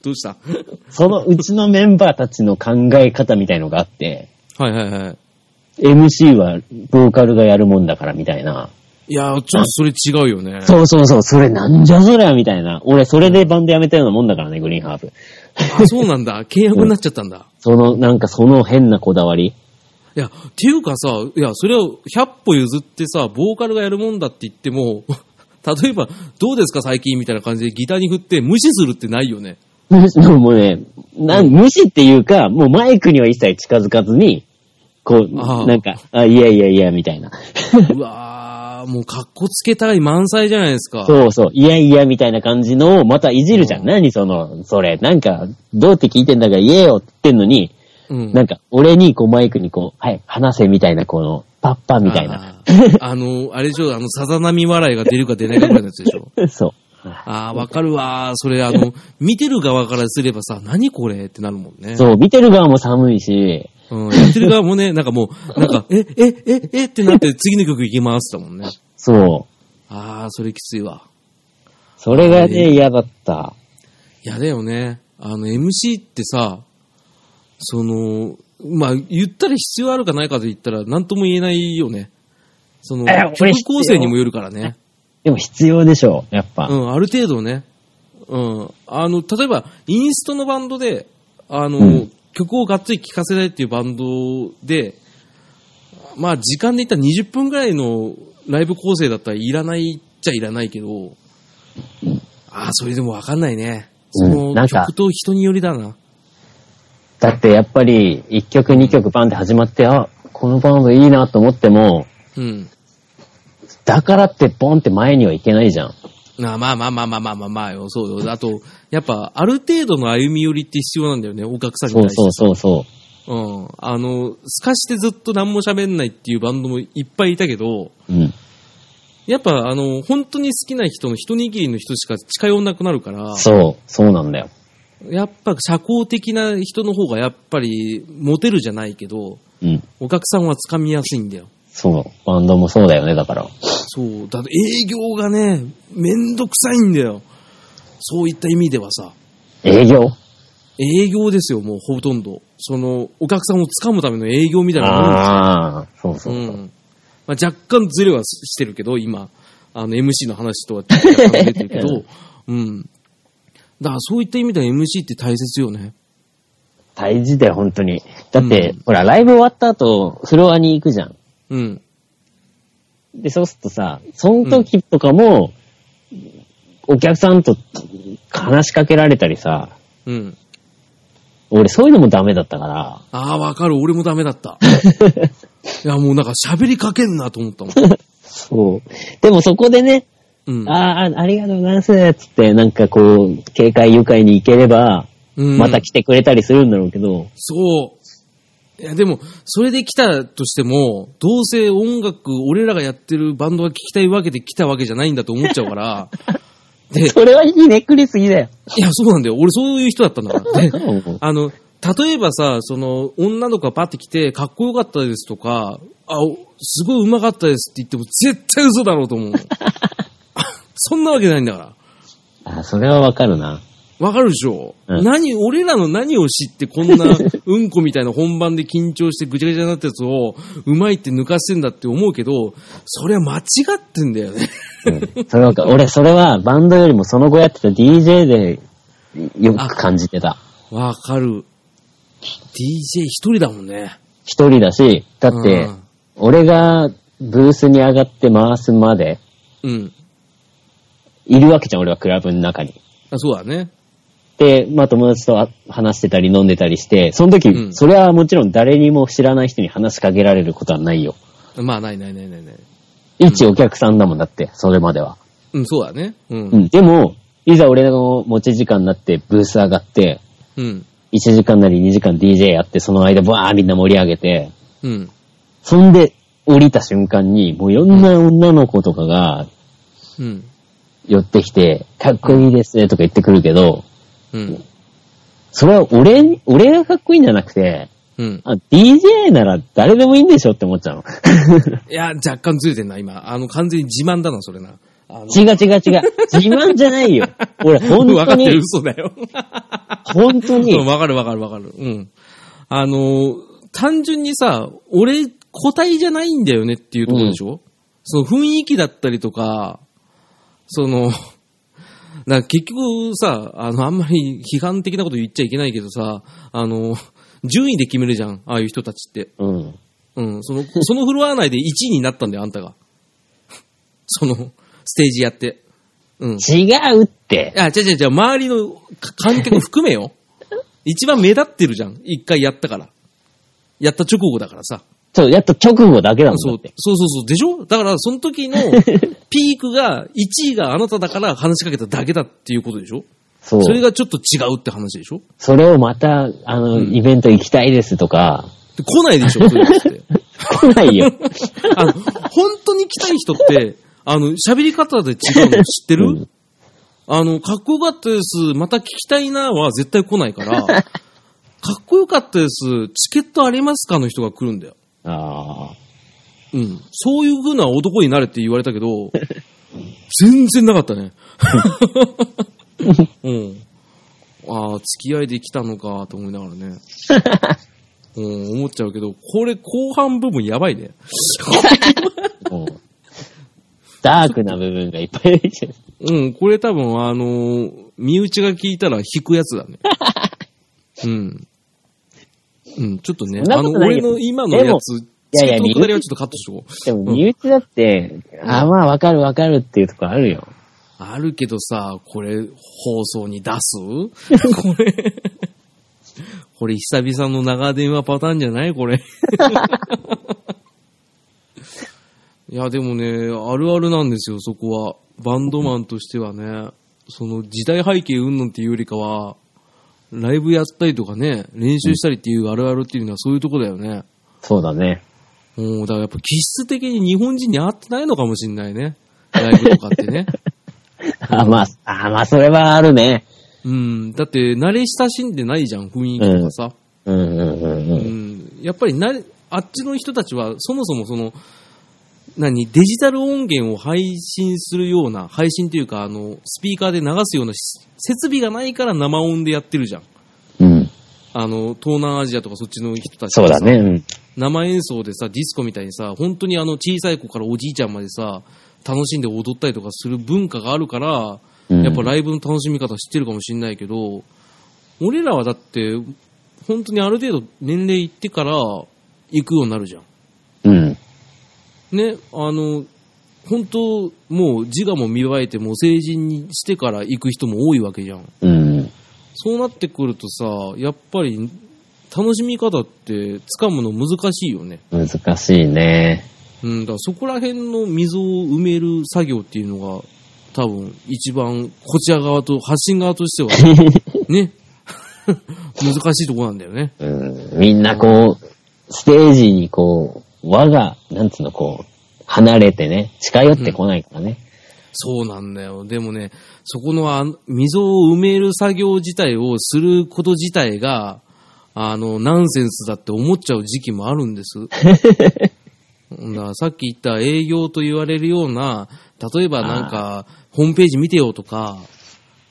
Speaker 1: どうした
Speaker 2: そのうちのメンバーたちの考え方みたいのがあって、
Speaker 1: はいはいはい。
Speaker 2: MC はボーカルがやるもんだからみたいな。
Speaker 1: いやーちょっとそれ違うよね。
Speaker 2: そうそうそう、それなんじゃそりゃみたいな。俺、それでバンド辞めたようなもんだからね、グリーンハーブ。
Speaker 1: あ、そうなんだ。契約になっちゃったんだ。
Speaker 2: その、なんかその変なこだわり。
Speaker 1: いや、っていうかさ、いや、それを100歩譲ってさ、ボーカルがやるもんだって言っても、 例えば、どうですか最近みたいな感じでギターに振って無視するってないよね。
Speaker 2: 無視もうね、なん無視っていうか、もうマイクには一切近づかずに、こう、
Speaker 1: ああ
Speaker 2: なんか、あ、いやいやいや、みた いな。
Speaker 1: うわー、もう格好つけたい満載じゃないですか。
Speaker 2: そうそう、いやいや、みたいな感じのをまたいじるじゃん。何その、それ、なんか、どうって聞いてんだから言えよって言ってんのに、
Speaker 1: うん。
Speaker 2: なんか、俺にこうマイクにこう、はい、話せみたいな、この、パッパみたいな。
Speaker 1: あー。あの、あれでしょ、あの、さざ波笑いが出るか出ないかぐらいのやつでしょ。
Speaker 2: そう。
Speaker 1: あー、わかるわー。それ、あの、見てる側からすればさ、何これってなるもんね。
Speaker 2: そう、見てる側も寒いし、
Speaker 1: うん、やってる側もね、なんかもう、なんか、え、え、え、えってなって次の曲行きますだもんね。
Speaker 2: そう。
Speaker 1: あー、それきついわ。
Speaker 2: それが
Speaker 1: え
Speaker 2: ね、嫌だった。
Speaker 1: いやだよね。あの、MC ってさ、その、まあ、言ったら必要あるかないかと言ったら、なんとも言えないよね。その
Speaker 2: え、こ
Speaker 1: 曲
Speaker 2: れ
Speaker 1: 構成にもよるからね。
Speaker 2: でも必要でしょう、やっぱ。
Speaker 1: うん、ある程度ね。うん。あの、例えば、インストのバンドで、あの、
Speaker 2: うん
Speaker 1: 曲をがっつり聴かせたいっていうバンドで、まあ、時間で言ったら20分ぐらいのライブ構成だったらいらないっちゃいらないけど、ああ、それでもわかんないね。そ
Speaker 2: うん
Speaker 1: の
Speaker 2: なんか
Speaker 1: 曲と人によりだな。
Speaker 2: だってやっぱり、一曲二曲バンって始まって、あ、このバンドいいなと思っても、
Speaker 1: うん。
Speaker 2: だからってボンって前にはいけないじゃん。
Speaker 1: あまあまあまあまあまあまあまあよ、そうよ。あと、やっぱ、ある程度の歩み寄りって必要なんだよね、お客さんに
Speaker 2: そ
Speaker 1: 対
Speaker 2: う
Speaker 1: して。
Speaker 2: そうそうそ
Speaker 1: うん。あの、すかしてずっと何も喋んないっていうバンドもいっぱいいたけど、
Speaker 2: う。うん。
Speaker 1: やっぱあの、本当に好きな人の一握りの人しか近寄んなくなるから、
Speaker 2: そう、そうなんだよ。
Speaker 1: やっぱ社交的な人の方がやっぱりモテるじゃないけど、
Speaker 2: うん。
Speaker 1: お客さんは掴みやすいんだよ。
Speaker 2: そう。バンドもそうだよね、だから。
Speaker 1: そう。だって営業がね、めんどくさいんだよ。そういった意味ではさ、
Speaker 2: 営業
Speaker 1: 営業ですよ、もうほとんど。その、お客さんを掴むための営業みたいなもんですよ
Speaker 2: ああ、そうそうう。
Speaker 1: ん。まあ、若干ズレはしてるけど、今、あの、MC の話とは若干出てる けど、うん。だからそういった意味では MC って大切よね。
Speaker 2: 大事だよ、本当に。だって、
Speaker 1: うん
Speaker 2: ほら、ライブ終わった後、フロアに行くじゃん。
Speaker 1: うん。
Speaker 2: で、そうするとさ、その時とかも、お客さんと話しかけられたりさ、
Speaker 1: うん。
Speaker 2: 俺そういうのもダメだったから、
Speaker 1: ああ、わかる。俺もダメだった。 いや、もうなんか喋りかけんなと思ったもん。
Speaker 2: そう。でもそこでね、
Speaker 1: うん。
Speaker 2: ああ、ありがとうございます、つって、なんかこう、警戒愉快に行ければ、
Speaker 1: うん、
Speaker 2: また来てくれたりするんだろうけど、
Speaker 1: そう。いや、でも、それで来たとしても、どうせ音楽、俺らがやってるバンドが聞きたいわけで来たわけじゃないんだと思っちゃう から、で、
Speaker 2: それはひねくりすぎだよ。
Speaker 1: いや、そうなんだよ。俺そういう人だったんだから。で
Speaker 2: うん
Speaker 1: あの、例えばさ、その、女の子がパッて来て、かっこよかったですとか、あ、おすごい上手かったですって言っても、絶対嘘だろうと思 うの。そんなわけないんだから。
Speaker 2: あ、それはわかるな。
Speaker 1: わかるでしょ、
Speaker 2: うん
Speaker 1: 何、俺らの何を知ってこん な、うんこみたいな本番で緊張してぐちゃぐちゃになったやつを、うまいって抜かしてんだって思うけど、それは間違ってんだよね。
Speaker 2: うん、それはわかる。俺、それはバンドよりもその後やってた DJ でよく感じてた。
Speaker 1: わかる。DJ 一人だもんね。
Speaker 2: 一人だし、だって
Speaker 1: うん、
Speaker 2: 俺がブースに上がって回すまで、
Speaker 1: うん。
Speaker 2: いるわけじゃん、俺はクラブの中に。
Speaker 1: あそうだね。
Speaker 2: で、まあ友達とあ話してたり飲んでたりして、その時、
Speaker 1: うん
Speaker 2: それはもちろん誰にも知らない人に話しかけられることはないよ。
Speaker 1: まあ、ないないないないない。
Speaker 2: 一お客さんだもんだって、それまでは。
Speaker 1: うん、そうだね。うん。
Speaker 2: う
Speaker 1: うん。
Speaker 2: ん。でも、いざ俺の持ち時間になってブース上がって、
Speaker 1: うん。
Speaker 2: 1時間なり2時間 DJ やって、その間バーみんな盛り上げて、
Speaker 1: うん。
Speaker 2: そんで降りた瞬間に、もういろんな女の子とかが
Speaker 1: うん。
Speaker 2: 寄ってきて、かっこいいですねとか言ってくるけど、
Speaker 1: うん。
Speaker 2: それは俺に、俺がかっこいいんじゃなくて、
Speaker 1: うん。
Speaker 2: あ、DJ なら誰でもいいんでしょって思っちゃうの。
Speaker 1: いや、若干ずれてんな、今。あの、完全に自慢だな、それな。あの、
Speaker 2: 違う違う違う。自慢じゃないよ。俺、本
Speaker 1: わ
Speaker 2: 当
Speaker 1: かってる
Speaker 2: に、
Speaker 1: 嘘だよ。
Speaker 2: 本当
Speaker 1: うん
Speaker 2: に、
Speaker 1: わかるわかるわかる。うん。あの、単純にさ、俺、個体じゃないんだよねっていうところでしょ、その雰囲気だったりとか、その、 な結局さ、あの、あんまり批判的なこと言っちゃいけないけどさ、あの、順位で決めるじゃん、ああいう人たちって。
Speaker 2: うん。
Speaker 1: うん、その、 そのフロア内で1位になったんだよ、あんたが。 その、ステージやって。うん。
Speaker 2: 違うって。
Speaker 1: あ、違う違う違う、周りのか観客含め よ。一番目立ってるじゃん。一回やったから。やった直後だからさ。
Speaker 2: そう、やっと直後だけだもん
Speaker 1: そ
Speaker 2: だ
Speaker 1: う
Speaker 2: っ、て。
Speaker 1: そうそうそう。でしょだから、その時 のピークが、1位があなただから話しかけただけだっていうことでしょ
Speaker 2: そう。
Speaker 1: そ
Speaker 2: そ
Speaker 1: れ
Speaker 2: れ
Speaker 1: がちょっと違うって話でしょ
Speaker 2: をまた、あの、イベント行きたいですとか、
Speaker 1: で来ないでしょそういうやつって。
Speaker 2: 来ないよ。
Speaker 1: あの、本当に来たい人って、あの、喋り方で違うの知ってる、
Speaker 2: うん
Speaker 1: あの、かっこよかったです。また聞きたいなは絶対来ないから、かっこよかったです。チケットありますかの人が来るんだよ。
Speaker 2: ああ。
Speaker 1: うん。そういう風な男になれって言われたけど、全然なかった ね。うん。ああ、付き合いで来たのかと思いながらね。うん、思っちゃうけど、これ後半部分やばいね。
Speaker 2: もう、ダークな部分がいっぱい出てきてる。
Speaker 1: うん、これ多分あのー身内が聞いたら引くやつだ ね。うん。うん、ちょっとね、
Speaker 2: そん
Speaker 1: あ
Speaker 2: な
Speaker 1: の、
Speaker 2: ことない
Speaker 1: 俺
Speaker 2: よ
Speaker 1: の今の
Speaker 2: でも
Speaker 1: やつ、
Speaker 2: いやいや
Speaker 1: ちょっとくだりはちょっとカットしとこう。
Speaker 2: でも、身内だって、あ、まあ、わかるわかるっていうとこあるよ。
Speaker 1: あるけどさ、これ、放送に出す これ、これ久々の長電話パターンじゃないこれ。 いや、でもね、あるあるなんですよ、そこは。バンドマンとしてはね、その時代背景うんぬんっていうよりかは、ライブやったりとかね、練習したりっていうあるあるっていうのはそういうとこだよね。
Speaker 2: そうだね。
Speaker 1: うん、だからやっぱ気質的に日本人に合ってないのかもしんないね。ライブとかってね。
Speaker 2: あ、まあ、あ、まあ、それはあるね。
Speaker 1: うん、だって慣れ親しんでないじゃん、雰囲気とかさ。
Speaker 2: うんうんうんう
Speaker 1: うん
Speaker 2: ん。
Speaker 1: やっぱりなれあっちの人たちは、そもそもその、何、デジタル音源を配信するような、配信というか、あの、スピーカーで流すようなし設備がないから生音でやってるじゃん。
Speaker 2: うん。
Speaker 1: あの、東南アジアとかそっちの人たち
Speaker 2: そ
Speaker 1: は
Speaker 2: う
Speaker 1: さ
Speaker 2: だね。うん。
Speaker 1: 生演奏でさ、ディスコみたいにさ、本当にあの小さい子からおじいちゃんまでさ、楽しんで踊ったりとかする文化があるから、
Speaker 2: うん
Speaker 1: やっぱライブの楽しみ方知ってるかもしんないけど、俺らはだって、本当にある程度年齢いってから行くようになるじゃん。
Speaker 2: うん。
Speaker 1: ね、あの、本当、もう自我も芽生えて、もう成人にしてから行く人も多いわけじゃん。
Speaker 2: うん。
Speaker 1: そうなってくるとさ、やっぱり楽しみ方って掴むの難しいよね。
Speaker 2: 難しいね。
Speaker 1: うん、だからそこら辺の溝を埋める作業っていうのが、多分一番こちら側と発信側としては、ね、難しいとこなんだよね。
Speaker 2: うん。みんなこう、ステージにこう、輪が、なんつうの、こう、離れてね、近寄ってこないからね。
Speaker 1: そうなんだよ。でもね、そこのあ溝を埋める作業自体をすること自体が、あの、ナンセンスだって思っちゃう時期もあるんです。うんだからさっき言った営業と言われるような、例えばなんか、ホームページ見てよとか、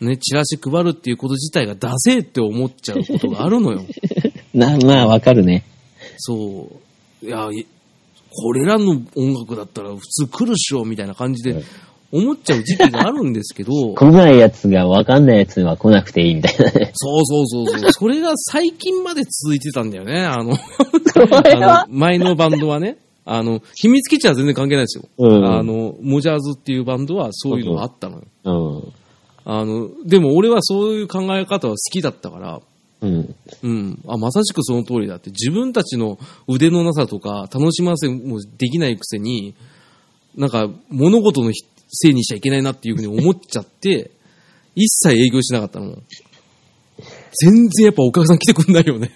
Speaker 1: ね、チラシ配るっていうこと自体がダセーって思っちゃうことがあるのよ。
Speaker 2: な、まあ、わかるね。
Speaker 1: そう。いや、いこれらの音楽だったら普通来るっしょ、みたいな感じで思っちゃう時期があるんですけど、
Speaker 2: 来ないやつがわかんないやつは来なくていいみたいなね。
Speaker 1: そうそうそうそう。それが最近まで続いてたんだよね。あの、あの前のバンドはね。あの、秘密基地は全然関係ないですよ。
Speaker 2: うん
Speaker 1: あの、モジャーズっていうバンドはそういうのがあったのよ。
Speaker 2: うん。
Speaker 1: あの、でも俺はそういう考え方は好きだったから、
Speaker 2: うん。
Speaker 1: うん。あ、まさしくその通りだって。自分たちの腕のなさとか、楽しませもできないくせに、なんか、物事のひせいにしちゃいけないなっていうふうに思っちゃって、一切営業しなかったの。全然やっぱお客さん来てくんないよね。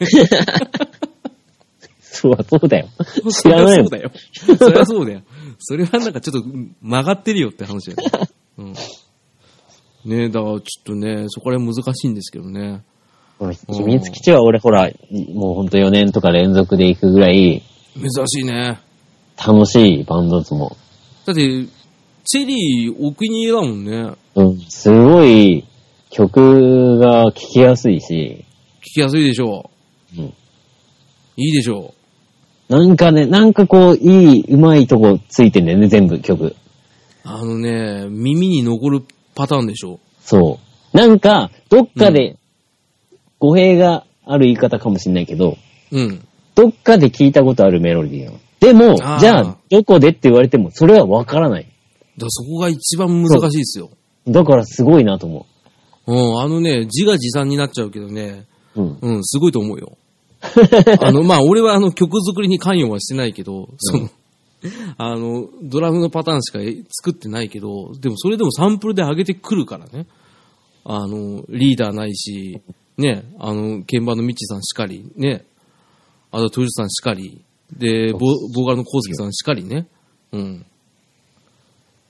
Speaker 2: そう、そうだよ。 知らないよ
Speaker 1: そりゃそう。だよ。そりゃそうだよ。それはなんかちょっとうん曲がってるよって話だよね。うん。ねえ、だからちょっとね、そこら辺難しいんですけどね。
Speaker 2: 秘密基地は俺ほら、もうほんと4年とか連続で行くぐらい
Speaker 1: 珍しいね。
Speaker 2: 楽しいバンドだと思
Speaker 1: だって、チェリーお気に入りだもんね。
Speaker 2: う。うん。すごい曲が聴きやすいし、
Speaker 1: 聞きやすいでしょ
Speaker 2: うん。
Speaker 1: う。いいでしょ
Speaker 2: なんかね、なんかこう、いい、うまいとこついてんだよね、全部曲。
Speaker 1: う。あのね、耳に残るパターンでしょ
Speaker 2: そう。なんか、どっかで、語弊がある言い方かもしんないけど、
Speaker 1: う。うん。
Speaker 2: どっかで聞いたことあるメロディーなの。でも、
Speaker 1: あー
Speaker 2: じゃあ、どこでって言われても、それはわからない。
Speaker 1: だからそこが一番難しいですよ。
Speaker 2: だからすごいなと思
Speaker 1: うん、あのね、自画自賛になっちゃうけどね、
Speaker 2: う。うん。
Speaker 1: うん、すごいと思うよ。あの、まあ、俺はあの曲作りに関与はしてないけど、その、あの、ドラムのパターンしか作ってないけど、でもそれでもサンプルで上げてくるからね。あの、リーダーないし、ね、あの、鍵盤のミッチーさんしかり、ね、あと、トヨさんしかり、で、ボボーカルのコウスケさんしかりね。うん。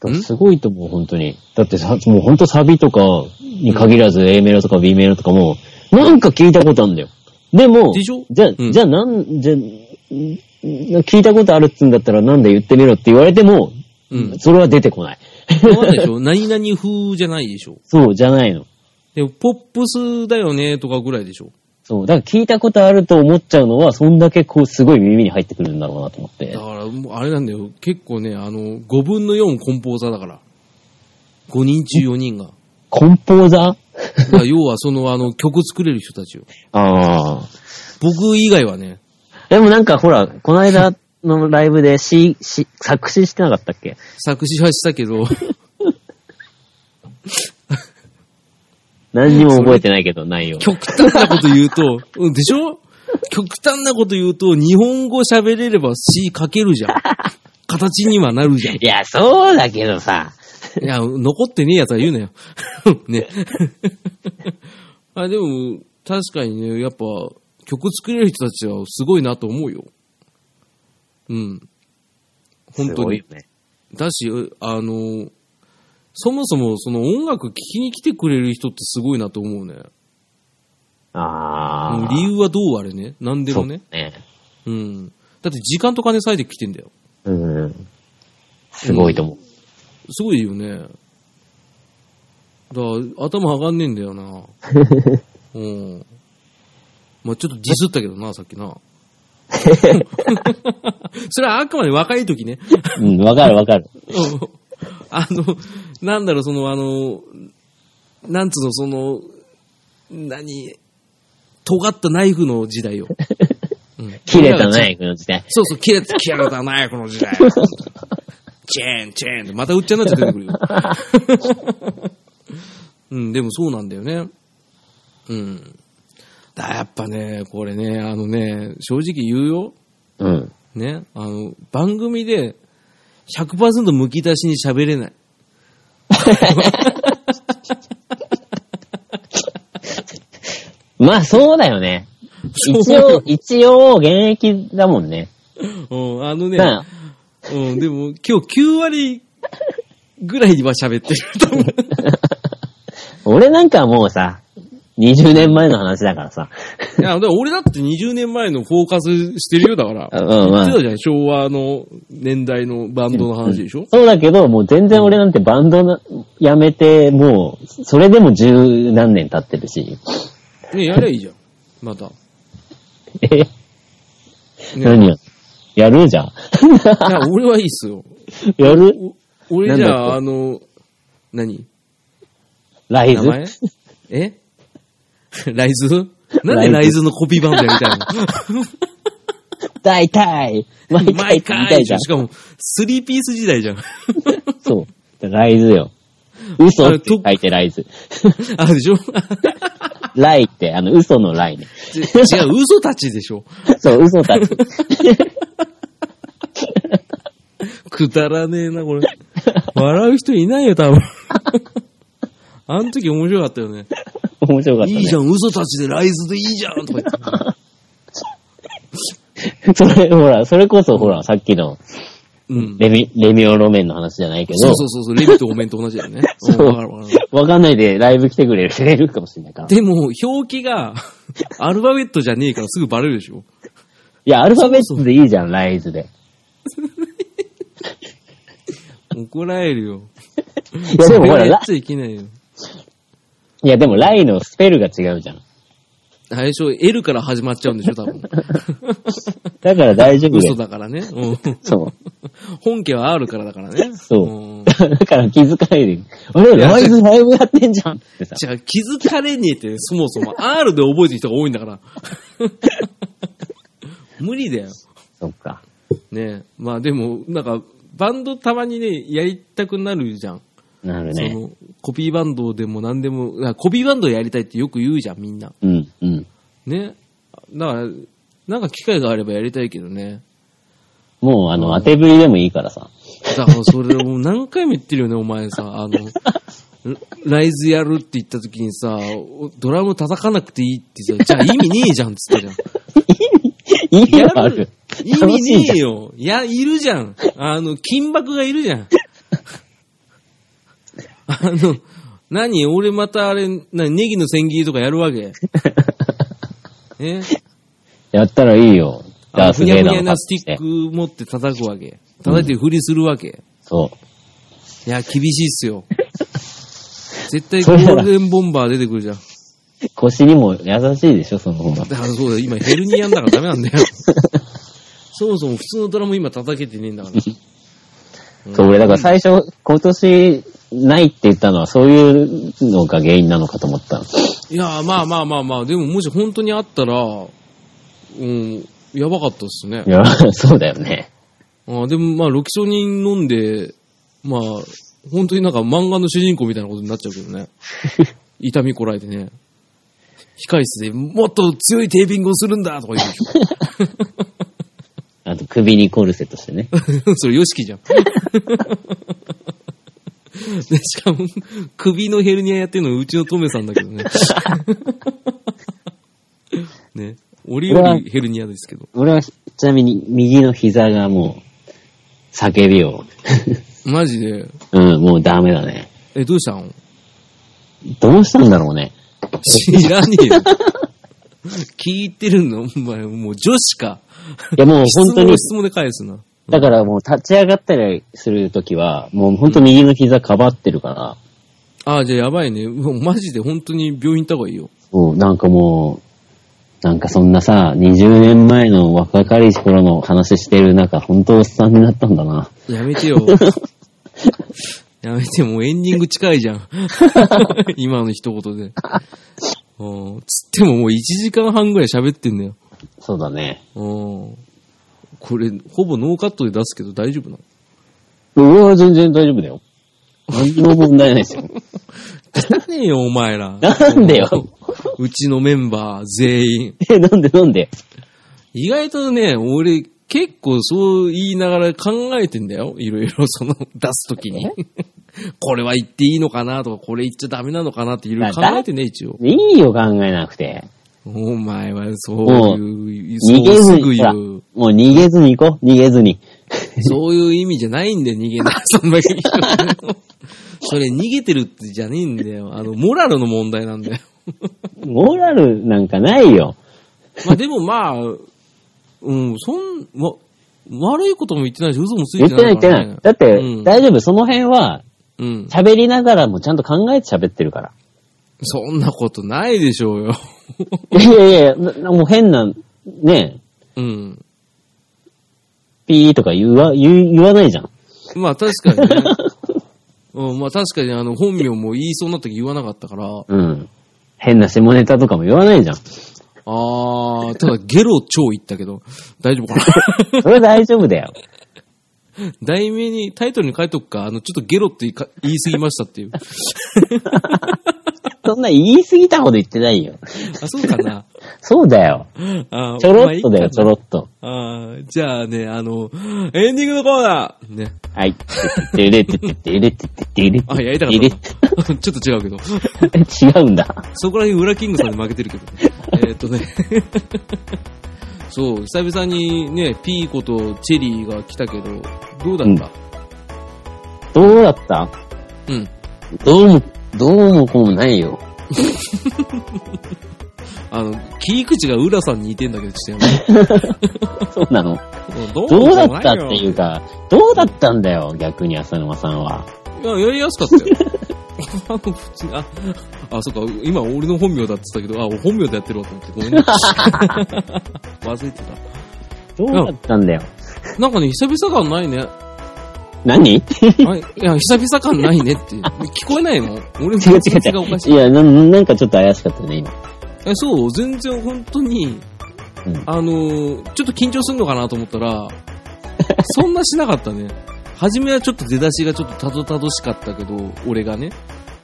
Speaker 2: だからすごいと思う、本当に。だってさ、もう本当サビとかに限らず A メロとか B メロとかも、なんか聞いたことあるんだよ。でも、
Speaker 1: でしょ
Speaker 2: じゃあ、
Speaker 1: うん
Speaker 2: じゃあなん、じゃあ、ん聞いたことあるっつうんだったらなんで言ってみろって言われても、
Speaker 1: うん
Speaker 2: それは出てこない。
Speaker 1: そうなんでしょ何々風じゃないでしょ
Speaker 2: そう、じゃないの。
Speaker 1: でも、ポップスだよね、とかぐらいでしょ
Speaker 2: そう。だから聞いたことあると思っちゃうのは、そんだけこう、すごい耳に入ってくるんだろうなと思って
Speaker 1: だ。から、もうあれなんだよ。結構ね、あの、5分の4梱包座だから。5人中4人が。
Speaker 2: コンポーザ
Speaker 1: だから要はその、あの、曲作れる人たちよ。
Speaker 2: ーああ。
Speaker 1: 僕以外はね、
Speaker 2: でもなんかほら、この間のライブで詩、詩、作詞してなかったっけ
Speaker 1: 作詞はしたけど、
Speaker 2: 何にも覚えてないけど、内容。
Speaker 1: 極端なこと言うと、うん、でしょ極端なこと言うと、日本語喋れれば詩書けるじゃん。形にはなるじゃん。い
Speaker 2: いや、そうだけどさ。
Speaker 1: や、残ってねえやつは言うなよ。 ね。あ、でも、確かにね、やっぱ、曲作れる人たちはすごいなと思うよ。うん。本
Speaker 2: す
Speaker 1: 当
Speaker 2: ごい
Speaker 1: に
Speaker 2: よ。ね。
Speaker 1: だし、あの、そもそもその音楽聴きに来てくれる人ってすごいなと思うね。
Speaker 2: あ
Speaker 1: もう
Speaker 2: あ。
Speaker 1: 理由はどうあれね。何でもね。
Speaker 2: そうね。
Speaker 1: うん。だって時間と金割いて来てんだよ。
Speaker 2: うん。すごいと思う。
Speaker 1: すごいよね。だから、頭上がんねえんだよな。うん。まあちょっとディスったけどな、さっきな。それはあくまで若い時ね。
Speaker 2: うん、わかるわかる。
Speaker 1: うんあの、なんだろう、その、あの、なんつうの、その、何、尖ったナイフの時代よ。うん
Speaker 2: 切れたね、この時代。
Speaker 1: そうそう、切れた、切れたナイフの時 代。チェーン、チェーンって、またうっちゃんなっちゃ出てくるよ。 うん、でもそうなんだよね。うん。だやっぱね、これね、あのね、正直言うよ。
Speaker 2: うん。
Speaker 1: ね、あの、番組で100%むき出しに喋れない。
Speaker 2: まあ、そうだよね。一
Speaker 1: そう
Speaker 2: 応、一応、現役だもんね。
Speaker 1: うん、あのね、
Speaker 2: なあ
Speaker 1: うん、でも今日9割ぐらいは喋ってると思 う。
Speaker 2: 俺なんかもうさ、20年前の話だからさ。
Speaker 1: いや、だから俺だって20年前のフォーカスしてるよ、だから。
Speaker 2: うんうん
Speaker 1: 言ってたじゃん、昭和の年代のバンドの話でしょ、
Speaker 2: そうだけど、もう全然俺なんてバンドなやめて、もう、それでも十何年経ってるし。
Speaker 1: ねやりゃいいじゃん。また。
Speaker 2: え、
Speaker 1: ね
Speaker 2: 何ややるじゃん。
Speaker 1: い や俺はいいっすよ。
Speaker 2: やる
Speaker 1: 俺じゃ
Speaker 2: なんだっ
Speaker 1: あ、
Speaker 2: け
Speaker 1: あの、何
Speaker 2: ライ
Speaker 1: 名
Speaker 2: ズ
Speaker 1: 前えライ ズなんでライズのコピーバンドやりたいの
Speaker 2: 大体毎回
Speaker 1: 毎
Speaker 2: みた
Speaker 1: 回
Speaker 2: い
Speaker 1: でし
Speaker 2: じゃ
Speaker 1: ょ
Speaker 2: ん
Speaker 1: し。かも、スリーピース時代じ ゃん。
Speaker 2: そう。ライズよ。嘘
Speaker 1: あ
Speaker 2: っ
Speaker 1: れ
Speaker 2: て
Speaker 1: と
Speaker 2: 書いてライズ。
Speaker 1: あ、でしょ
Speaker 2: ライって、あの、嘘のライね。
Speaker 1: ち違う、嘘たちでしょ
Speaker 2: そう、嘘たち。
Speaker 1: くだらねえな、これ。笑う人いないよ、多 分。あの時面白かったよね。
Speaker 2: 面白かったね。
Speaker 1: いいじゃん、嘘たちでライズでいいじゃんとか言って。
Speaker 2: それ、ほら、それこそ、ほら、さっきの、
Speaker 1: うん。
Speaker 2: レミ、レミオロメンの話じゃないけど、
Speaker 1: そうそうそうそう、レビとお面と同じだよね。
Speaker 2: そうん
Speaker 1: わかる わかる。
Speaker 2: わかんないでライブ来てくれる人いるかもしれないから。い
Speaker 1: でも、表記がアルファベットじゃねえからすぐバレるでしょ。
Speaker 2: や、アルファベットでいいじゃん、ライズで。
Speaker 1: 怒られるよ。
Speaker 2: いや、でもほ
Speaker 1: そ
Speaker 2: ら、
Speaker 1: れや
Speaker 2: ラ
Speaker 1: っちゃいけないよ。
Speaker 2: いや、でもライのスペルが違うじゃん。
Speaker 1: 最初、L から始まっちゃうんでしょ、多分。
Speaker 2: だから大丈夫 だ
Speaker 1: 嘘
Speaker 2: よ。
Speaker 1: だからね。うん
Speaker 2: そう。
Speaker 1: 本家は R からだからね。
Speaker 2: そう
Speaker 1: うん
Speaker 2: だから気づかないで。あれ、
Speaker 1: いや
Speaker 2: ライズライブやってんじゃんってさ。
Speaker 1: じゃあ気づかれねえって、そもそも R で覚えてる人が多いんだ から。無理だよ。
Speaker 2: そっか。
Speaker 1: ねえ。まあでも、なんか、バンドたまにね、やりたくなるじゃん。
Speaker 2: なる
Speaker 1: そ
Speaker 2: ね。
Speaker 1: の、コピーバンドでも何でも、あコピーバンドやりたいってよく言うじゃん、みんな。
Speaker 2: うん、うん。
Speaker 1: ね。だから、なんか機会があればやりたいけどね。
Speaker 2: もう、あの、当てぶりでもいいからさ。
Speaker 1: だからそれもう何回も言ってるよね、お前さ。あの、ライズやるって言った時にさ、ドラム叩かなくていいってさ、じゃあ意味ねえじゃんっつったじゃん。
Speaker 2: 意味
Speaker 1: や
Speaker 2: はある。
Speaker 1: 意
Speaker 2: 楽しい
Speaker 1: 味
Speaker 2: じゃ
Speaker 1: ね
Speaker 2: ん
Speaker 1: えよ。いや、いるじゃん。あの、金箔がいるじゃ ん。あの、何俺またあれ、なネギの千切りとかやるわ けえ
Speaker 2: やったらいいよ。
Speaker 1: あ
Speaker 2: ダ
Speaker 1: の
Speaker 2: ース
Speaker 1: ふにゃ
Speaker 2: ベ
Speaker 1: ふ
Speaker 2: イダ
Speaker 1: に
Speaker 2: ー
Speaker 1: ゃ
Speaker 2: のパ
Speaker 1: な
Speaker 2: ッ
Speaker 1: ス
Speaker 2: チし
Speaker 1: ティ
Speaker 2: て。
Speaker 1: ック持って叩くわけ。叩いて振りするわけ。
Speaker 2: そ
Speaker 1: いや、厳しいっすよ。絶対ゴールデンボンバー出てくるじゃん。
Speaker 2: 腰にも優しいでしょ、その方が。
Speaker 1: だからそうだよ、今ヘルニアんだからダメなん だよ。そもそも普通のドラム今叩けてねえんだから。
Speaker 2: そう、俺だから最初、今年ないって言ったのはそういうのが原因なのかと思 った。
Speaker 1: いやーまあまあまあまあ、でももし本当にあったら、うん、やばかったっすね
Speaker 2: い。や、そうだよね。
Speaker 1: あーでもまあ、ロキソニン飲んで、まあ、本当になんか漫画の主人公みたいなことになっちゃうけ どね。痛みこらえてね。控え室で、もっと強いテーピングをするんだとか言うで
Speaker 2: あと首にコルセットしてね。
Speaker 1: しょ。それ、ヨシキじゃん。でしかも、首のヘルニアやってるのうちのトメさんだけど ね。ね。俺よりヘルニアですけど。
Speaker 2: 俺はちなみに右の膝がもう叫びを。
Speaker 1: マジで。
Speaker 2: うん、もうダメだね。
Speaker 1: え、どうしたん
Speaker 2: どうしたんだろうね。
Speaker 1: 知らねえよ。聞いてるのお前、もう女子か。
Speaker 2: いやもう
Speaker 1: 質
Speaker 2: 本当
Speaker 1: 問
Speaker 2: に
Speaker 1: を、質問で返すな。
Speaker 2: だからもう立ち上がったりするときは、もう本当右の膝かばってるから、
Speaker 1: ああ、じゃあやばいね。もうマジで本当に病院行った方がいいよ。
Speaker 2: そう、なんかもう、なんかそんなさ、20年前の若かりし頃の話してる中、本当おっさんになったんだな。
Speaker 1: やめてよ。やめて、もうエンディング近いじゃ ん。今の一言で。うんつってももう1時間半ぐらい喋ってんだよ。
Speaker 2: そうだね。
Speaker 1: うんこれ、ほぼノーカットで出すけど大丈夫なの
Speaker 2: うわ、全然大丈夫だよ。何にも問題ないで すよ。
Speaker 1: 何よ、お前ら。
Speaker 2: なんでよ。
Speaker 1: うちのメンバー全員。
Speaker 2: え、なんでなんで
Speaker 1: 意外とね、俺、結構そう言いながら考えてんだよ。いろいろ、その、出すときに。 これは言っていいのかなとか、これ言っちゃダメなのかなっていろいろ考えてね、一応。
Speaker 2: いいよ、考えなくて。
Speaker 1: お前はそういう、
Speaker 2: 逃
Speaker 1: そ
Speaker 2: げ
Speaker 1: う
Speaker 2: ず
Speaker 1: すぐ
Speaker 2: に、ほら、
Speaker 1: 言
Speaker 2: も
Speaker 1: う。
Speaker 2: う逃げずに行こう、逃げずに。
Speaker 1: そういう意味じゃないんだよ、逃げない。 そんな意味。それ逃げてるってじゃねえんだよ。あの、モラルの問題なんだよ。
Speaker 2: モラルなんかないよ。
Speaker 1: まあでもまあ、うん、そん、わ、悪いことも言ってないし、嘘もつい
Speaker 2: 言っててな
Speaker 1: ない
Speaker 2: い言っ
Speaker 1: か
Speaker 2: て
Speaker 1: ら、
Speaker 2: な
Speaker 1: ね。
Speaker 2: い。だって、
Speaker 1: うん
Speaker 2: 大丈夫、その辺は、
Speaker 1: うん。
Speaker 2: 喋りながらもちゃんと考えて喋ってるから。
Speaker 1: そんなことないでしょうよ。
Speaker 2: いやいやいや、なもう変な、ね
Speaker 1: うん。
Speaker 2: ピーとか言わ、言う言わないじゃん。
Speaker 1: まあ確かに ね。うん、まあ確かにあの、本名も言いそうになった時言わなかったから、
Speaker 2: うん。変な下ネタとかも言わないじゃん。そ
Speaker 1: あー、ただゲロ超言ったけど、大丈夫かな
Speaker 2: れ大丈夫だよ。
Speaker 1: 題名に、タイトルに書いとくか、あの、ちょっとゲロって言いか言い過ぎましたっ ていう。
Speaker 2: そんな言い過ぎたほど言ってないよ。
Speaker 1: あ、そうかな。
Speaker 2: そうだよ。
Speaker 1: あー
Speaker 2: ちょろっとだよ、ちょろ。
Speaker 1: まあいいかな
Speaker 2: っと。
Speaker 1: あーじゃあね、あの、エンディングのコーナーね。
Speaker 2: はい。てれてててれてててれて
Speaker 1: あ、やりたかった な。ちょっと違うけど。
Speaker 2: 違うんだ。
Speaker 1: そこら辺、ウラキングさんに負けてる けどね。えーっとね。 そう、久々にね、ピーコとチェリーが来たけど、どうだった、
Speaker 2: どうだった
Speaker 1: うん、
Speaker 2: どうも、どうもこうもないよ。
Speaker 1: あの、切り口がウラさんに似てんだけど、ちょっとや
Speaker 2: そうなの。
Speaker 1: めてど
Speaker 2: どうだ
Speaker 1: う
Speaker 2: ったっていううか、どうだったんだよ、逆に浅沼さんは。
Speaker 1: じゃないよ。いや、やりやすかったよ。 あの、普通に、あ、あ、そっか、今俺の本名だって言ったけど、あ、俺本名でやってるわと思って、ごめ んね。忘れてた。
Speaker 2: どうだったんだよ。
Speaker 1: なんかね、久々感ないね。
Speaker 2: 何違
Speaker 1: あいや、久々感ないね って。聞こえないの俺の
Speaker 2: う違う
Speaker 1: 口
Speaker 2: 違
Speaker 1: がおかし
Speaker 2: う。
Speaker 1: い
Speaker 2: い。やな、なんかちょっと怪しかったね、今。
Speaker 1: え、そう、全然本当に、
Speaker 2: うん
Speaker 1: あのー、ちょっと緊張するのかなと思った ら、そんなしなかったね。初めはちょっと出だしがちょっとたどたどしかったけど、俺がね。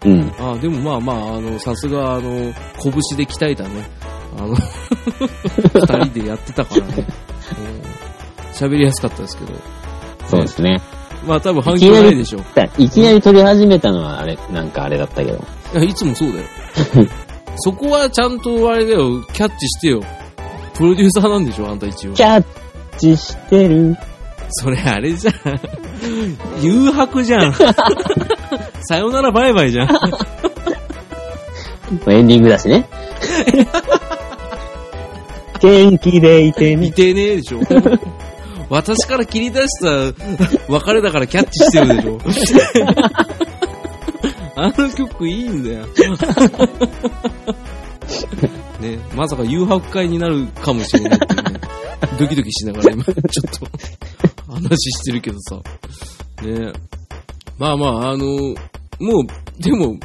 Speaker 2: うん。
Speaker 1: あでもまあまあ、あの、さすが、あの、拳で鍛えたね。あ の、二人でやってたからね。うん喋りやすかったですけど。
Speaker 2: そうですね。
Speaker 1: まあ多分反響ないでしょ。い
Speaker 2: だいきなり撮り始めたのはあれ、なんかあれだったけど。
Speaker 1: や、いつも そうだよ。そこはちゃんとあれだよ、キャッチしてよ。プロデューサーなんでしょ、あんた一応
Speaker 2: キ。ャッチしてる。
Speaker 1: それあれじゃん。 誘白じ ゃん。さよならバイバイじゃん。
Speaker 2: エンディングだしね。 元気でいて
Speaker 1: 似
Speaker 2: ね。
Speaker 1: てねえでしょ。私から切り出した別れだからキャッチしてるでしょ。あの曲いいんだよ。ね、まさか誘惑会になるかもしれないっていうね、ドキドキしながら今、ちょっと話してるけどさ。ねまあまあ、あの、もう、でも、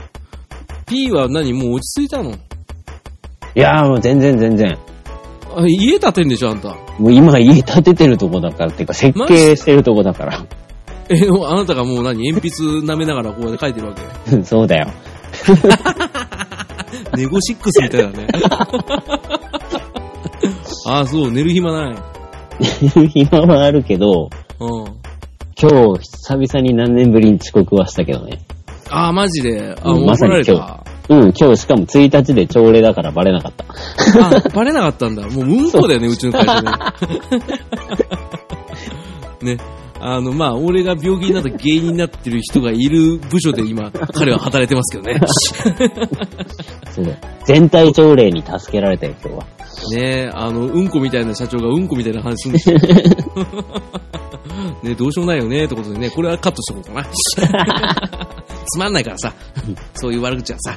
Speaker 1: P は何もう落ち着いたの
Speaker 2: いやーもう全然全然。
Speaker 1: あ家建てんでしょ、あんた。
Speaker 2: もう今家建ててるとこだから、っていうか設計してるとこだから。
Speaker 1: え、あなたがもう何鉛筆舐めながらこうやって書いて るわけ。
Speaker 2: うんそうだよ。
Speaker 1: ネゴシックスみたいだ ね。ああ、そう、寝る暇ない。
Speaker 2: 今はあるけど、
Speaker 1: うん。
Speaker 2: 今日久々に何年ぶりに遅刻はしたけどね。
Speaker 1: ああ、マジで。あ、
Speaker 2: うん
Speaker 1: もう
Speaker 2: ま
Speaker 1: 怒
Speaker 2: さ
Speaker 1: ら
Speaker 2: に
Speaker 1: れ
Speaker 2: 今日
Speaker 1: た。
Speaker 2: うん、今日しかも1日で朝礼だからバレなかった。
Speaker 1: あ、バレなかったんだ。もううんこだよね、うちの会社 ね。ね。あの、まあ、俺が病気になった原因になってる人がいる部署で今、彼は働いてますけど ね。
Speaker 2: そうだよ全体朝礼に助けられたよ、今日は。
Speaker 1: ねえ、あの、うんこみたいな社長がうんこみたいな話するんですよ。 ねどうしようもないよね、ってことでね、これはカットしとこうかな。 つまんないからさ、そういう悪口はさ。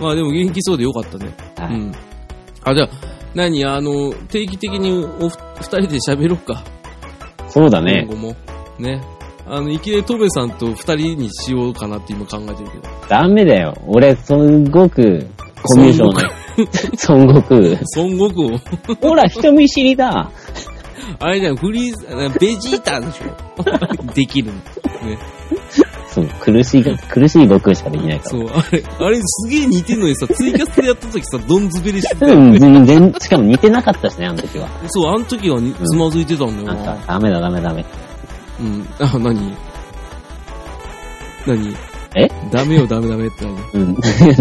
Speaker 1: まあでも元気そうでよかったね。
Speaker 2: はい
Speaker 1: うん。あ、じゃあ、何あの、定期的におふ二人で喋ろうか。
Speaker 2: そうだね
Speaker 1: 今後。も。ね。あの、いきなりトメさんと二人にしようかなって今考えてるけ ど。
Speaker 2: ダメだよ。俺、すんごく、コミュ障な。孫悟空。
Speaker 1: 孫悟空を、
Speaker 2: ほら、人見知りだ。
Speaker 1: あれじゃん、フリーズ、ベジータでし ょできるの。ね。
Speaker 2: そう、苦しい、苦しい悟空しかできないか
Speaker 1: そう、あれ、あれすげえ似てんのにさ、ツイキャスでやった時さ、ドンズベリ してた
Speaker 2: ら。
Speaker 1: よ。
Speaker 2: うん、全然、しかも似てなかったしね、あの時は。
Speaker 1: そう、あの時はにつまずいてたんだ
Speaker 2: な
Speaker 1: よ
Speaker 2: んか
Speaker 1: な。、
Speaker 2: ダメだ、ダメ、ダメ。
Speaker 1: うん。あ、なになに
Speaker 2: え
Speaker 1: ダメよ、ダメダメって何
Speaker 2: う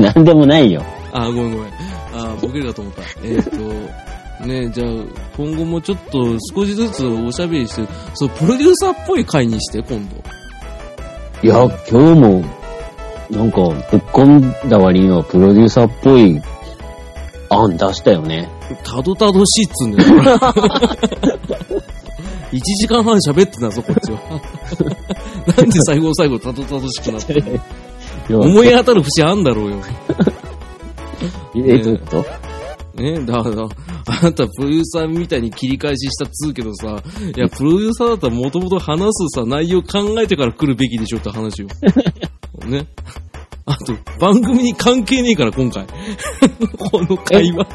Speaker 2: ん、なん でもないよ。
Speaker 1: あ、ごめんごめん。あ、ボケるかと思った。えっ、と、ねじゃあ、今後もちょっと少しずつおしゃべりして、そう、プロデューサーっぽい回にして、今度。
Speaker 2: いや、今日も、なんか、ぶっ込んだ割にはプロデューサーっぽい案出したよね。
Speaker 1: たどたどしいっつうんだよ。1時間半喋ってたぞ、こっちは。 なんで最後の最後たどたどしくなってんの思い当たる節あんだろうよ。
Speaker 2: え、どういうこと
Speaker 1: ね、だから、あなたプロデューサーみたいに切り返ししたっつうけどさ、いや、プロデューサーだったらもともと話すさ、内容考えてから来るべきでしょって話よ。ね。あと、番組に関係ねえから、今回。 この会話。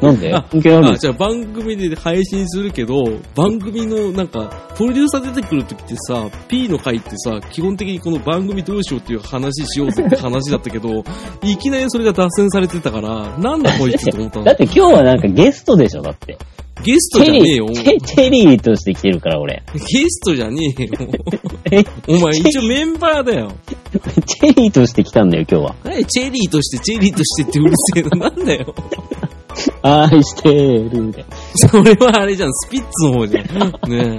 Speaker 2: なんで
Speaker 1: あ
Speaker 2: 関係ある
Speaker 1: あ、じゃあ番組で配信するけど、番組のなんか、プロデューサー出てくるときってさ、P の回ってさ、基本的にこの番組どうしようっていう話しようぜって話だったけ ど、いきなりそれが脱線されてたから、なんだこいつと思った
Speaker 2: だ
Speaker 1: の
Speaker 2: っ。て今日はなんかゲストでしょ、だって。
Speaker 1: ゲスト
Speaker 2: テ
Speaker 1: じゃねえ
Speaker 2: リ
Speaker 1: よ。
Speaker 2: ー、
Speaker 1: ゲ
Speaker 2: テテリーとして来てるから、俺。
Speaker 1: ストじゃねえよ。
Speaker 2: え
Speaker 1: お前一応メンバーだよ。
Speaker 2: チェリーとして来たんだよ、今日は。
Speaker 1: 何チェリーとして、チェリーとしてってうるせえの。なんだよ。
Speaker 2: 愛してるで。
Speaker 1: それはあれじゃん、スピッツの方じゃん。ねえ。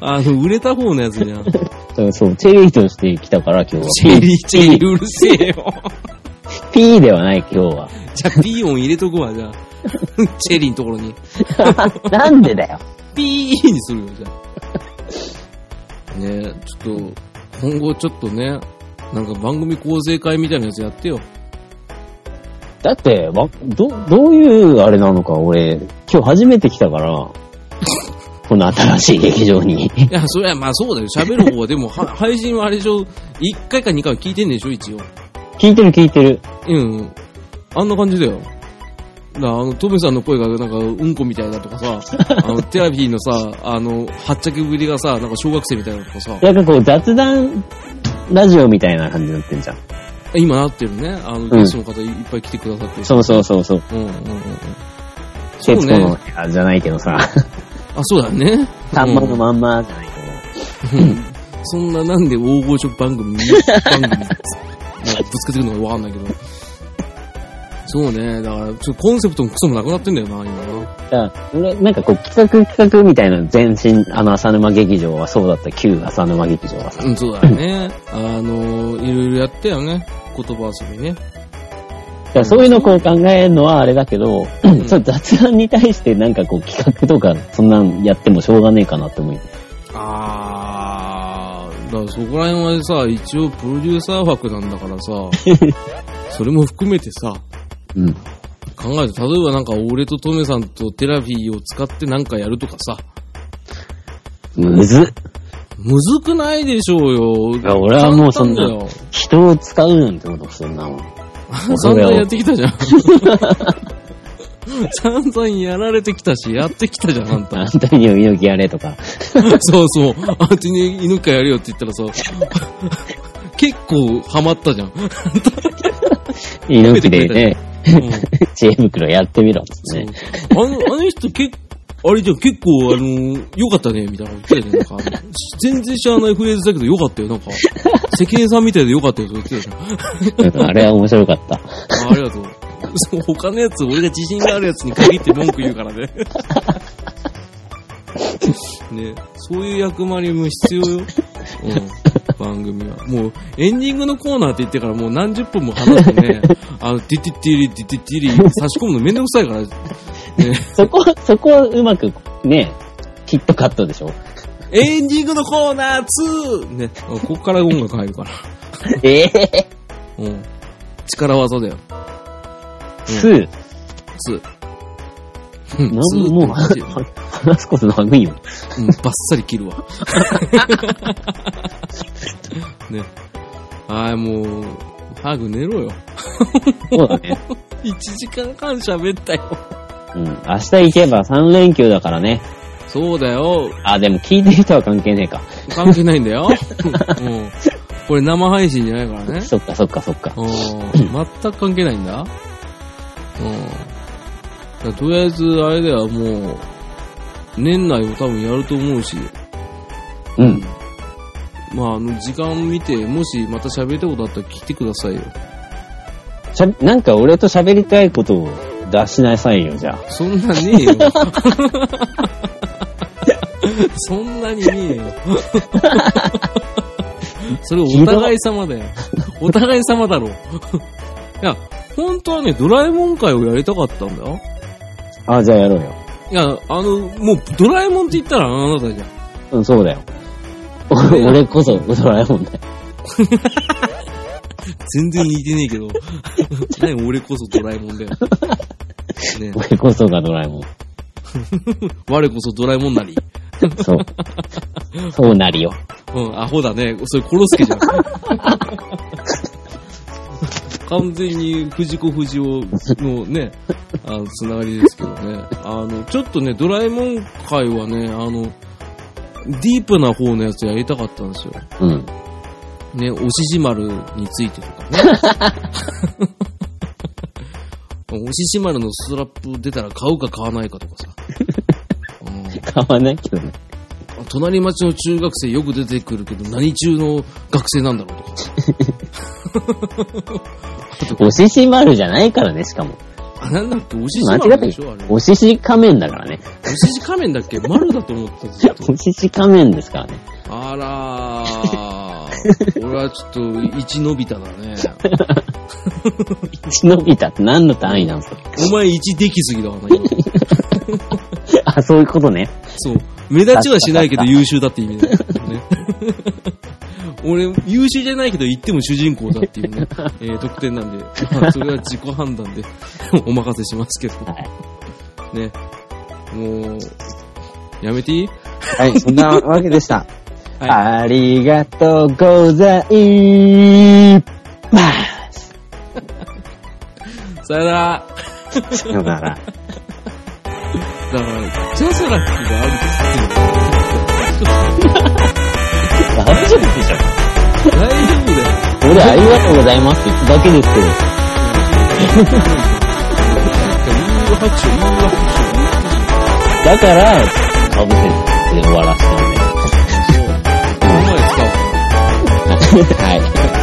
Speaker 1: あの、売れた方のやつじゃん。
Speaker 2: そうそう、チェリーとして来たから、今日は。
Speaker 1: チェリー、チェリー、うるせえよ。
Speaker 2: ピーではない、今日は。
Speaker 1: じゃあ、ピー音入れとくわ、じゃ あ。チェリーのところに。
Speaker 2: なんでだよ。
Speaker 1: ピーにするよ、じゃあ。ねえ、ちょっと、今後ちょっとね、なんか番組構成会みたいなやつやってよ。
Speaker 2: だって、わど、どういうあれなのか、俺、今日初めて来たから、この新しい劇場に。
Speaker 1: いや、そりゃまあそうだよ。喋る方は、でも、は 配信はあれでしょ、1回か2回は聞いてんでしょ、一応。
Speaker 2: 聞いてる聞いてる。
Speaker 1: うん。あんな感じだよ。だあの、トメさんの声がなんか、うんこみたいだとかさ、あの、テラビーのさ、あの、はっちゃけぶりがさ、なんか小学生みたいだとかさ、
Speaker 2: なんかこう、雑談、ラジオみたいな感じになってんじゃん。
Speaker 1: 今なってるね。あの、ゲストの方いっぱい来てくださってる。
Speaker 2: そうそうそうそう。
Speaker 1: うんうんうんうん。そ
Speaker 2: 徹
Speaker 1: う
Speaker 2: 子
Speaker 1: ね
Speaker 2: の。部屋じゃないけどさ、
Speaker 1: あ、そうだね。
Speaker 2: たんまの
Speaker 1: うん
Speaker 2: まんまじゃないけど。
Speaker 1: そんななんで大御所番組、ニュース番組、なんかぶつけてるのかわかんないけど。そうね。だから、ちょっとコンセプトもクソもなくなってんだよな、今な。
Speaker 2: だから俺、なんかこう、企画企画みたいな、全身、あの、浅沼劇場はそうだった、旧浅沼劇場はさ。
Speaker 1: うん、そうだよね。あの、いろいろやったよね。言葉遊びね。
Speaker 2: だからそういうのをこう考えるのはあれだけど、
Speaker 1: ん
Speaker 2: そう雑談に対してなんかこう企画とか、そんなんやってもしょうがねえかなって思う。
Speaker 1: あー、だからそこら辺はさ、一応プロデューサー枠なんだから さ、それも含めてさ、
Speaker 2: うん。
Speaker 1: 考えて、例えばなんか俺とトメさんとテラフィーを使ってなんかやるとかさ、
Speaker 2: むずっ。
Speaker 1: むずくないでしょうよ。
Speaker 2: いや俺はもうそんな
Speaker 1: 簡単だよ
Speaker 2: 人を使うなんてことしてんなもん。
Speaker 1: 散々やってきたじゃん。 散々やられてきたし、やってきたじゃん、あん
Speaker 2: アン
Speaker 1: た。
Speaker 2: トニオ猪木やれとか。
Speaker 1: そうそう。あんたに犬かやるよって言ったらさ、 結構ハマったじゃん。
Speaker 2: 猪木でね、
Speaker 1: うん
Speaker 2: 知恵袋やってみろっつってね。
Speaker 1: そうあの、あの人結構、あれじゃん、結構、あの、良かったね、みたいなこと言ってたじゃん。なんか、全然知らないフレーズだけど良かったよ、なんか。関根さんみたいで良かったよ、とか言ってたじゃん。
Speaker 2: うんあれは面白かった。
Speaker 1: あありがとう。そう他のやつ、俺が自信があるやつに限って文句言うから ね。ね、そういう役割も必要よ。うん、番組は。もう、エンディングのコーナーって言ってからもう何十分も話して ね、あの、ディティティリ、ディティティリ、差し込むのめんどくさいから、ね、
Speaker 2: そこ、そこはうまく、ね、キットカットでしょ。
Speaker 1: エンディングのコーナー 2! ね、ここから音楽入るから。
Speaker 2: ええ
Speaker 1: うん。力技だよ。
Speaker 2: ツー
Speaker 1: 2。うん
Speaker 2: なん
Speaker 1: 2
Speaker 2: もう
Speaker 1: マジで
Speaker 2: は話すこと長いよ。
Speaker 1: うん、バッサリ切る わ。ね。はい、もう、ハグ寝ろよ。
Speaker 2: そうだね。
Speaker 1: 1時間半喋ったよ。
Speaker 2: うん。明日行けば3連休だからね。
Speaker 1: そうだよ。
Speaker 2: あ、でも聞いてる人は関係ねえか。
Speaker 1: 関係ないんだ よ。うん。これ生配信じゃないからね。
Speaker 2: そっかそっかそっか。
Speaker 1: うん。全く関係ないんだ。うん。だからとりあえず、あれだよ、もう、年内を多分やると思うし。
Speaker 2: うん。
Speaker 1: まあ、あの、時間を見て、もしまた喋りたいことあったら聞いてくださいよ。
Speaker 2: しゃ、なんか俺と喋りたいことを出しなさいよ、じゃあ。
Speaker 1: そんなねえよ。そんなにねえよ。それお互い様だよ。お互い様だろ。いや、本当はね、ドラえもん会をやりたかったんだよ。
Speaker 2: あ、じゃあやろうよ。
Speaker 1: いや、あの、もう、ドラえもんって言ったらあなたじゃん。
Speaker 2: うん、そう だよ。お俺こそドラえもんだよ。
Speaker 1: 全然似てねえけど。何俺こそドラえもんだよ。ね
Speaker 2: 俺こそがドラえもん。
Speaker 1: 我こそドラえもんなり。
Speaker 2: そう。そうなりよ。
Speaker 1: うん、アホだね。それ、コロスケじゃん。完全に藤子不二雄のね、あの、つながりですけどね。あの、ちょっとね、ドラえもん界はね、あの、ディープな方のやつやりたかったんですよ。
Speaker 2: うん。
Speaker 1: ね、おしじ丸についてとか ね。おしじ丸のストラップ出たら買うか買わないかとかさ。うん
Speaker 2: 買わないけどね。
Speaker 1: 隣町の中学生よく出てくるけど、何中の学生なんだろうとか。
Speaker 2: おしし丸じゃないからね、しかも。
Speaker 1: あ、なんだっけ、おしし
Speaker 2: 間
Speaker 1: 丸
Speaker 2: 違っ
Speaker 1: で
Speaker 2: て
Speaker 1: しょあれ。お
Speaker 2: おしし仮面だからね。
Speaker 1: しし仮面だっけ 丸だと思ってたずっと
Speaker 2: おしし仮面ですからね。
Speaker 1: あら ー。俺はちょっと、一伸びただね。
Speaker 2: 一のびたって何の単位なんすか
Speaker 1: お前一できすぎだわな、今
Speaker 2: あ、そういうことね。
Speaker 1: そう。目立ちはしないけど優秀だって意味だよね。 俺、優秀じゃないけど言っても主人公だっていう ね、えー特典なんで、まあそれは自己判断で お任せしますけど。ね。もう、やめていい
Speaker 2: はい、そんなわけでした。
Speaker 1: はい
Speaker 2: ありがとうございます。
Speaker 1: さよなら。
Speaker 2: さよなら。
Speaker 1: だから、ジャスラックがある
Speaker 2: 大丈夫でしょ
Speaker 1: って大丈夫だよ。
Speaker 2: 俺、ありがとうございますって言っただけですけど。
Speaker 1: うー拍手、うー拍手。
Speaker 2: だから、かぶせて終わらせたんで。
Speaker 1: もう、この前使う。
Speaker 2: はい。